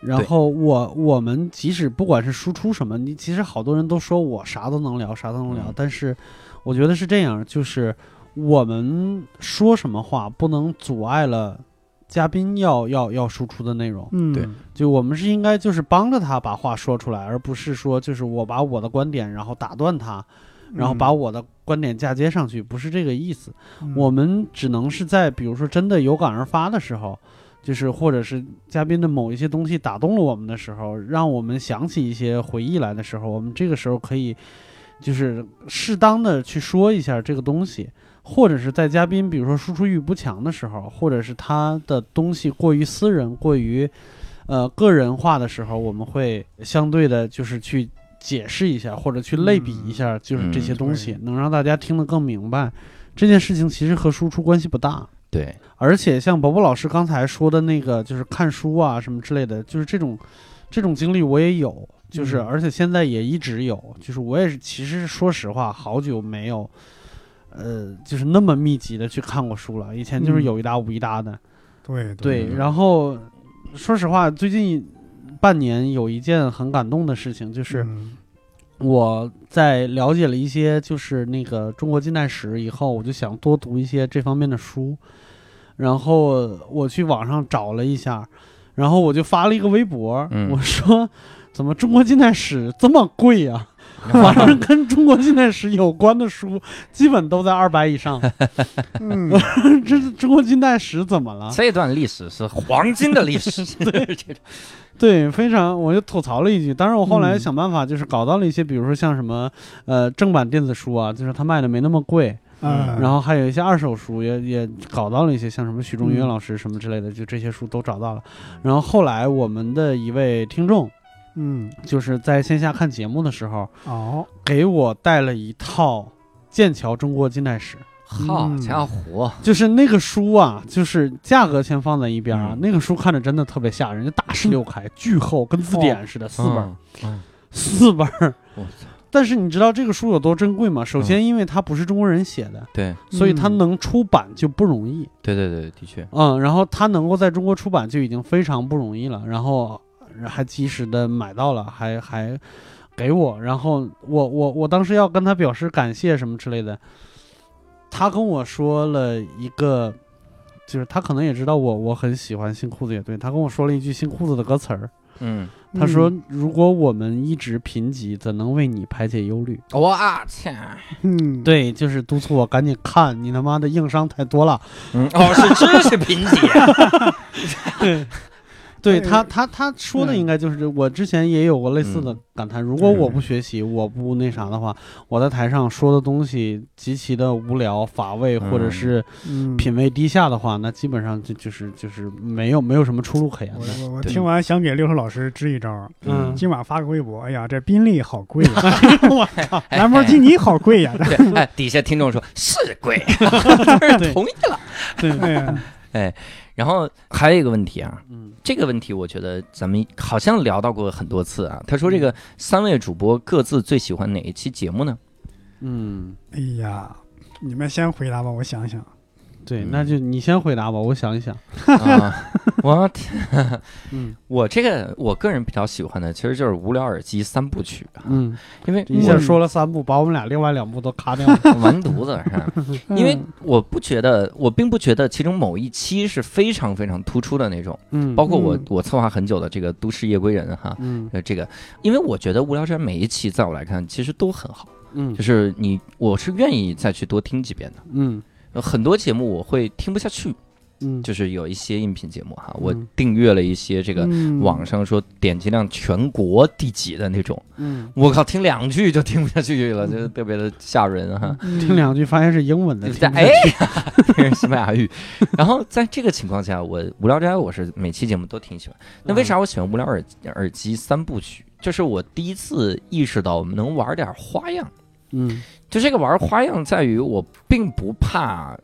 然
对
后我我们即使不管是输出什么，你其实好多人都说我啥都能聊，啥都能聊，
嗯
但是我觉得是这样，就是我们说什么话不能阻碍了嘉宾要要要输出的内容，
嗯，
对
就我们是应该就是帮着他把话说出来，而不是说就是我把我的观点然后打断他，然后把我的观点嫁接上去，不是这个意思。
嗯
我们只能是在比如说真的有感而发的时候，就是或者是嘉宾的某一些东西打动了我们的时候，让我们想起一些回忆来的时候，我们这个时候可以就是适当的去说一下这个东西，或者是在嘉宾比如说输出欲不强的时候，呃或者是他的东西过于私人、过于呃个人化的时候，我们会相对的就是去。解释一下，或者去类比一下，就是这些
嗯
东西、能让大家听得更明白。这件事情其实和输出关系不大，
对，
而且像伯伯老师刚才说的那个，就是看书啊什么之类的，就是这种这种经历我也有，就是、
嗯
而且现在也一直有，就是我也是其实说实话，好久没有，呃，就是那么密集的去看过书了，以前就是
嗯
有一搭无一搭的，
对嗯对
对，然后说实话，最近半年有一件很感动的事情，就是。
嗯
我在了解了一些就是那个中国近代史以后，我就想多读一些这方面的书，然后我去网上找了一下，然后我就发了一个微博，
嗯
我说怎么中国近代史这么贵呀、反正跟中国近代史有关的书基本都在二百以上，
嗯，
这是中国近代史怎么
啊
了？
这段历史是黄金的历 史。对，
对，非常，我就吐槽了一句。当然，我后来
嗯
想办法就是搞到了一些，比如说像什么，呃，正版电子书啊，就是它卖的没那么贵，
啊
然后还有一些二手书也也搞到了一些，像什么许仲渊
嗯
老师什么之类的，就这些书都找到了。然后后来我们的一位听众，
嗯
就是在线下看节目的时候，
哦，
给我带了一套《剑桥中国近代史》，
好
嗯
家伙，
就是那个书啊，就是价格先放在一边啊，
嗯
那个书看着真的特别吓人，就大十六 开，巨厚，跟字典似的，四本儿，
哦
嗯，
四本儿
我操。
但是你知道这个书有多珍贵吗？首先，因为它不是中国人写的，
对
所以它
嗯
能出版就不容易。
对对对，的确，
嗯，然后它能够在中国出版就已经非常不容易了，然后还及时的买到了，还还给我，然后我我我当时要跟他表示感谢什么之类的，他跟我说了一个，就是他可能也知道我我很喜欢新裤子乐队，他跟我说了一句新裤子的歌词儿，
嗯，
他说：“如果我们一直贫瘠，怎能为你排解忧虑
我啊操，
嗯，，
对，就是督促我赶紧看，你他妈的硬伤太多了。
啊 嗯，哦，是知识贫瘠，
对
对
他，他他说的
嗯
应该就是我之前也有过类似的
嗯
感叹。如果
嗯
我不学习，我不那啥的话，我在台上说的东西极其的无聊乏味，
嗯
或者是
嗯，
品味低下的话，那基本上就就是就是没有没有什么出路可言
我
的。
我我
对
听完想给六叔老师支一招，
嗯
今晚发个微博，哎呀，这宾利好贵呀，
哎
啊兰博基尼好贵呀，
对，哎，底下听众说是贵，就是同意了。
哎呀，
然后还有一个问题啊，
嗯
这个问题我觉得咱们好像聊到过很多次啊。他说这个三位主播各自最喜欢哪一期节目 呢？
嗯，
哎呀，你们先回答吧，我 想想，
对，
嗯
那就你先回答吧，我想一想。
啊，我
嗯
我这个我个人比较喜欢的其实就是无聊耳机三部曲啊，
嗯，
因为
这一下
我
说了三步，把我们俩另外两步都卡 掉了。
完犊子是吧？ 因
嗯
为我不觉得，我并不觉得其中某一期是非常非常突出的那种，
嗯，
包括我
嗯
我策划很久的这个《都市夜归人》哈。
嗯
呃，这个，因为我觉得《无聊斋》每一期，在我来看，其实都很好，
嗯
就是你，我是愿意再去多听几遍的。
嗯
呃很多节目我会听不下去，
嗯，
就是有一些音频节目哈，我
嗯
订阅了一些这个
嗯
网上说点击量全国第几的那种，
嗯，
我靠，听两句就听不下去了，就是特别的吓人哈。
嗯
听两句发现是英文的，
就是
听
在
不
哎
懂
呀， 这是西班牙语。然后在这个情况下，我无聊斋我是每期节目都挺喜欢。
嗯
那为啥我喜欢无聊耳耳机三部曲？就是我第一次意识到我们能玩点花样。
嗯
就这个玩花样在于我并不怕，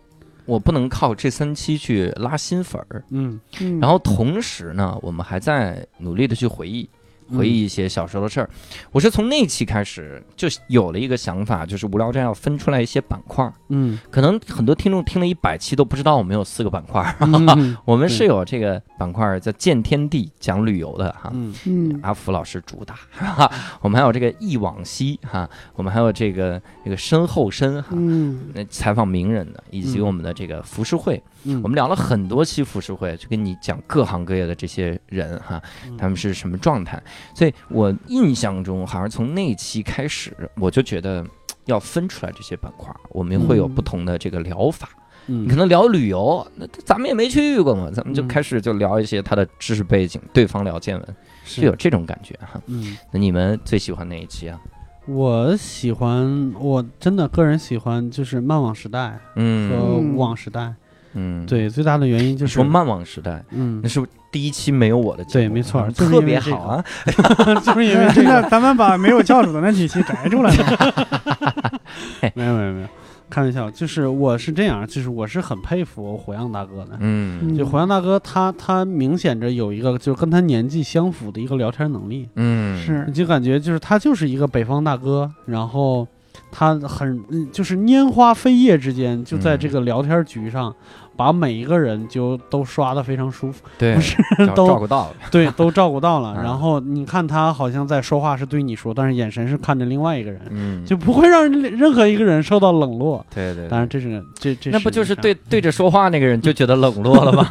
我不能靠这三期去拉新粉儿。
嗯，
嗯，
然后同时呢，我们还在努力的去回忆。
嗯
回忆一些小时候的事儿，我是从那期开始就有了一个想法，就是无聊斋要分出来一些板块儿，
嗯，
可能很多听众听了一百期都不知道我们有四个板块儿，
嗯
我们是有这个板块儿叫“见天地”讲旅游的哈。
嗯
嗯
阿福老师主打，哈哈，我们还有这个忆往昔哈，我们还有这个这个身后身哈，
嗯
那采访名人的，以及
嗯
我们的这个浮世绘，
嗯，
我们聊了很多期浮世绘，就跟你讲各行各业的这些人哈，
嗯
他们是什么状态。所以我印象中，好像从那期开始，我就觉得嘖要分出来这些板块儿，我们会有
嗯
不同的这个疗法。
嗯嗯
你可能聊旅游，那咱们也没去过嘛，咱们就开始就聊一些他的知识背景，对方聊见闻，是有这种感觉哈。
嗯，
那你们最喜欢哪一期啊？
我喜欢，我真的个人喜欢就是漫网时代
嗯
和
嗯
无网时代，
嗯，，
对，最大的原因就
你
是
说漫网时代，
嗯
那，是不是第一期没有我的节目？
对没错
嗯
就是
特
因为
别
这个
好啊。
就是因为这
对真
个，
哎的，咱们把没有教主的那几期摘出来了。
没有没有没有，开玩笑，就是我是这样，就是我是很佩服火样大哥的。
嗯
就火样大哥他，他明显着有一个，就是跟他年纪相符的一个聊天能力。
嗯，
是
你，就感觉就是他就是一个北方大哥，然后他很嗯就是拈花飞叶之间，就在
嗯
这个聊天局上，把每一个人就都刷的非常舒服，
对，照
都
照顾到了。
对，都照顾到了。
啊
然后你看他好像在说话是对你说，但是眼神是看着另外一个人，
嗯，
就不会让人任何一个人受到冷落。
对对，
当然这是嗯这这
那不就是
啥
对对着说话那个人就觉得冷落了 吗？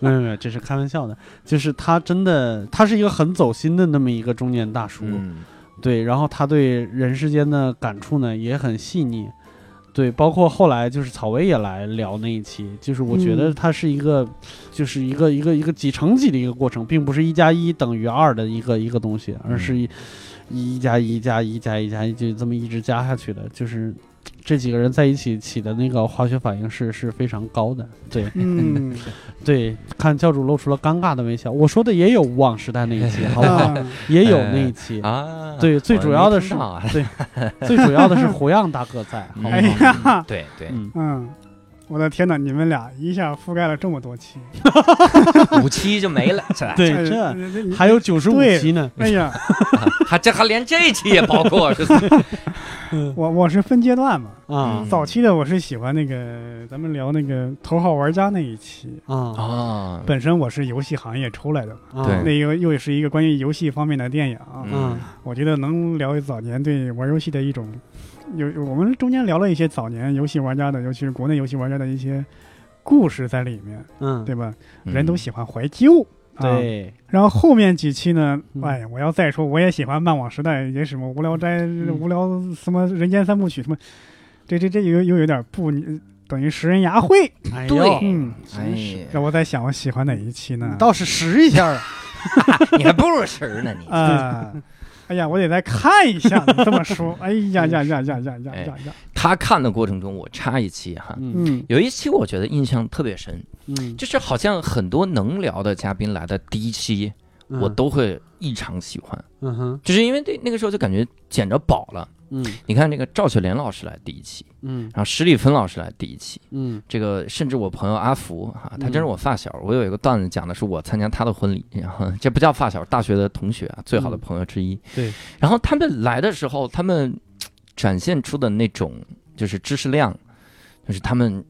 没有没有，这是开玩笑的，就是他真的他是一个很走心的那么一个中年大叔，
嗯
对，然后他对人世间的感触呢也很细腻，对，包括后来就是草薇也来聊那一期，就是我觉得
嗯
他是一个，就是一个一个一个几乘几的一个过程，并不是一加一等于二的一个一个东西，而是一一加一加一加一加一就这么一直加下去的，就是这几个人在一起起的那个化学反应是是非常高的，对
嗯，
对，看教主露出了尴尬的微笑，我说的也有往时代那一 期，好不好？
啊
也有那一期。
啊，
对，最
我
主
没
要的
听
是嗯
到，啊
最主要的是胡杨大哥 在，好不好？
哎呀，
对对，
嗯，
嗯，我的天哪，你们俩一下覆盖了这么多期，
五期就没 了，这
对，
哎
这
你
还有九十五
对
期呢。
哎呀，
还这还连这一期也包括，是
我我是分阶段嘛，
嗯
啊
早期的我是喜欢那个咱们聊那个头号玩家那一期，
啊
啊，
本身我是游戏行业出来的嘛，
啊！
对
那个又是一个关于游戏方面的电影，啊
嗯
我觉得能聊早年对玩游戏的一种，有我们中间聊了一些早年游戏玩家的，尤其是国内游戏玩家的一些故事在里面，
嗯，
对吧？
嗯
人都喜欢怀旧。啊、，
对，
然后后面几期呢
嗯？
哎，我要再说，我也喜欢漫网时代，也什么无聊斋、无聊什么人间三部曲什么，这这这又又有点不等于十人牙会。
哎
对
呦，
嗯，
哎
真是，
让我在想我喜欢哪一期呢
你？嗯倒是识一下啊！
你还不如十 呢你。
嗯
啊，哎呀，我得再看一下。你这么说，哎呀呀呀呀呀呀呀呀！
他看的过程中，我插一期哈，
嗯
嗯
有一期我觉得印象特别深，
嗯，
就是好像很多能聊的嘉宾来的第一期，我
嗯
都会异常喜欢，
嗯哼
就是因为对那个时候就感觉捡着宝了。
嗯
你看那个赵雪莲老师来第一期，
嗯
然后史立芬老师来第一期，
嗯
这个甚至我朋友阿福哈、他真是
嗯
我发小。我有一个段子讲的是我参加他的婚礼，然后这不叫发小，大学的同学啊，最好的
嗯
朋友之一。
对，
然后他们来的时候，他们嘖展现出的那种就是知识量，就是他们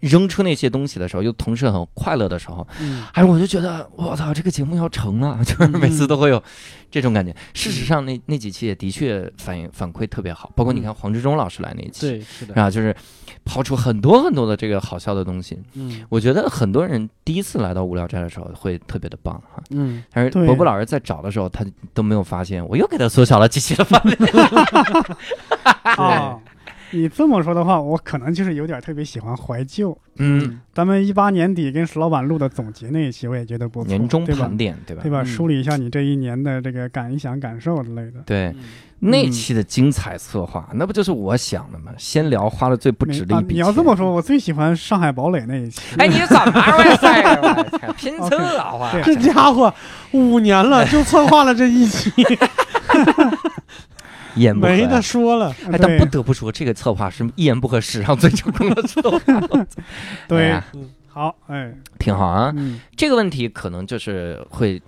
扔出那些东西的时候，又同时很快乐的时候，
嗯
哎，我就觉得我操，这个节目要成了， 就是每
嗯
次都会有这种感觉。事实上那，那几期也的确反应反馈特别好，包括你
嗯
看黄志忠老师来那一期，
对，是的，
啊，就是抛出很多很多的这个好笑的东西。
嗯
我觉得很多人第一次来到无聊斋的时候会特别的棒哈，
嗯，
但是
对
伯伯老师在找的时候，他都没有发现，我又给他缩小了几期的 范围。
啊，你这么说的话，我可能就是有点特别喜欢怀旧。
嗯，
咱们一八年底跟石老板录的总结那一期，我也觉得不错，
年终
对吧
盘？点对吧
对？吧？
嗯
梳理一下你这一年的这个感想、感受之类的。
嗯
对，那期的精彩策划，那不就是我想的吗？先聊花了最不值的
啊
一笔钱。嗯
你要这么说，我最喜欢上海堡垒那一期。
哎，你怎么回事儿？我操， 拼凑啊！我
对
这家伙五年了，就策划了这一期，
演不合
没得说了。
哎，但
啊对
不得不说，这个策划是一言不合史上最成功的策 划，哎
对
呀，
好，哎，
挺好啊。
嗯，
这个问题可能就是会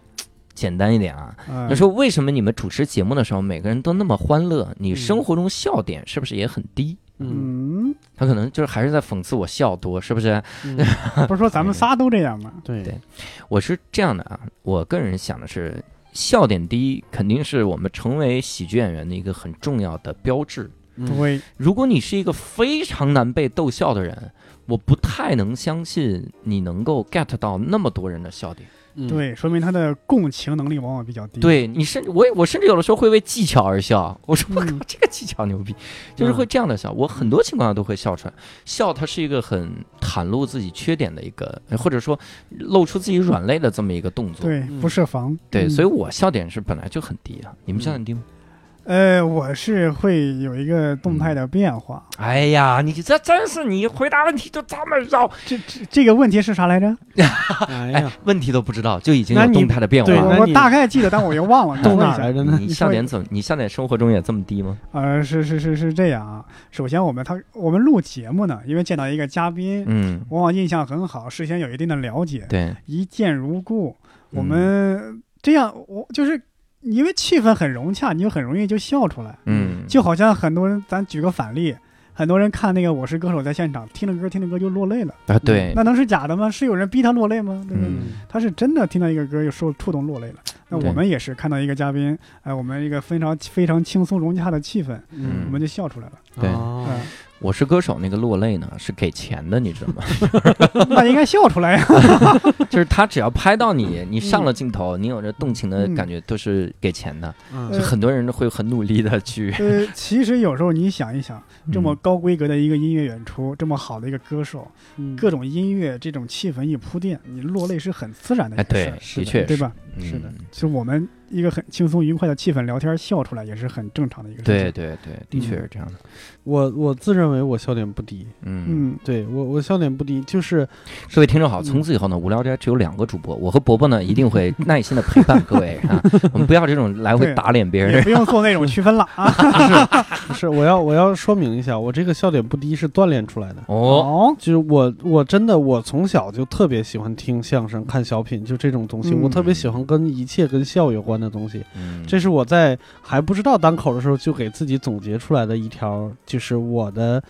简单一点啊。
嗯
就说为什么你们主持节目的时候，每个人都那么欢乐，你
嗯
生活中笑点是不是也很低？
嗯，
嗯，
他可能就是还是在讽刺我笑多，是不是？
嗯
不是 说咱们
哎
仨都这样吗？
对
对我是这样的啊，我个人想的是，笑点低肯定是我们成为喜剧演员的一个很重要的标志。
嗯
对，
如果你是一个非常难被逗笑的人，我不太能相信你能够 get 到那么多人的笑点。
嗯
对，说明他的共情能力往往比较低。，
对你甚至我也我甚至有的时候会为技巧而笑， 我说我靠
嗯
这个技巧牛逼，就是会这样的笑。我很多情况下都会笑出来，笑它是一个很袒露自己缺点的一个，或者说露出自己软肋的这么一个动作。
对，
嗯
不设防。
对，
嗯
所以我笑点是本来就很低啊，你们笑点低吗？
呃，我是会有一个动
嗯
态的变化。
哎呀，你这真是你回答问题就这么绕，
这这这个问题是啥来着？
哎
哎
呀，，
问题都不知道就已经
那
有
你
动态的变
对
化。
那
我我
你
大概记得，但我又 忘了。
动
你说
哪
一
儿
下
来着呢？
你笑点怎么？你笑点生活中也这么低吗？
呃，是是是是这样啊。首先，我们他我们录节目呢，因为见到一个嘉宾，
嗯，
往往印象很好，事先有一定的了解，
对，
一见如故。我
嗯
们这样，我就是因为气氛很融洽，你就很容易就笑出来。
嗯，
就好像很多人，咱举个反例，很多人看那个《我是歌手》在现场，听着歌听着歌就落泪了，
啊，对，
那能是假的吗？是有人逼他落泪吗？对不对？
嗯
他是真的听到一个歌又受触动落泪了。那
对
我们也是看到一个嘉宾，哎、我们一个非常非常轻松融洽的气氛，我
嗯
们就笑出来了。
对
哦
嗯，
我是歌手那个落泪呢，是给钱的，你知道吗？
那应该笑出来呀。
就是他只要拍到你，你上了镜头，你有着动情的感觉，都是给钱的。就
嗯
很多人会很努力的去
呃，其实有时候你想一想，这么
嗯
高规格的一个音乐演出，这么好的一个歌手，
嗯
各种音乐这种气氛一铺垫，你落泪是很自然的
哎，
一个事
对
儿，，
的
是的
确
对吧？
嗯
是的
就我们一个很轻松愉快的气氛聊天笑出来也是很正常的一个事
对嗯
情。，
对对，的确是这样的。
我我自认为我笑点不低，
嗯，
嗯，
对我我笑点不低，就是
各位听众好，
嗯
从此以后呢，无聊斋只有两个主播，我和伯伯呢一定会耐心的陪伴各位啊，我们不要这种来回
对
打脸别
也
人。
不用做那种区分了 啊。
不是我要我要说明一下，我这个笑点不低是锻炼出来的。
哦，
哦，
就是我，我真的我从小就特别喜欢听相声、看小品，就这种东西，
嗯
我特别喜欢跟一切跟笑有关的东西。
嗯
这是我在还不知道单口的时候就给自己总结出来的一条，就是我的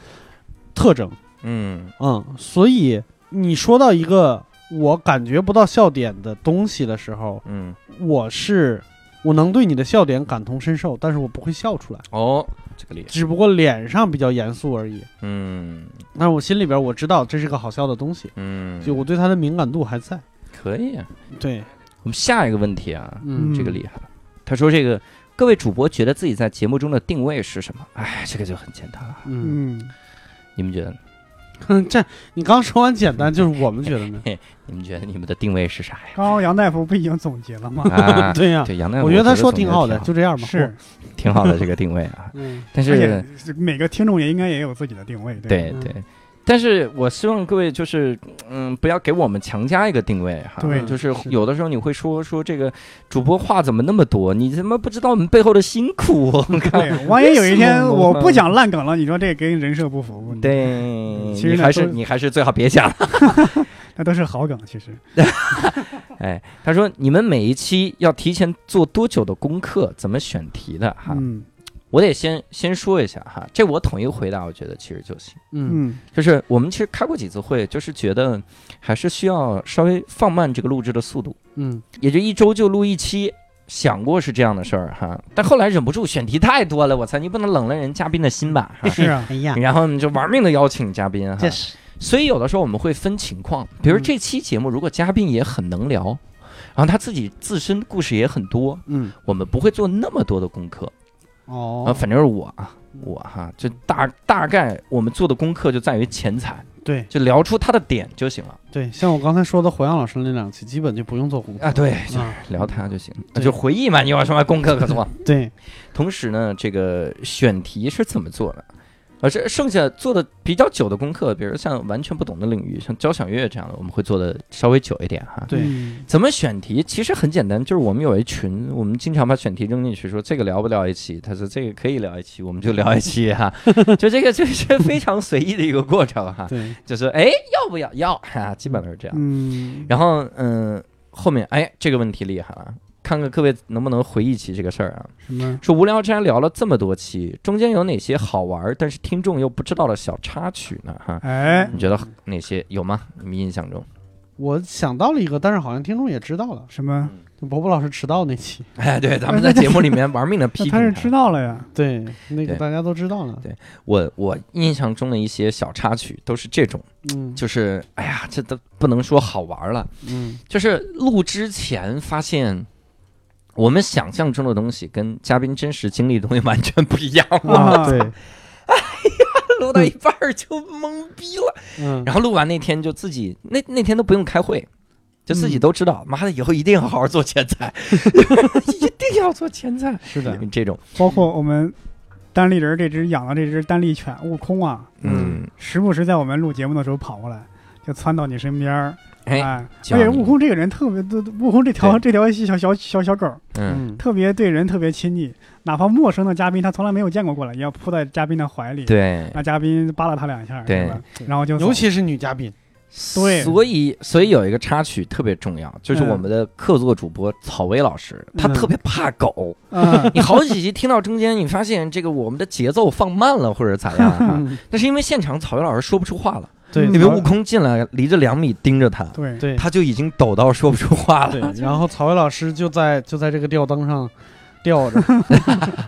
特征。
嗯
嗯，所以你说到一个我感觉不到笑点的东西的时候，
嗯
我是我能对你的笑点感同身受，但是我不会笑出来，
哦，这个厉害。
只不过脸上比较严肃而已。
嗯
但是我心里边我知道这是个好笑的东西，
嗯，
就我对它的敏感度还在。
可以啊。
对，
我们下一个问题啊，
嗯
这个厉害了。他说这个各位主播觉得自己在节目中的定位是什么？哎，这个就很简单了。
嗯
嗯，
你们觉得呢？？
这你刚说完简单，就是我们觉得呢
你们觉得你们的定位是啥 呀？
刚刚杨大夫不已经总结了 吗？
啊，
对呀、
对杨大夫，
我觉得他说挺好的，
总结
就这样吧。。
是，
得挺好挺好的这个定位啊
嗯，
但
而
是
且每个听众也应该也有自己的定位，对吧
对对，但是我希望各位就是，嗯，不要给我们强加一个定位哈。
对
就是
是
有的时候你会说说这个主播话怎么那么多，你怎么不知道我们背后的辛苦？我靠，
对，万一有一
为什
天
么
我不讲烂梗了，你说这跟人设不符，，
对，
其实
你
呢
还是
都
你还是最好别讲了。
那都是好梗，其 实
哎，他说你们每一期要提前做多久的功课，怎么选题的哈？
嗯
我得先先说一下哈，这我统一回答，我觉得其实就行。
嗯
嗯，
就是我们其实开过几次会，就是觉得还是需要稍微放慢这个录制的速度，
嗯
也就一周就录一期。想过是这样的事儿哈，但后来忍不住选题太多了，我操，你不能冷了人嘉宾的心吧？ 哈
是啊，
哎呀，
然后你就玩命的邀请嘉宾哈
这，是
所以有的时候我们会分情况，比如
嗯
这期节目如果嘉宾也很能聊，然后他自己自身故事也很多，
嗯
我们不会做那么多的功课，啊，
哦，嗯
反正是我啊，我哈，就大大概我们做的功课就在于钱财，
对
就聊出他的点就行了
对，像我刚才说的火阳老师那两期，基本就不用做功课
啊，对，就
啊，
聊他就行，
对
就回忆嘛，你有什么功课可 做？
对，
同时呢，这个选题是怎么做的？而是剩下做的比较久的功课，比如像完全不懂的领域，像交响乐这样的，我们会做的稍微久一点哈。
对
嗯
怎么选题？其实很简单，就是我们有一群，我们经常把选题扔进去，说这个聊不聊一期？他说这个可以聊一期，我们就聊一期 哈、就这个就是非常随意的一个过程哈、
对，
就是哎要不要要哈、基本都是这样。
嗯，
然后嗯，后面哎这个问题厉害了，看看各位能不能回忆起这个事儿啊？
什么
说无聊斋聊了这么多期，中间有哪些好玩儿但是听众又不知道的小插曲呢？哈、
哎，
你觉得哪些有吗？你们印象中？
我想到了一个，但是好像听众也知道了，
什么？
就伯伯老师迟到那期，
哎，对，咱们在节目里面玩命的批
那
评
他是知道了呀，
对，那 个
对
大家都知道了，
我我印象中的一些小插曲都是这种，
嗯，
就是哎呀，这都不能说好玩了，
嗯
就是录之前发现。我们想象中的东西跟嘉宾真实经历的东西完全不一样了，
啊，对，
录 到一半儿就懵逼了。
嗯，
然后录完那天就自己那那天都不用开会，就自己都知道，妈的，以后一定要好好做前菜，一定要做前菜。
是的，
这种，
包括我们单立人这只养的这只单立犬悟空啊，
嗯，
时不时在我们录节目的时候跑过来，就窜到你身边儿，哎，
哎，
而
叫你
且悟空这个人特别，都悟空这条
对
这条小小小小狗儿
嗯，
嗯，
特别对人特别亲昵，哪怕陌生的嘉宾他从来没有见过过来，也要扑在嘉宾的怀里，
对，
让嘉宾扒拉他两下，
对
是吧？然后
嗯
就走
尤其是女嘉宾，
对嗯
所以所以有一个插曲特别重要，就是我们的客座主播草薇老师，他
嗯
特别怕 狗。
嗯
你好几集听到中间，你发现这个我们的节奏放慢了或者咋样、 啊，
嗯，
那是因为现场草薇老师说不出话了，
对，
因为
曹
悟空进来离着两米盯着他，
嗯对
对
他就已经抖到说不出话了，
对，然后曹薇老师就在就在这个吊灯上吊着，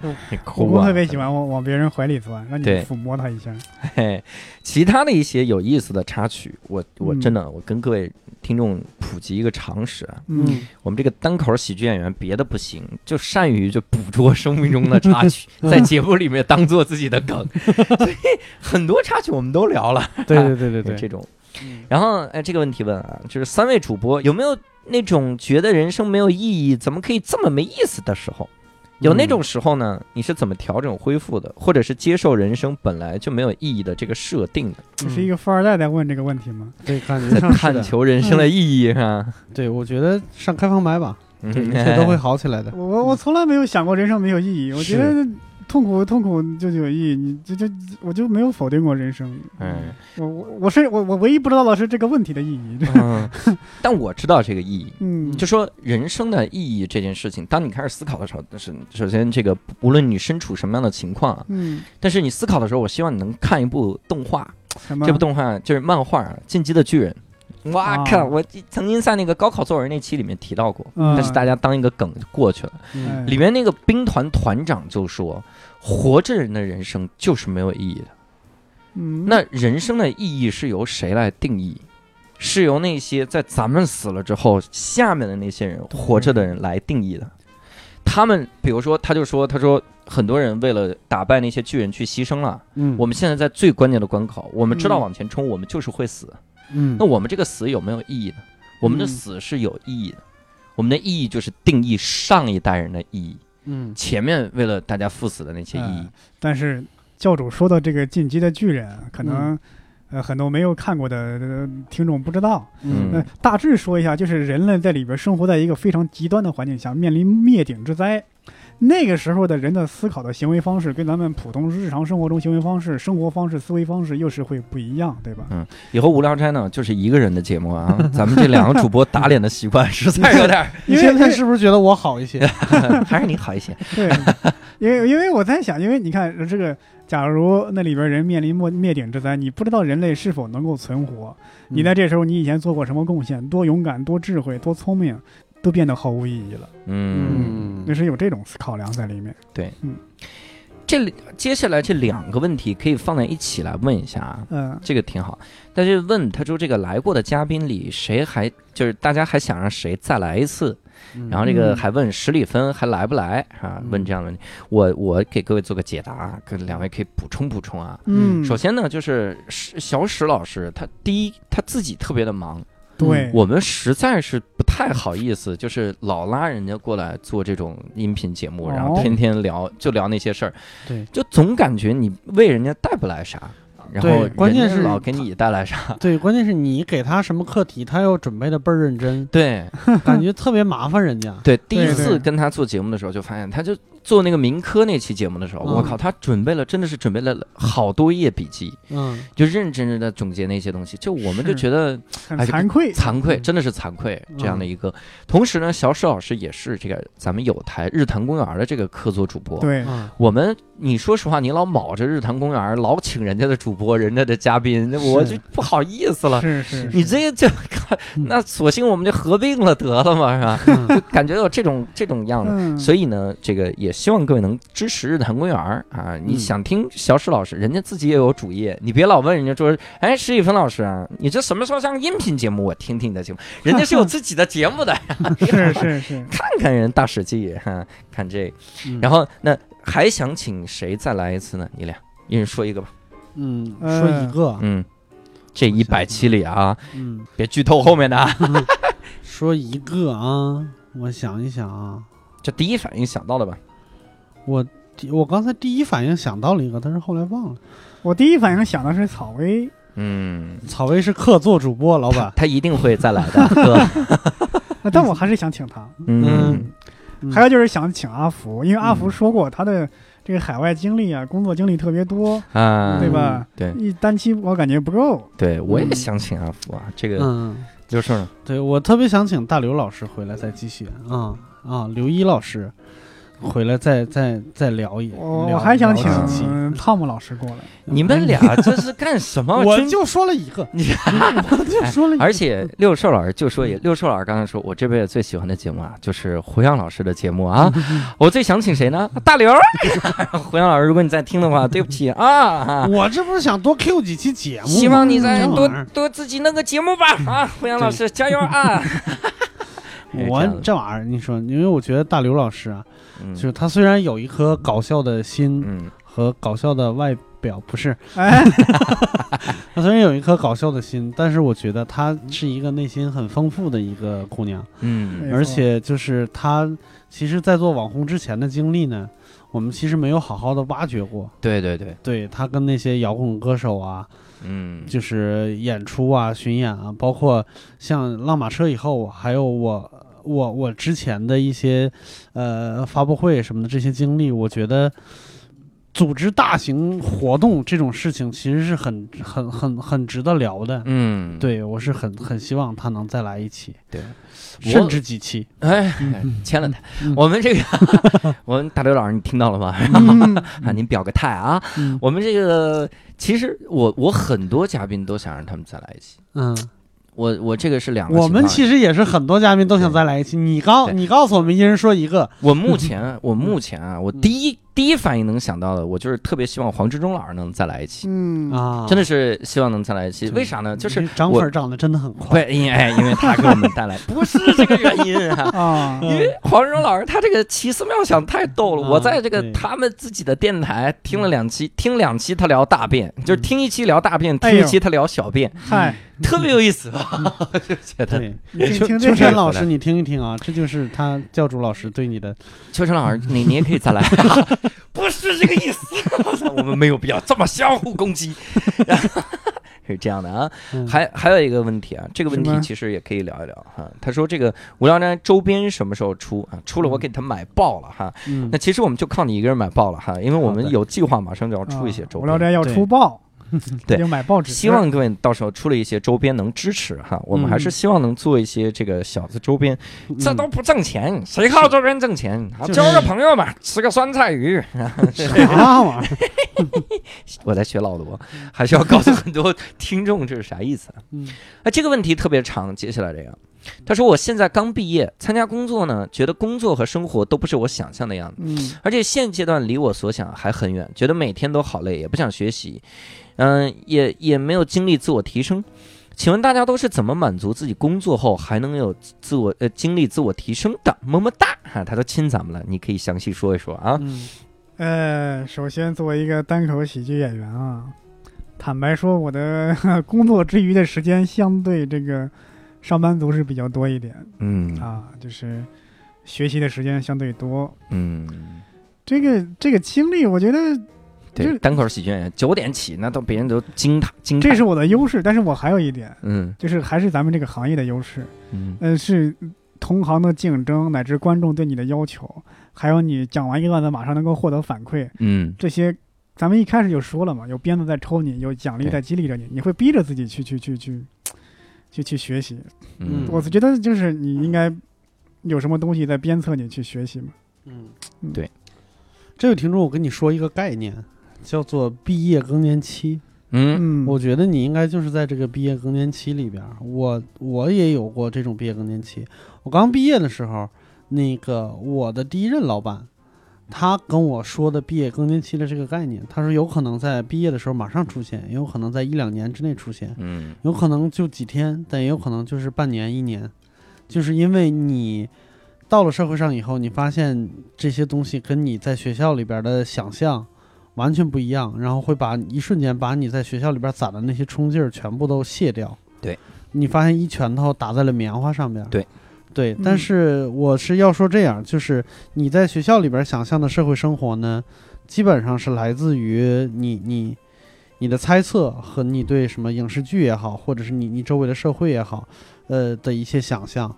悟
哭
空
啊
特！别喜欢往往别人怀里钻，让你
对
抚摸他一下。
嘿，其他的一些有意思的插曲，我我
嗯
真的我跟各位听众普及一个常识啊，
嗯，
我们这个单口喜剧演员别的不行，就善于就捕捉生命中的插 曲，在节目里面当做自己的梗，所以很多插曲我们都聊了，
对对对对
这
对，
种。
嗯
然后哎，这个问题问啊，就是三位主播有没有那种觉得人生没有意义，怎么可以这么没意思的时候？
嗯
有那种时候呢，你是怎么调整恢复的，或者是接受人生本来就没有意义的这个设定的，
你是一个富二代在问这个问题吗？
对，感觉
在
上是
探
的，
求人生的
嗯
意义啊？
对我觉得上开放麦吧，
嗯
对，一切都会好起来的。
我我我从来没有想过人生没有意义，我觉得痛苦痛苦就有意义，你这这我就没有否定过人生。
嗯，
我我我是我我唯一不知道的是这个问题的意义。
嗯， 但我知道这个意义，
嗯，
就说人生的意义这件事情，当你开始思考的时候，是首先这个无论你身处什么样的情况啊，
嗯，
但是你思考的时候，我希望你能看一部动画，
什么
这部动画就是漫画啊《进击的巨人》。哇
啊
靠！我曾经在那个高考作文那期里面提到过，
嗯
但是大家当一个梗就过去了。
嗯，
里面那个兵团团长就说：“活着人的人生就是没有意义的。”
嗯
那人生的意义是由谁来定义？是由那些在咱们死了之后，下面的那些人活着的人来定义的。嗯他们比如说，他就说，他说很多人为了打败那些巨人去牺牲了。
嗯，
我们现在在最关键的关口，我们知道
嗯
往前冲，我们就是会死。
嗯，
那我们这个死有没有意义呢？我们的
嗯
死是有意义的，我们的意义就是定义上一代人的意义，
嗯
前面为了大家赴死的那些意义
嗯。但是教主说的这个进击的巨人，可能、呃很多没有看过的、呃听众不知道。
嗯
那、大致说一下，就是人类在里边生活在一个非常极端的环境下，面临灭顶之灾。那个时候的人的思考的行为方式，跟咱们普通日常生活中行为方式、生活方式、思维方式又是会不一样，对吧？
以后无聊斋呢就是一个人的节目啊，咱们这两个主播打脸的习惯实在有点儿，
你
因为
现在是不是觉得我好一些？
还是你好一些。
对， 因为因为我在想，因为你看这个，假如那里边人面临灭灭顶之灾，你不知道人类是否能够存活。
嗯
你在这时候，你以前做过什么贡献？多勇敢、多智慧、多聪明，都变得毫无意义了。
嗯，
嗯
那是有这种考量在里面。
这里接下来这两个问题可以放在一起来问一下啊。
嗯
这个挺好，但是问他说这个来过的嘉宾里，谁还就是大家还想让谁再来一次？
嗯
然后这个
嗯
还问史里芬还来不来啊？问这样的问题，我我给各位做个解答啊，跟两位可以补充补充啊。
嗯，
首先呢，就是史小史老师，他第一他自己特别的忙，
嗯
对，
我们实在是不太好意思，就是老拉人家过来做这种音频节目，
哦
然后天天聊就聊那些事儿，
对
就总感觉你为人家带不来啥，然后
对关键
人家
是
老给你带来 啥，，
对，关键是你给他什么课题，他又准备的倍儿认真
对
感觉特别麻烦人家。
对，第一次
对
跟他做节目的时候就发现，他就做那个民科那期节目的时候，
嗯
我靠，他准备了真的是准备了好多页笔记，
嗯
就认真的总结那些东西，就我们就是觉得。
很惭愧。
惭愧，
嗯
真的是惭愧
嗯
这样的一个。同时呢，小史老师也是这个咱们有台日坛公园的这个客座主播。，
对，
啊，
我们你说实话，你老卯着日坛公园，老请人家的主播、人家的嘉宾，那我
是
就不好意思了。
是是，
你这这， 那索性我们就合并了得了嘛，是吧？
嗯
感觉有这种这种样子。
嗯，
所
以
以呢，这个也希望各位能支持日坛公园儿啊！你
嗯
想听小史老师，人家自己也有主业，你别老问人家说，哎，史蒂芬老师啊，你这什么时候上音频节目？我听听你的节目，人家是有自己的节目的，
是是是，
看看人大史记哈、看这个。
嗯
然后那还想请谁再来一次呢？你俩一人说一个吧。
嗯，
呃
说一个，
嗯，这一百期里啊，
嗯，
别剧透后面的 啊。
说一个啊，我想一想啊，
这第一反应想到的吧？
我第我刚才第一反应想到了一个，但是后来忘了。
我第一反应想的是草薇，
嗯，
草薇是客座主播，老 板，
他一定会再来 的，哥。
呃但我还是想请她。
嗯，
嗯
还有就是想请阿福，因为阿福说过他的这个海外经历啊，工作经历特别多，
啊，
对吧？
对
一单期我感觉不够。
对，我也
嗯
想请阿福啊，这个
嗯，
刘胜呢，
对我特别想请大刘老师回来再继续啊啊，刘一老师回来再再再聊一，
我
聊
我还想
聊
请
几期
嗯
呃汤姆老师过来，
你们俩这是干什 么？
我
真
就说了一个，
你
我就说 了一个，
而且六兽老师就说也，六兽老师刚才说，我这辈子最喜欢的节目啊，就是胡杨老师的节目 啊。我最想请谁呢？大刘儿。胡杨老师，如果你在听的话，对不起啊 啊。
我这不是想多 Q 几期节目吗，
希望你再
这玩
多
意儿
多自己弄个节目吧啊！胡杨老师加油 啊！哎
我这玩意儿，你说，因为我觉得大刘老师啊，
嗯
就是他虽然有一颗搞笑的心
嗯
和搞笑的外表，不是，
哎，
他虽然有一颗搞笑的心，但是我觉得她是一个内心很丰富的一个姑娘，
嗯
没错
而且就是她其实，在做网红之前的经历呢，我们其实没有好好的挖掘过。
对对对，
对她跟那些摇滚歌手啊，
嗯
就是演出啊、巡演啊，包括像《浪马车》以后，还有我我我之前的一些呃发布会什么的这些经历，我觉得组织大型活动这种事情其实是很很很很值得聊的。
嗯，
对我是很很希望他能再来一期，
对，我
甚至几期。
哎，签了他
嗯。
我们这个， 我们大刘老师，你听到了吗？
嗯
啊，您表个态啊！
嗯
我们这个，其实我我很多嘉宾都想让他们再来一期。
嗯，
我我这个是两个情
我
况。
们其实也是很多嘉宾都想
对
再来一期。你告
对
你告诉我们，一人说一个。嗯
我目前我目前啊，我第一第一反应能想到的，我就是特别希望黄志忠老师能再来一期，
嗯，
啊，
真的是希望能再来一期。
对
为啥呢？就是
你涨
我
粉儿涨得真的很快，
对，因哎，因为他给我们带 来不是这个原因啊。
啊，
因为黄志忠老师他这个奇思妙想太逗
嗯
了，
啊
我在这个
对
他们自己的电台听了两期，听两期他聊大便，就是听一期聊大便，
哎
听一
呦
期他聊小 便，
嗨，
特别有意思吧？就觉得
对，
你
秋
听
秋
这
山
个，
老师，你听一听啊，这就是他教主老师对你的
秋晨老师，你你也可以再来， 不是这个意思， 我们没有必要这么相互攻击， 是这样的啊。
嗯
还还有一个问题啊，这个问
什
题
么
其实也可以聊一聊哈、他说这个无聊斋周边什么时候出啊？出
嗯
了我给他买爆了哈。
嗯
那其实我们就靠你一个人买爆了哈，因为我
好
们
的
有计划马上就要出一些
啊
周
无聊
边。
斋要出报，
对
就买报纸，
希望各位到时候出了一些周边能支持哈，我们还是希望能做一些这个小的周边，嗯
嗯
这都不挣钱，谁靠周边挣钱？啊
就是
交个朋友吧，吃个酸菜鱼，
啥玩
啊
意儿？
我在学老罗，还是要告诉很多听众这是啥意思啊？
嗯
哎，这个问题特别长，接下来这个，他说我现在刚毕业，参加工作呢，觉得工作和生活都不是我想象的样子，
嗯，
而且现阶段离我所想还很远，觉得每天都好累，也不想学习，嗯、也也没有精力自我提升。请问大家都是怎么满足自己工作后还能有自我呃精力自我提升的？么么哒哈，他都亲咱们了，你可以详细说一说啊。
嗯
呃，首先作为一个单口喜剧演员啊，坦白说，我的 工作之余的时间相对这个上班族是比较多一点
嗯
啊，就是学习的时间相对多。
嗯，
这个这个经历，我觉得就
对，
是
单口喜剧演员九点起，那都别人都惊叹惊叹。
这是我的优势，但是我还有一点，
嗯
就是还是咱们这个行业的优势，
嗯
呃，是同行的竞争，乃至观众对你的要求，还有你讲完一个段子马上能够获得反馈，
嗯
这些，咱们一开始就说了嘛，有鞭子在抽你，有奖励在激励着你，你会逼着自己去去去去去去学习。
嗯，
我是觉得就是你应该有什么东西在鞭策你去学习嘛。
嗯
嗯
对。
这位听众，我跟你说一个概念，叫做毕业更年期。
嗯
嗯，
我觉得你应该就是在这个毕业更年期里边儿，我我也有过这种毕业更年期。我刚毕业的时候，那个我的第一任老板，他跟我说的毕业更年期的这个概念，他说有可能在毕业的时候马上出现，也有可能在一两年之内出现，
嗯
有可能就几天，但也有可能就是半年、一年，就是因为你到了社会上以后，你发现这些东西跟你在学校里边的想象完全不一样，然后会把一瞬间把你在学校里边攒的那些冲劲儿全部都卸掉。
对，
你发现一拳头打在了棉花上边。
对。
对，
嗯
但是我是要说这样，就是你在学校里边想象的社会生活呢，基本上是来自于你你你的猜测和你对什么影视剧也好，或者是你你周围的社会也好，呃的一些想象。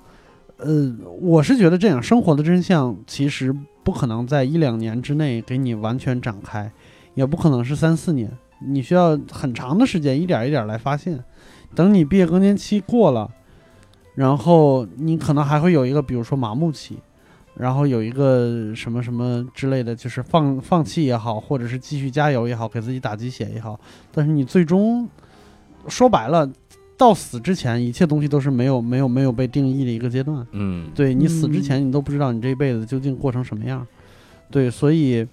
呃，我是觉得这样，生活的真相其实不可能在一两年之内给你完全展开，也不可能是三四年，你需要很长的时间一点一点来发现。等你毕业更年期过了，然后你可能还会有一个，比如说麻木期，然后有一个什么什么之类的，就是放放弃也好，或者是继续加油也好，给自己打鸡血也好，但是你最终说白了，到死之前，一切东西都是没有没有没有被定义的一个阶段。
嗯
对你死之
嗯
前，你都不知道你这辈子究竟过成什么样。对，所以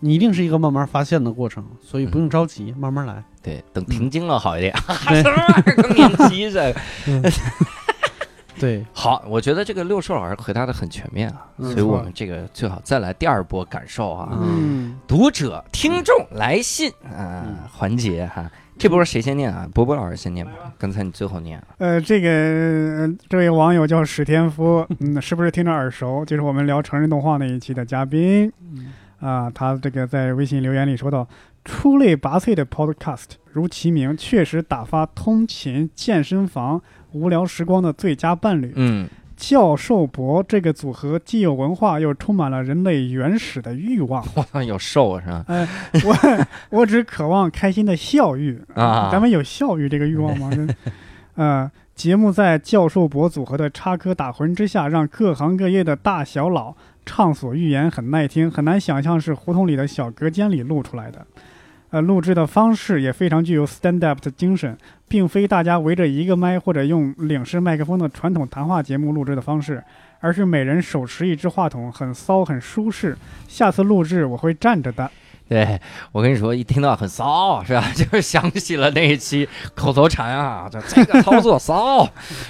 你一定是一个慢慢发现的过程，所以
嗯
不用着急，慢慢来。
对，等停经了好一点。什
对
么啊玩意儿嗯 更年期这个？
对，
好，我觉得这个六兽老师回答的很全面啊，
嗯
所以我们这个最好再来第二波感受啊，
嗯，
读者、听众来信啊、环节哈、这波谁先念啊？波波老师先念吧，刚才你最后念啊了。
呃，这个、呃这位网友叫史天夫，嗯，是不是听着耳熟？就是我们聊成人动画那一期的嘉宾啊，他这个在微信留言里说到。出类拔萃的 Podcast，如其名，确实打发通勤、健身房、无聊时光的最佳伴侣。
嗯
教授博这个组合既有文化，又充满了人类原始的欲望。
哇，有瘦是吧？
哎我我只渴望开心的笑欲
啊
咱们有笑欲这个欲望吗？嗯呃，节目在教授博组合的插科打诨之下，让各行各业的大小佬畅所欲言，很耐听，很难想象是胡同里的小隔间里录出来的。呃，录制的方式也非常具有 stand up 的精神，并非大家围着一个麦或者用领式麦克风的传统谈话节目录制的方式，而是每人手持一支话筒，很骚很舒适。下次录制我会站着的。
对我跟你说，一听到很骚是吧？ 就是想起了那一期口头禅啊，就这个操作骚，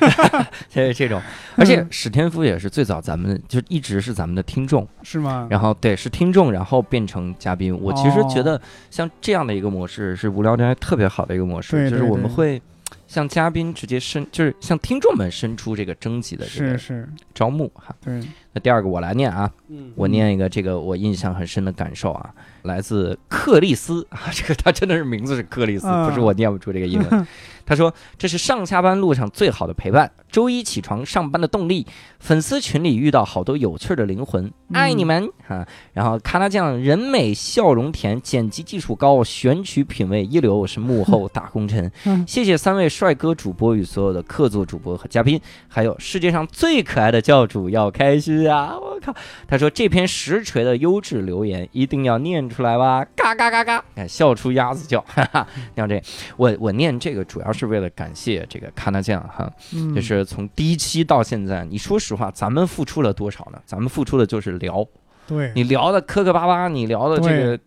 这这种。而且史天夫也是最早咱们就一直是咱们的听众，
是吗？
然后对是听众，然后变成嘉宾。我其实觉得
哦
像这样的一个模式是无聊斋特别好的一个模式，
对对
就是我们会向嘉宾直接伸，就是向听众们伸出这个征集的这
是
个
是，
招募哈。
对，
那第二个我来念啊，
嗯
我念一个这个我印象很深的感受啊，来自克利斯 啊，这个他真的是名字是克利斯，
啊
不是我念不出这个英 文。他说这是上下班路上最好的陪伴，周一起床上班的动力。粉丝群里遇到好多有趣的灵魂，爱你们啊！然后咔啦酱人美笑容甜，剪辑技术高，选曲品味一流，我是幕后大功臣。
嗯
谢谢三位帅哥主播与所有的客座主播和嘉宾，还有世界上最可爱的教主要开心啊！我靠，他说这篇实锤的优质留言一定要念出来吧！嘎嘎嘎嘎，哎笑出鸭子叫，哈哈！像这，我我念这个主要是为了感谢这个咔啦酱哈，
嗯，
就是从第一期到现在，你说实话，咱们付出了多少呢？咱们付出的就是聊，
对，
你聊的磕磕巴巴，你聊的这个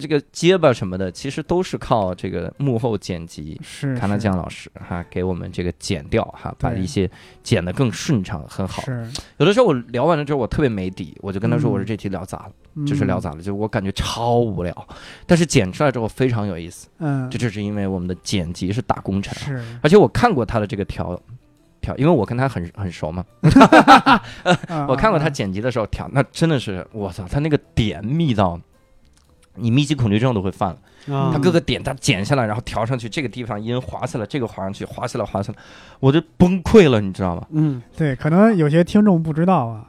这个结巴什么的，其实都是靠这个幕后剪辑
是
看到
是
姜老师哈，给我们这个剪掉哈，把
对
一些剪得更顺畅，很好。
是，
有的时候我聊完了之后，我特别没底，我就跟他说：“
嗯
我说这期聊砸了，就是
嗯
聊，砸了，就是我感觉超无聊。”但是剪出来之后非常有意思，
嗯，
这啊就是因为我们的剪辑是大工程，
是
而且我看过他的这个调调，因为我跟他很很熟嘛，
啊
我看过他
啊
剪辑的时候调，那真的是我操，他那个点密到。你密集恐惧症都会犯了，
啊
他
嗯
各个点他剪下来，然后调上去，这个地方音滑下来，这个滑上去，滑下来，滑下来，我就崩溃了，你知道吗？
嗯
对，可能有些听众不知道啊，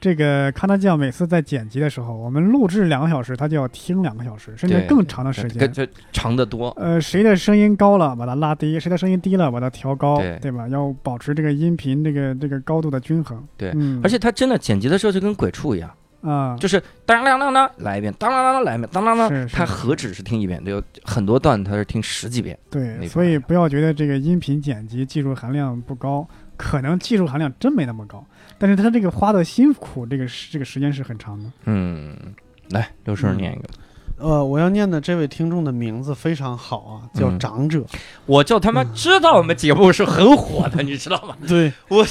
这个康纳酱每次在剪辑的时候，我们录制两个小时，他就要听两个小时，甚至
对
更长的啊时
跟
间。
就长得多，
呃，谁的声音高了，把它拉低；谁的声音低了，把它调高，
对
对吧？要保持这个音频这个这个高度的均衡。
对
嗯、
而且他真的剪辑的时候就跟鬼畜一样，
啊，
就是当啷啷啷来一遍，当啷啷啷来一遍，当啷啷。
是是
他何止是听一遍，有很多段他是听十几遍。那
对，
种
所以不要觉得这个音频剪辑技术含量不高，可能技术含量真没那么高，但是他这个花的辛苦，这个时这个时间是很长的。
嗯，来，刘叔
嗯
念一个，
呃，我要念的这位听众的名字非常好啊，叫
嗯
长者。
我就他妈知道我们节目是很火的，你知道吗？
对
我，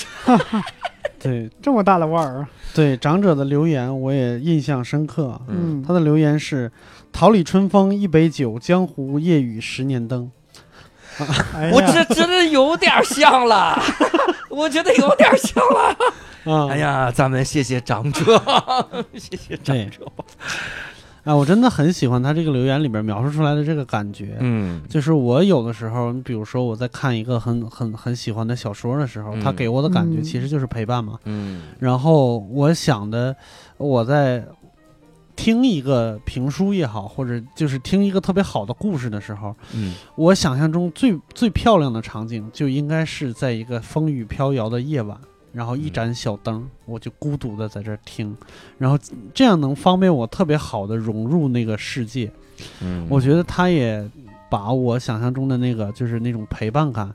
对
这么大的腕儿，
对，长者的留言我也印象深刻啊。
嗯，
他的留言是：“桃李春风一杯酒，江湖夜雨十年灯。
哎呀
我这真的有点像了， 我觉得有点像了。”
啊，
哎，呀，咱们谢谢长者，谢谢长
对
者。
哎，我真的很喜欢他这个留言里边描述出来的这个感觉。
嗯
就是我有的时候，你比如说我在看一个很很很喜欢的小说的时候，
嗯
他给我的感觉
嗯
其实就是陪伴嘛。
嗯
然后我想的，我在听一个评书也好，或者就是听一个特别好的故事的时候，
嗯，
我想象中最最漂亮的场景就应该是在一个风雨飘摇的夜晚，然后一盏小灯，我就孤独的在这儿听，然后这样能方便我特别好的融入那个世界。
嗯
我觉得他也把我想象中的那个就是那种陪伴感，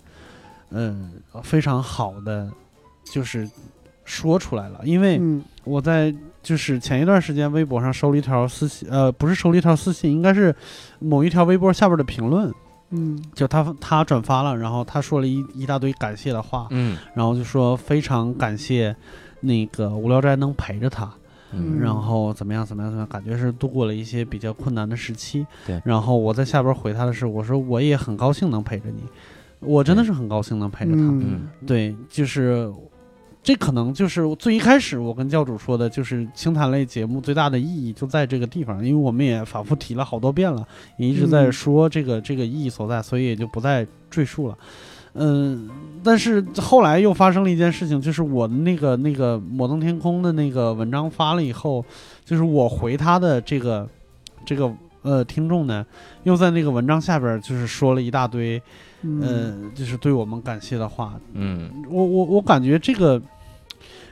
嗯、非常好的就是说出来了。因为
嗯
我在就是前一段时间微博上收了一条私信，呃，不是收了一条私信，应该是某一条微博下边的评论，
嗯
就他他转发了，然后他说了一一大堆感谢的话，
嗯
然后就说非常感谢那个无聊斋能陪着他，
嗯
然后怎么样怎么样怎么样，感觉是度过了一些比较困难的时期。
对
然后我在下边回他的是，我说我也很高兴能陪着你，我真的是很高兴能陪着他。
嗯
嗯
对，就是这可能就是最一开始我跟教主说的，就是清谈类节目最大的意义就在这个地方，因为我们也反复提了好多遍了，也一直在
嗯
说这个、这个意义所在，所以也就不再赘述了。嗯，但是后来又发生了一件事情，就是我的那个那个摩登天空的那个文章发了以后，就是我回他的这个这个呃听众呢，又在那个文章下边儿就是说了一大堆呃
嗯，
就是对我们感谢的话，
嗯
我我我感觉这个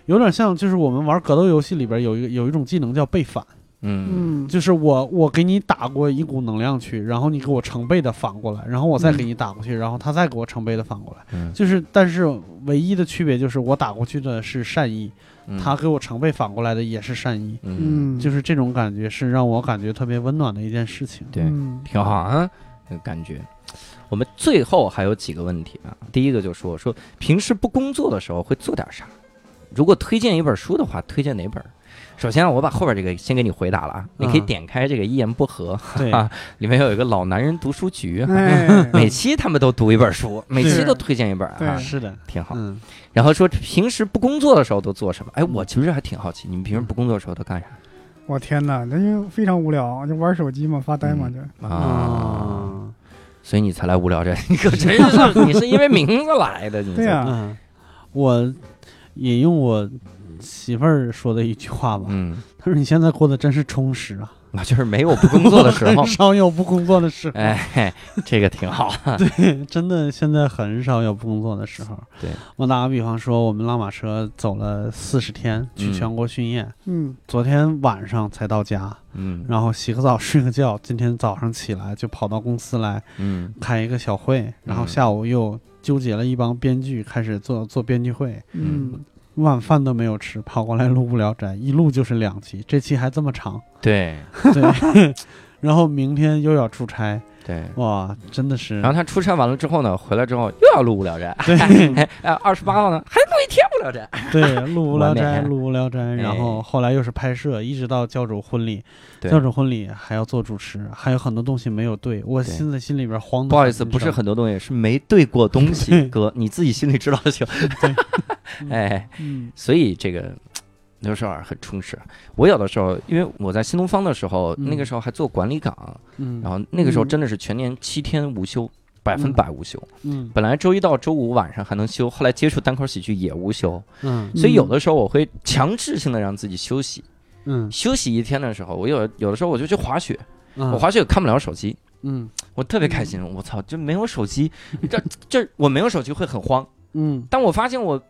有点像，就是我们玩格斗游戏里边有一个有一种技能叫背反，
嗯
嗯，
就是我我给你打过一股能量去，然后你给我成倍的反过来，然后我再给你打过去，然后他再给我成倍的反过来。
嗯，
就是，但是唯一的区别就是我打过去的是善意，
嗯
他给我成倍反过来的也是善意，
嗯
嗯，
就是是这种感觉是让我感觉特别温暖的一件 事情。
对
嗯
挺好啊，那个感觉。我们最后还有几个问题啊，第一个就说说平时不工作的时候会做点啥？如果推荐一本书的话，推荐哪本？首先啊，我把后边这个先给你回答了啊，你可以
嗯
点开这个一言不合，
对，
啊里面有一个老男人读书局，
哎，
每期他们都读一本书，每期
是
都推荐一本啊
对，
是的，
挺好。
嗯，
然后说平时不工作的时候都做什么？哎，我其实还挺好奇，你们平时不工作的时候都干啥
我天哪，那就非常无聊，就玩手机嘛，发呆嘛，就
嗯啊？
嗯
所以你才来无聊这，你可真是，你是因为名字来的，你
对呀、
呀，
嗯，我引用我媳妇儿说的一句话吧，
嗯，
她说：“你现在过得真是充 实啊，
我就是没有不工作的时 候
很，少有不工作的时候。
哎，嘿这个挺好，
真的现在很少有不工作的时候。
对，
我打个比方说，我们拉马车走了四十天去
嗯
全国巡演，
嗯，
昨天晚上才到家，
嗯
然后洗个澡睡个觉，今天早上起来就跑到公司来
嗯
开一个小会，然后
嗯
下午又纠结了一帮编剧，开始做做编剧会。
嗯
嗯，
晚饭都没有吃，跑过来录《无聊斋》，一录就是两期，这期还这么 长，
对
对。 然后明天又要出差，
对。
哇，真的是
然后他出差完了之后呢，回来之后又要录无聊斋，
对 嗯
哎，二十八号呢还录一天无聊斋，
对，录《无聊斋
完》，美
录《无聊斋》，
哎
然后后来又是拍摄，一直到教主婚礼，
对
教主婚礼还要做主持，还有很多东西没有对，我
对
现在心里边慌的。
不好意思，不是很多东西，是没对过东西，
对
哥，你自己心里知道就行。 哎，
嗯
所以这个有时候很充实。我有的时候，因为我在新东方的时候，
嗯
那个时候还做管理岗，
嗯，
然后那个时候
嗯
真的是全年七天无休。百分百无休，
嗯
本来周一到周五晚上还能休，后来接触单口喜剧也无休，
嗯
所以有的时候我会强制性的让自己休息。
嗯，
休息一天的时候，我有有的时候我就去滑雪，我
我
滑雪看不了手机，
嗯
我特别开心。我操，就没有手 机，这这我没有手机会很慌，
嗯，
但我发现我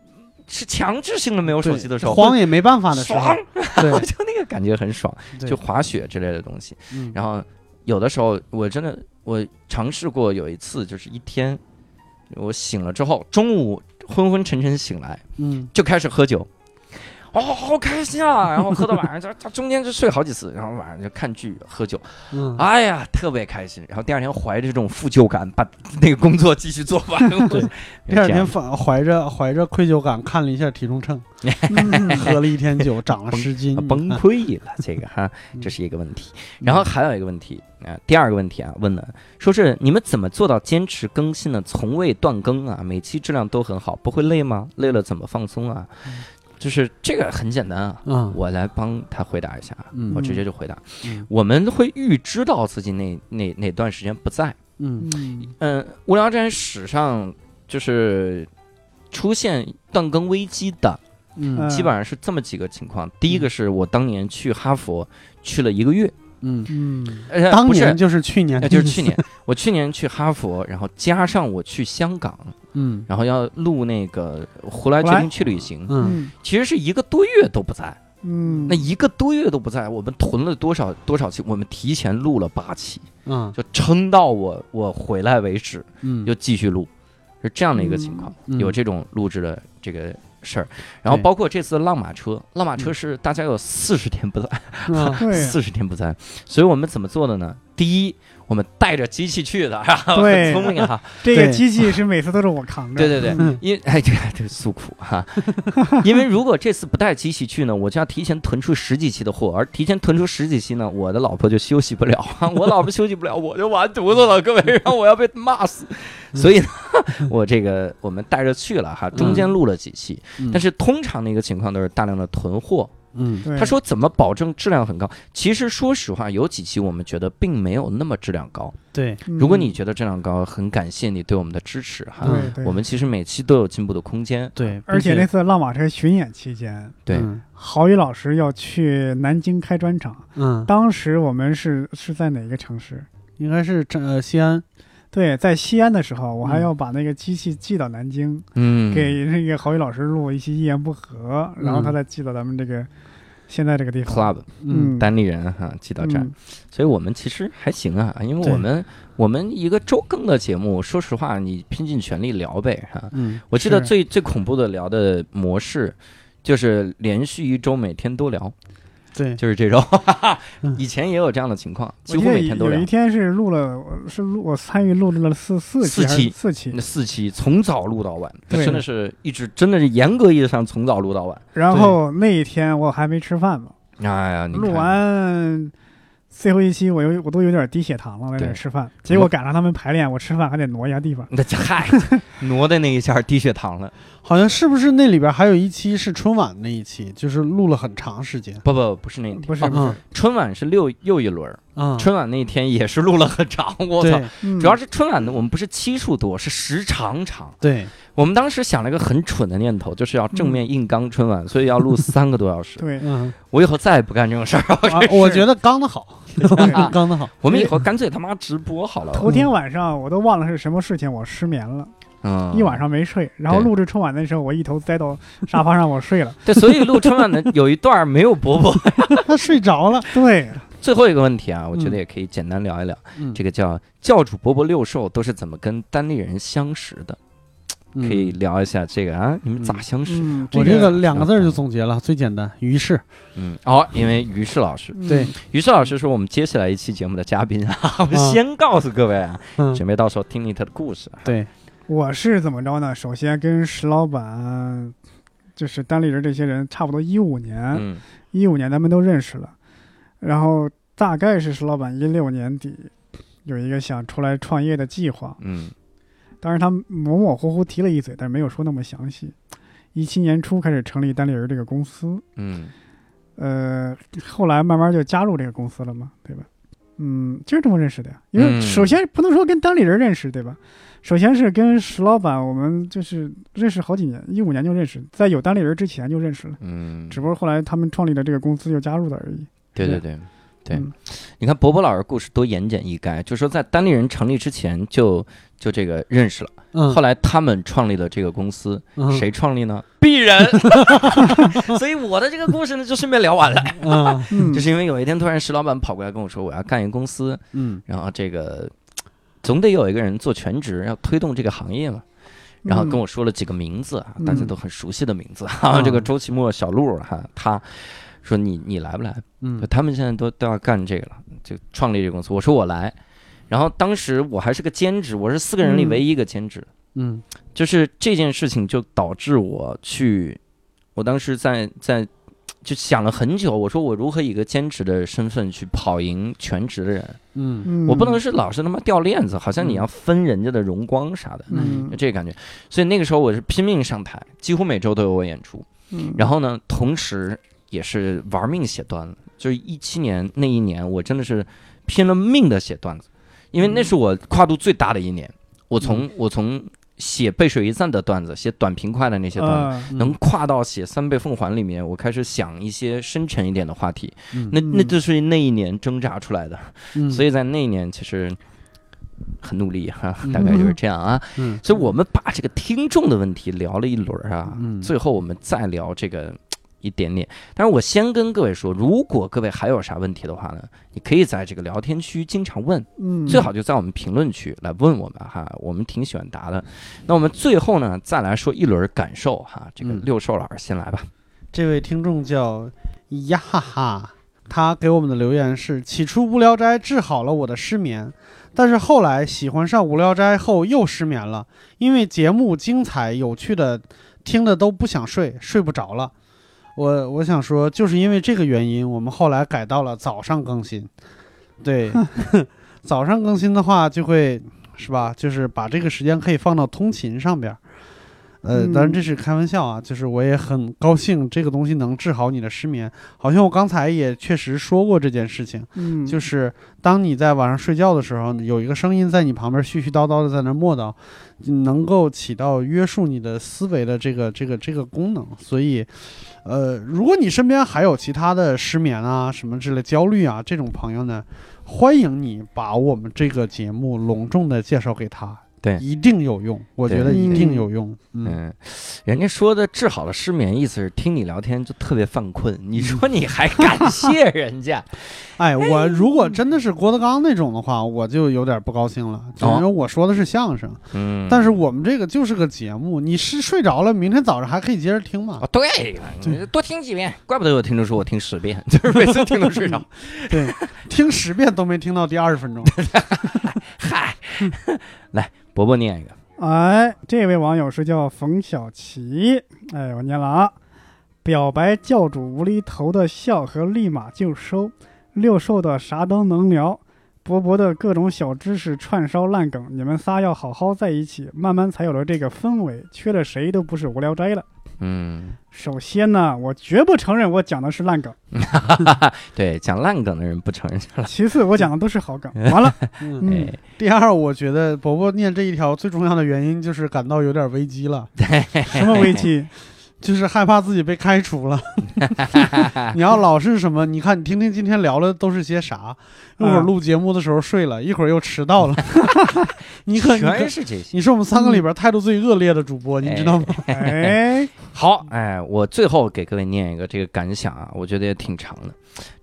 是强制性的没有手机的时候，
慌也没办法的时候
爽，，
对
就那个感觉很爽，
对
就滑雪之类的东西。
嗯
然后有的时候我真的我尝试过有一次，就是一天我醒了之后，中午昏昏沉沉醒来
嗯
就开始喝酒。哦，好开心啊！然后喝到晚上，这 这中间就睡好几次，然后晚上就看剧、喝酒，
嗯
哎呀，特别开心。然后第二天怀着这种负疚感，把那个工作继续做 完。
对
这
第二
样
天反怀着怀着愧疚感看了一下体重 秤，喝了一天酒，长了十斤
啊，崩
嗯
溃了，这个 哈，这是一个问题。然后还有一个问题啊、第二个问题啊，问的说是你们怎么做到坚持更新的，从未断更啊？每期质量都很好，不会累吗？累了怎么放松啊？就是这个很简单啊，
嗯
我来帮他回答一下啊，
嗯
我直接就回答。
嗯
我们会预知到自己哪哪哪段时间不在。
嗯
嗯
嗯，无聊斋史上就是出现断更危机的，
呃
嗯
基本上是这么几个情况。第一个是我当年去哈佛去了一个月，
嗯。
嗯
呃，
当
不是
年就是去年
呃，
的意思，
就是去 年，我去年去哈佛，然后加上我去香港，
嗯，
然后要录那个《胡来
胡
决
来
定去旅行》，
嗯
嗯
其实是一个多月都不在。
嗯，
那一个多月都不在，我们囤了多少多少期？我们提前录了八期，
嗯
就撑到我我回来为止，
嗯，
又继续录，是这样的一个情况，
嗯
有这种录制的这个事儿。然后包括这次浪马车，浪马
嗯
车是大家有四十天不在。
啊
对
四十天不在，所以我们怎么做的呢？第一，我们带着机器去的，
对
很聪明啊，
这个
对
机器是每次都是我扛着，
对对对
嗯
因 为哎，这个这个诉苦 哈、因为如果这次不带机器去呢，我就要提前囤出十几期的货，而提前囤出十几期呢，我的老婆就休息不了， 我老婆休息不了，我就完犊子了，各位，然后我要被骂死。
嗯
所以呢， 我这个我们带着去了哈，中间录了几期，
嗯
但是通常的一个情况都是大量的囤货，
嗯
对
他说怎么保证质量很高？其实说实话，有几期我们觉得并没有那么质量高。
对，
如果你觉得质量高，很感谢你对我们的支持
嗯
哈。
对对，
我们其实每期都有进步的空间。
对，
而且那次浪马车巡演期间，
对，
嗯
郝宇老师要去南京开专场，
嗯，
当时我们是是在哪个城市？
应该是这呃西安，
对，在西安的时候，我还
嗯
要把那个机器寄到南京，
嗯，
给那个郝宇老师录一期一言不合，然后
嗯
他再寄到咱们这个现在这个地方
club
嗯，
单立人哈，记到这儿。
嗯
所以我们其实还行啊，因为
对
我们我们一个周更的节目，说实话，你拼尽全力聊呗哈。
嗯
我记得
是
最最恐怖的聊的模式，就是连续一周每天都聊，
对，
就是这 种。
嗯
以前也有这样的情况，
我
几
记
乎
得
每天都
有
聊
一。天是录了，是录我参与录制了四四
四
还是
期
四期
那，四期从早录到晚，
对
真的是一直真的是严格意义上从早录到晚。
然后那一天我还没吃饭嘛，
哎呀，你看
录完最后一期我有我都有点低血糖了，我在
对
那吃饭，结果赶上他们排练，我吃饭还得挪一下地方。
那 嗨，挪的那一下低血糖了。
好像是不是那里边还有一期是春晚那一期，就是录了很长时间
不不不是那一天，
不是嗯
哦
不是
啊
春晚是六又一轮儿，
啊，
春晚那一天也是录了很长，我操！
对
嗯
主要是春晚的，我们不是期数多，是时长长。
对，
我们当时想了一个很蠢的念头，就是要正面硬刚春晚，所以要
嗯
录三个多小 时。
对，
嗯，
我以后再也不干这种事儿啊了。
啊 我觉得刚的好，嗯 刚 的好，
我们以后干脆他妈直播好了。
头天晚上我都忘了是什么事情，我失眠了，
嗯，
一晚上没睡。然后
对
录制春晚的时候，我一头栽到沙发上，我睡了。
对，所以录春晚的有一段没有伯伯。
他睡着了，
对，
最后一个问题啊，我觉得也可以简单聊一聊，
嗯
这个叫教主伯伯六兽都是怎么跟单立人相识的，
嗯
可以。聊一下这个啊，你们咋相识？
嗯，
我这
这
个两个字儿
啊
就总结了，最简单，于是
嗯，哦，因为于适老师，
对，
于适老师是我们接下来一期节目的嘉宾啊， 我们先告诉各位啊，
嗯，
准备到时候听听他的故事。啊
对，
我是怎么着呢？首先跟石老板，就是单立人这些人，差不多一五年，
嗯
一五、年咱们都认识了，然后大概是石老板一六年底有一个想出来创业的计划，
嗯
当时他模模糊糊提了一嘴，但没有说那么详细。一七年初开始成立单立人这个公司，
嗯
呃，后来慢慢就加入这个公司了嘛，对吧？嗯，就是这么认识的呀。因为
嗯
首先不能说跟单立人认识，对吧？首先是跟石老板，我们就是认识好几年，一五年就认识，在有单立人之前就认识了，
嗯，
只不过后来他们创立了这个公司又加入的而已。
对对对对
嗯，
你看伯伯老师故事多言简意赅，就说在单立人成立之前就就这个认识了，
嗯，
后来他们创立了这个公司，
嗯
谁创立呢？鄙人。 所以我的这个故事呢，就顺便聊完了，
啊，
嗯，
就是因为有一天突然石老板跑过来跟我说，我要干一个公司，
嗯
然后这个总得有一个人做全职，要推动这个行业嘛。然后跟
我
我说了几个名字啊，
嗯
大家都很熟悉的名字， 哈、这个周奇墨、小鹿哈、他说你你来不来？就
嗯
他们现在都都要干这个了，就创立这个公司。我说我来，然后当时我还是个兼职，我是四个人里
嗯
唯一一个兼职，
嗯
就是这件事情就导致我去，我当时在在。就想了很久，我说我如何以一个兼职的身份去跑赢全职的人，
嗯
嗯、
我不能是老是他妈掉链子，好像你要分人家的荣光啥的，
嗯
哎就这个感觉。所以那个时候我是拼命上台，几乎每周都有我演出。
嗯，
然后呢，同时也是玩命写段子。就是一七年那一年，我真的是拼了命的写段子，因
嗯
为那是我跨度最大的一年。我从我从写背水一战的段子，写短平快的那些段子。
呃
嗯
能跨到写《三倍奉还》里面，我开始想一些深沉一点的话题，
嗯
那那
嗯
就是那一年挣扎出来的。
嗯，
所
以
以在那一年其实很努力哈、
嗯
大概就是这样啊。
嗯
所以我们把这个听众的问题聊了一轮儿啊，
嗯
最后我们再聊这个。一点点，但是我先跟各位说，如果各位还有啥问题的话呢，你可以在这个聊天区经常问，
嗯，
最好就在我们评论区来问我们哈，我们挺喜欢答的。那我们最后呢，再来说一轮儿感受哈，这个
嗯
六兽老师先来吧。
这位听众叫呀哈哈，他给我们的留言是：起初《无聊斋》治好了我的失眠，但是后来喜欢上《无聊斋》后又失眠了，因为节目精彩有趣的，听的都不想睡，睡不着了。我我想说，就是因为这个原因，我们后来改到了早上更新。对， 早上更新的话，就会是吧？就是把这个时间可以放到通勤上边儿。呃，当然
嗯
这是开玩笑啊，就是我也很高兴这个东西能治好你的失眠。好像我刚才也确实说过这件事情，
嗯，
就是当你在晚上睡觉的时候，有一个声音在你旁边絮絮叨叨的在那磨叨，能够起到约束你的思维的这个这个这个功能。所以，呃，如果你身边还有其他的失眠啊、什么之类焦虑啊这种朋友呢，欢迎你把我们这个节目隆重的介绍给他。
对
一定有用，我觉得
对
一定有用。嗯，
嗯，人家说的治好了失眠，意思是听你聊天就特别犯困，你说你还感谢人 家，
哎，我如果真的是郭德纲那种的话，我就有点不高兴了，只
哦
因为我说的是相声，
嗯，
但
是
是我们这个就是个节目，你是睡着了，明天早上还可以接着听嘛
啊，。对，你多听几遍，怪不得有听众说我听十遍，就是每次听都睡着，
对，听十遍都没听到第二十分钟。
嗨， 来，伯伯念一个，
哎，这位网友是叫冯小琪，哎，我念了啊。表白教主无厘头的笑和立马就收，六兽的啥都能聊，博博的各种小知识串烧烂梗，你们仨要好好在一起，慢慢才有了这个氛围，缺了谁都不是无聊斋了。
嗯，
首先呢，我绝不承认我讲的是 烂梗，
对，讲烂梗的人不承认，
其次我讲的都是好梗。完了，
嗯，
嗯
哎，
第二，我觉得伯伯念这一条最重要的原因就是感到有点危机了，
什么危机？
就是害怕自己被开除 了。你要老是什么？你看，你听听今天聊的都是些啥？一
嗯
会儿录节目的时候睡了，一会儿又迟 到了。你可你可
全是这些。
你是我们三个里边态度最恶劣的主播，你知道吗？
哎，
好，哎，我最后给各位念一个这个感想啊，我觉得也挺长的。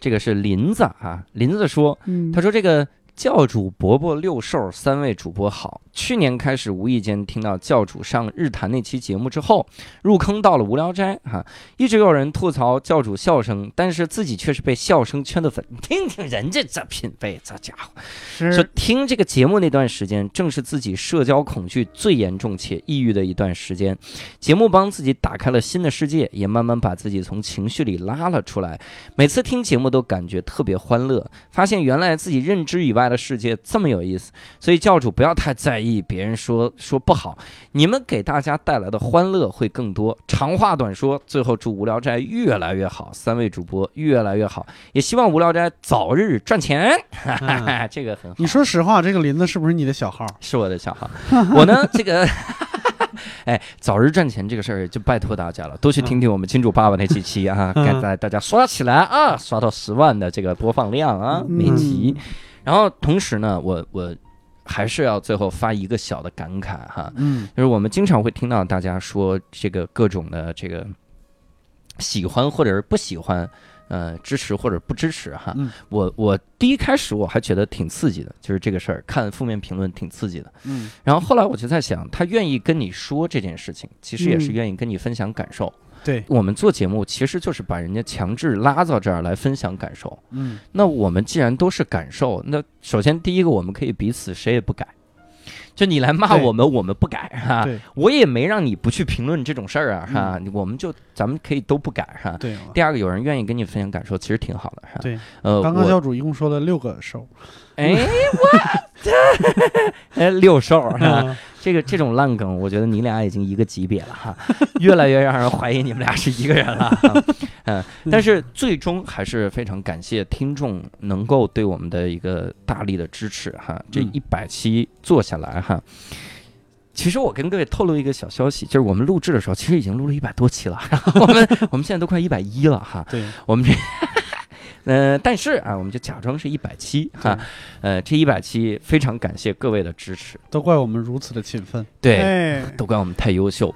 这个是林子啊，林子说，
嗯
他，说这个教主伯伯六兽三位主播好，去年开始无意间听到教主上日坛那期节目之后，入坑到了无聊斋哈、一直有人吐槽教主笑声，但是自己却是被笑声圈的粉。你听听人家这品味，这家伙。说
是，
听嗯这个节目那段时间，正是自己社交恐惧最严重且抑郁的一段时间。节目帮自己打开了新的世界，也慢慢把自己从情绪里拉了出来。每次听节目都感觉特别欢乐，发现原来自己认知以外的世界这么有意思。所以教主不要太在意别人说说不好，你们给大家带来的欢乐会更多。长话短说，最后祝无聊斋越来越好，三位主播越来越好，也希望无聊斋早日赚钱。
嗯
这个很好。
你说实话，这个林子是不是你的小号？
是我的小号。 我呢，这个， 哎，早日赚钱这个事儿就拜托大家了，多去听听我们金主爸爸那几期啊，
嗯
赶在大家刷起来啊，刷到十万的这个播放量
嗯
嗯
啊，每集。然后同时呢，我我还是要最后发一个小的感慨哈，
嗯
就是我们经常会听到大家说这个各种的这个喜欢或者是不喜欢，呃，支持或者不支持哈。
嗯
我我第一开始我还觉得挺刺激的，就是这个事儿，看负面评论挺刺激的。
嗯
然后后来我就在想，他愿意跟你说这件事情，其实也是愿意跟你分享感受。
嗯对，
我们做节目其实就是把人家强制拉到这儿来分享感受。
嗯
那我们既然都是感受，那首先第一个，我们可以彼此谁也不改。就你来骂
对
我们，我们不改哈、
对嗯
我也没让你不去评论这种事儿啊哈、我们就咱们可以都不改哈、
对。
第二个，有人愿意跟你分享感受，其实挺好的哈、
对，
呃，
刚刚
我
教主一共说了六个手，
哎，我哎六兽哈、这个这种烂梗，我觉得你俩已经一个级别了哈，越来越让人怀疑你们俩是一个人了。哈嗯，但是最终还是非常感谢听众能够对我们的一个大力的支持哈。这
嗯
一百期做下来哈，其实我跟各位透露一个小消息，就是我们录制的时候，其实已经录了一百多期了，然 后我们我们现在都快一百一了哈。
对，
我们这， 呃，但是啊，我们就假装是一百期哈
对，
呃，这一百期非常感谢各位的支持，
都怪我们如此的勤奋。
对。
哎，
都怪我们太优秀。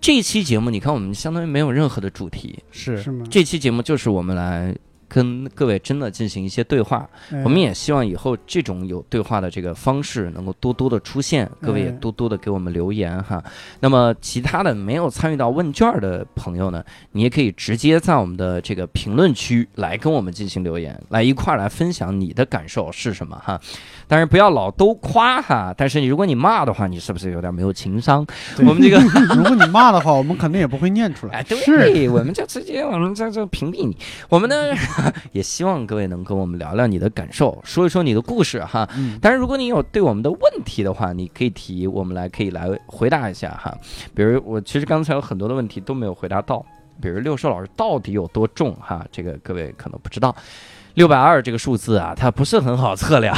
这一期节目，你看我们相当于没有任何的主题，
是
是，吗？
这期节目就是我们来跟各位真的进行一些对话。
哎
我们也希望以后这种有对话的这个方式能够多多的出现，各位也
嗯
多多的给我们留言哈。那么其他的没有参与到问卷的朋友呢，你也可以直接在我们的这个评论区来跟我们进行留言，来一块儿来分享你的感受是什么哈。但是不要老都夸哈，但是你如果你骂的话，你是不是有点没有情商？
对
我们这个。
如果你骂的话，我们肯定也不会念出来。
哎，对，
是
我们就直接我们就就屏蔽你。我们呢 也希望各位能跟我们聊聊你的感受，说一说你的故事哈。
嗯，
当然，如果你有对我们的问题的话，你可以提，我们来可以来回答一下哈。比如我其实刚才有很多的问题都没有回答到，比如六兽老师到底有多重哈？这个各位可能不知道。六百二这个数字啊，它不是很好测量。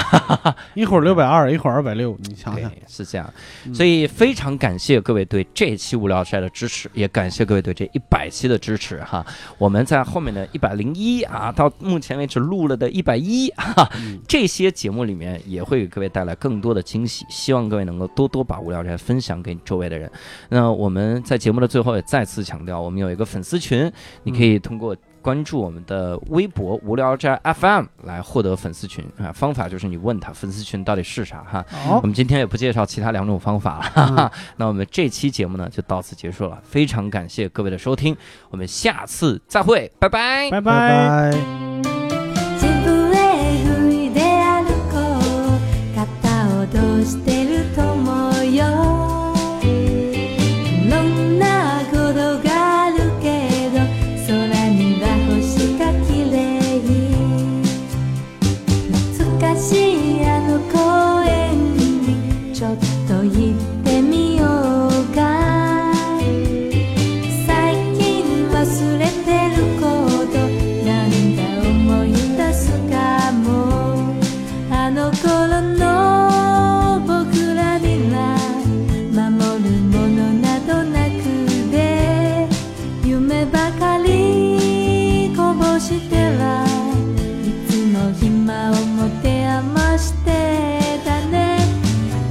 一会儿六百二，一会儿二百六，你想
对
想，，
是这样。
嗯
所以非常感谢各位对这一期无聊斋的支持，也感谢各位对这一百期的支持哈。我们在后面的一百零一啊，到目前为止录了的一百一哈，
嗯
这些节目里面也会给各位带来更多的惊喜。希望各位能够多多把无聊斋分享给周围的人。那我们在节目的最后也再次强调，我们有一个粉丝群，你可
嗯
以通过。关注我们的微博“无聊斋 FM” 来获得粉丝群啊，方法就是你问他粉丝群到底是啥哈，
好
嗯我，们今天也不介绍其他两种方法了， 哈哈。那我们这期节目呢就到此结束了，非常感谢各位的收听，我们下次再会，拜拜。
拜
拜
拜。
拜
自分へふいで歩こう肩をどしてる友よいろんなことがあるけど空には星がきれい懐かしいあの公園にちょっと行ってみようか「最近忘れてることなんだ思い出すかも」「あの頃の僕らには守るものなどなくて」「夢ばかりこぼしてはいつも暇を持て余してたね」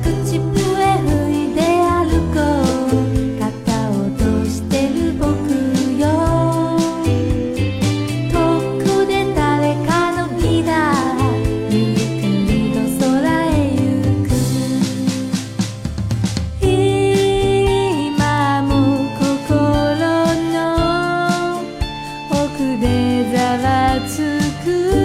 口笛吹いで歩こう肩を落としてる僕よ遠くで誰かのギターゆっくりと空へ行く今も心の奥でざわつく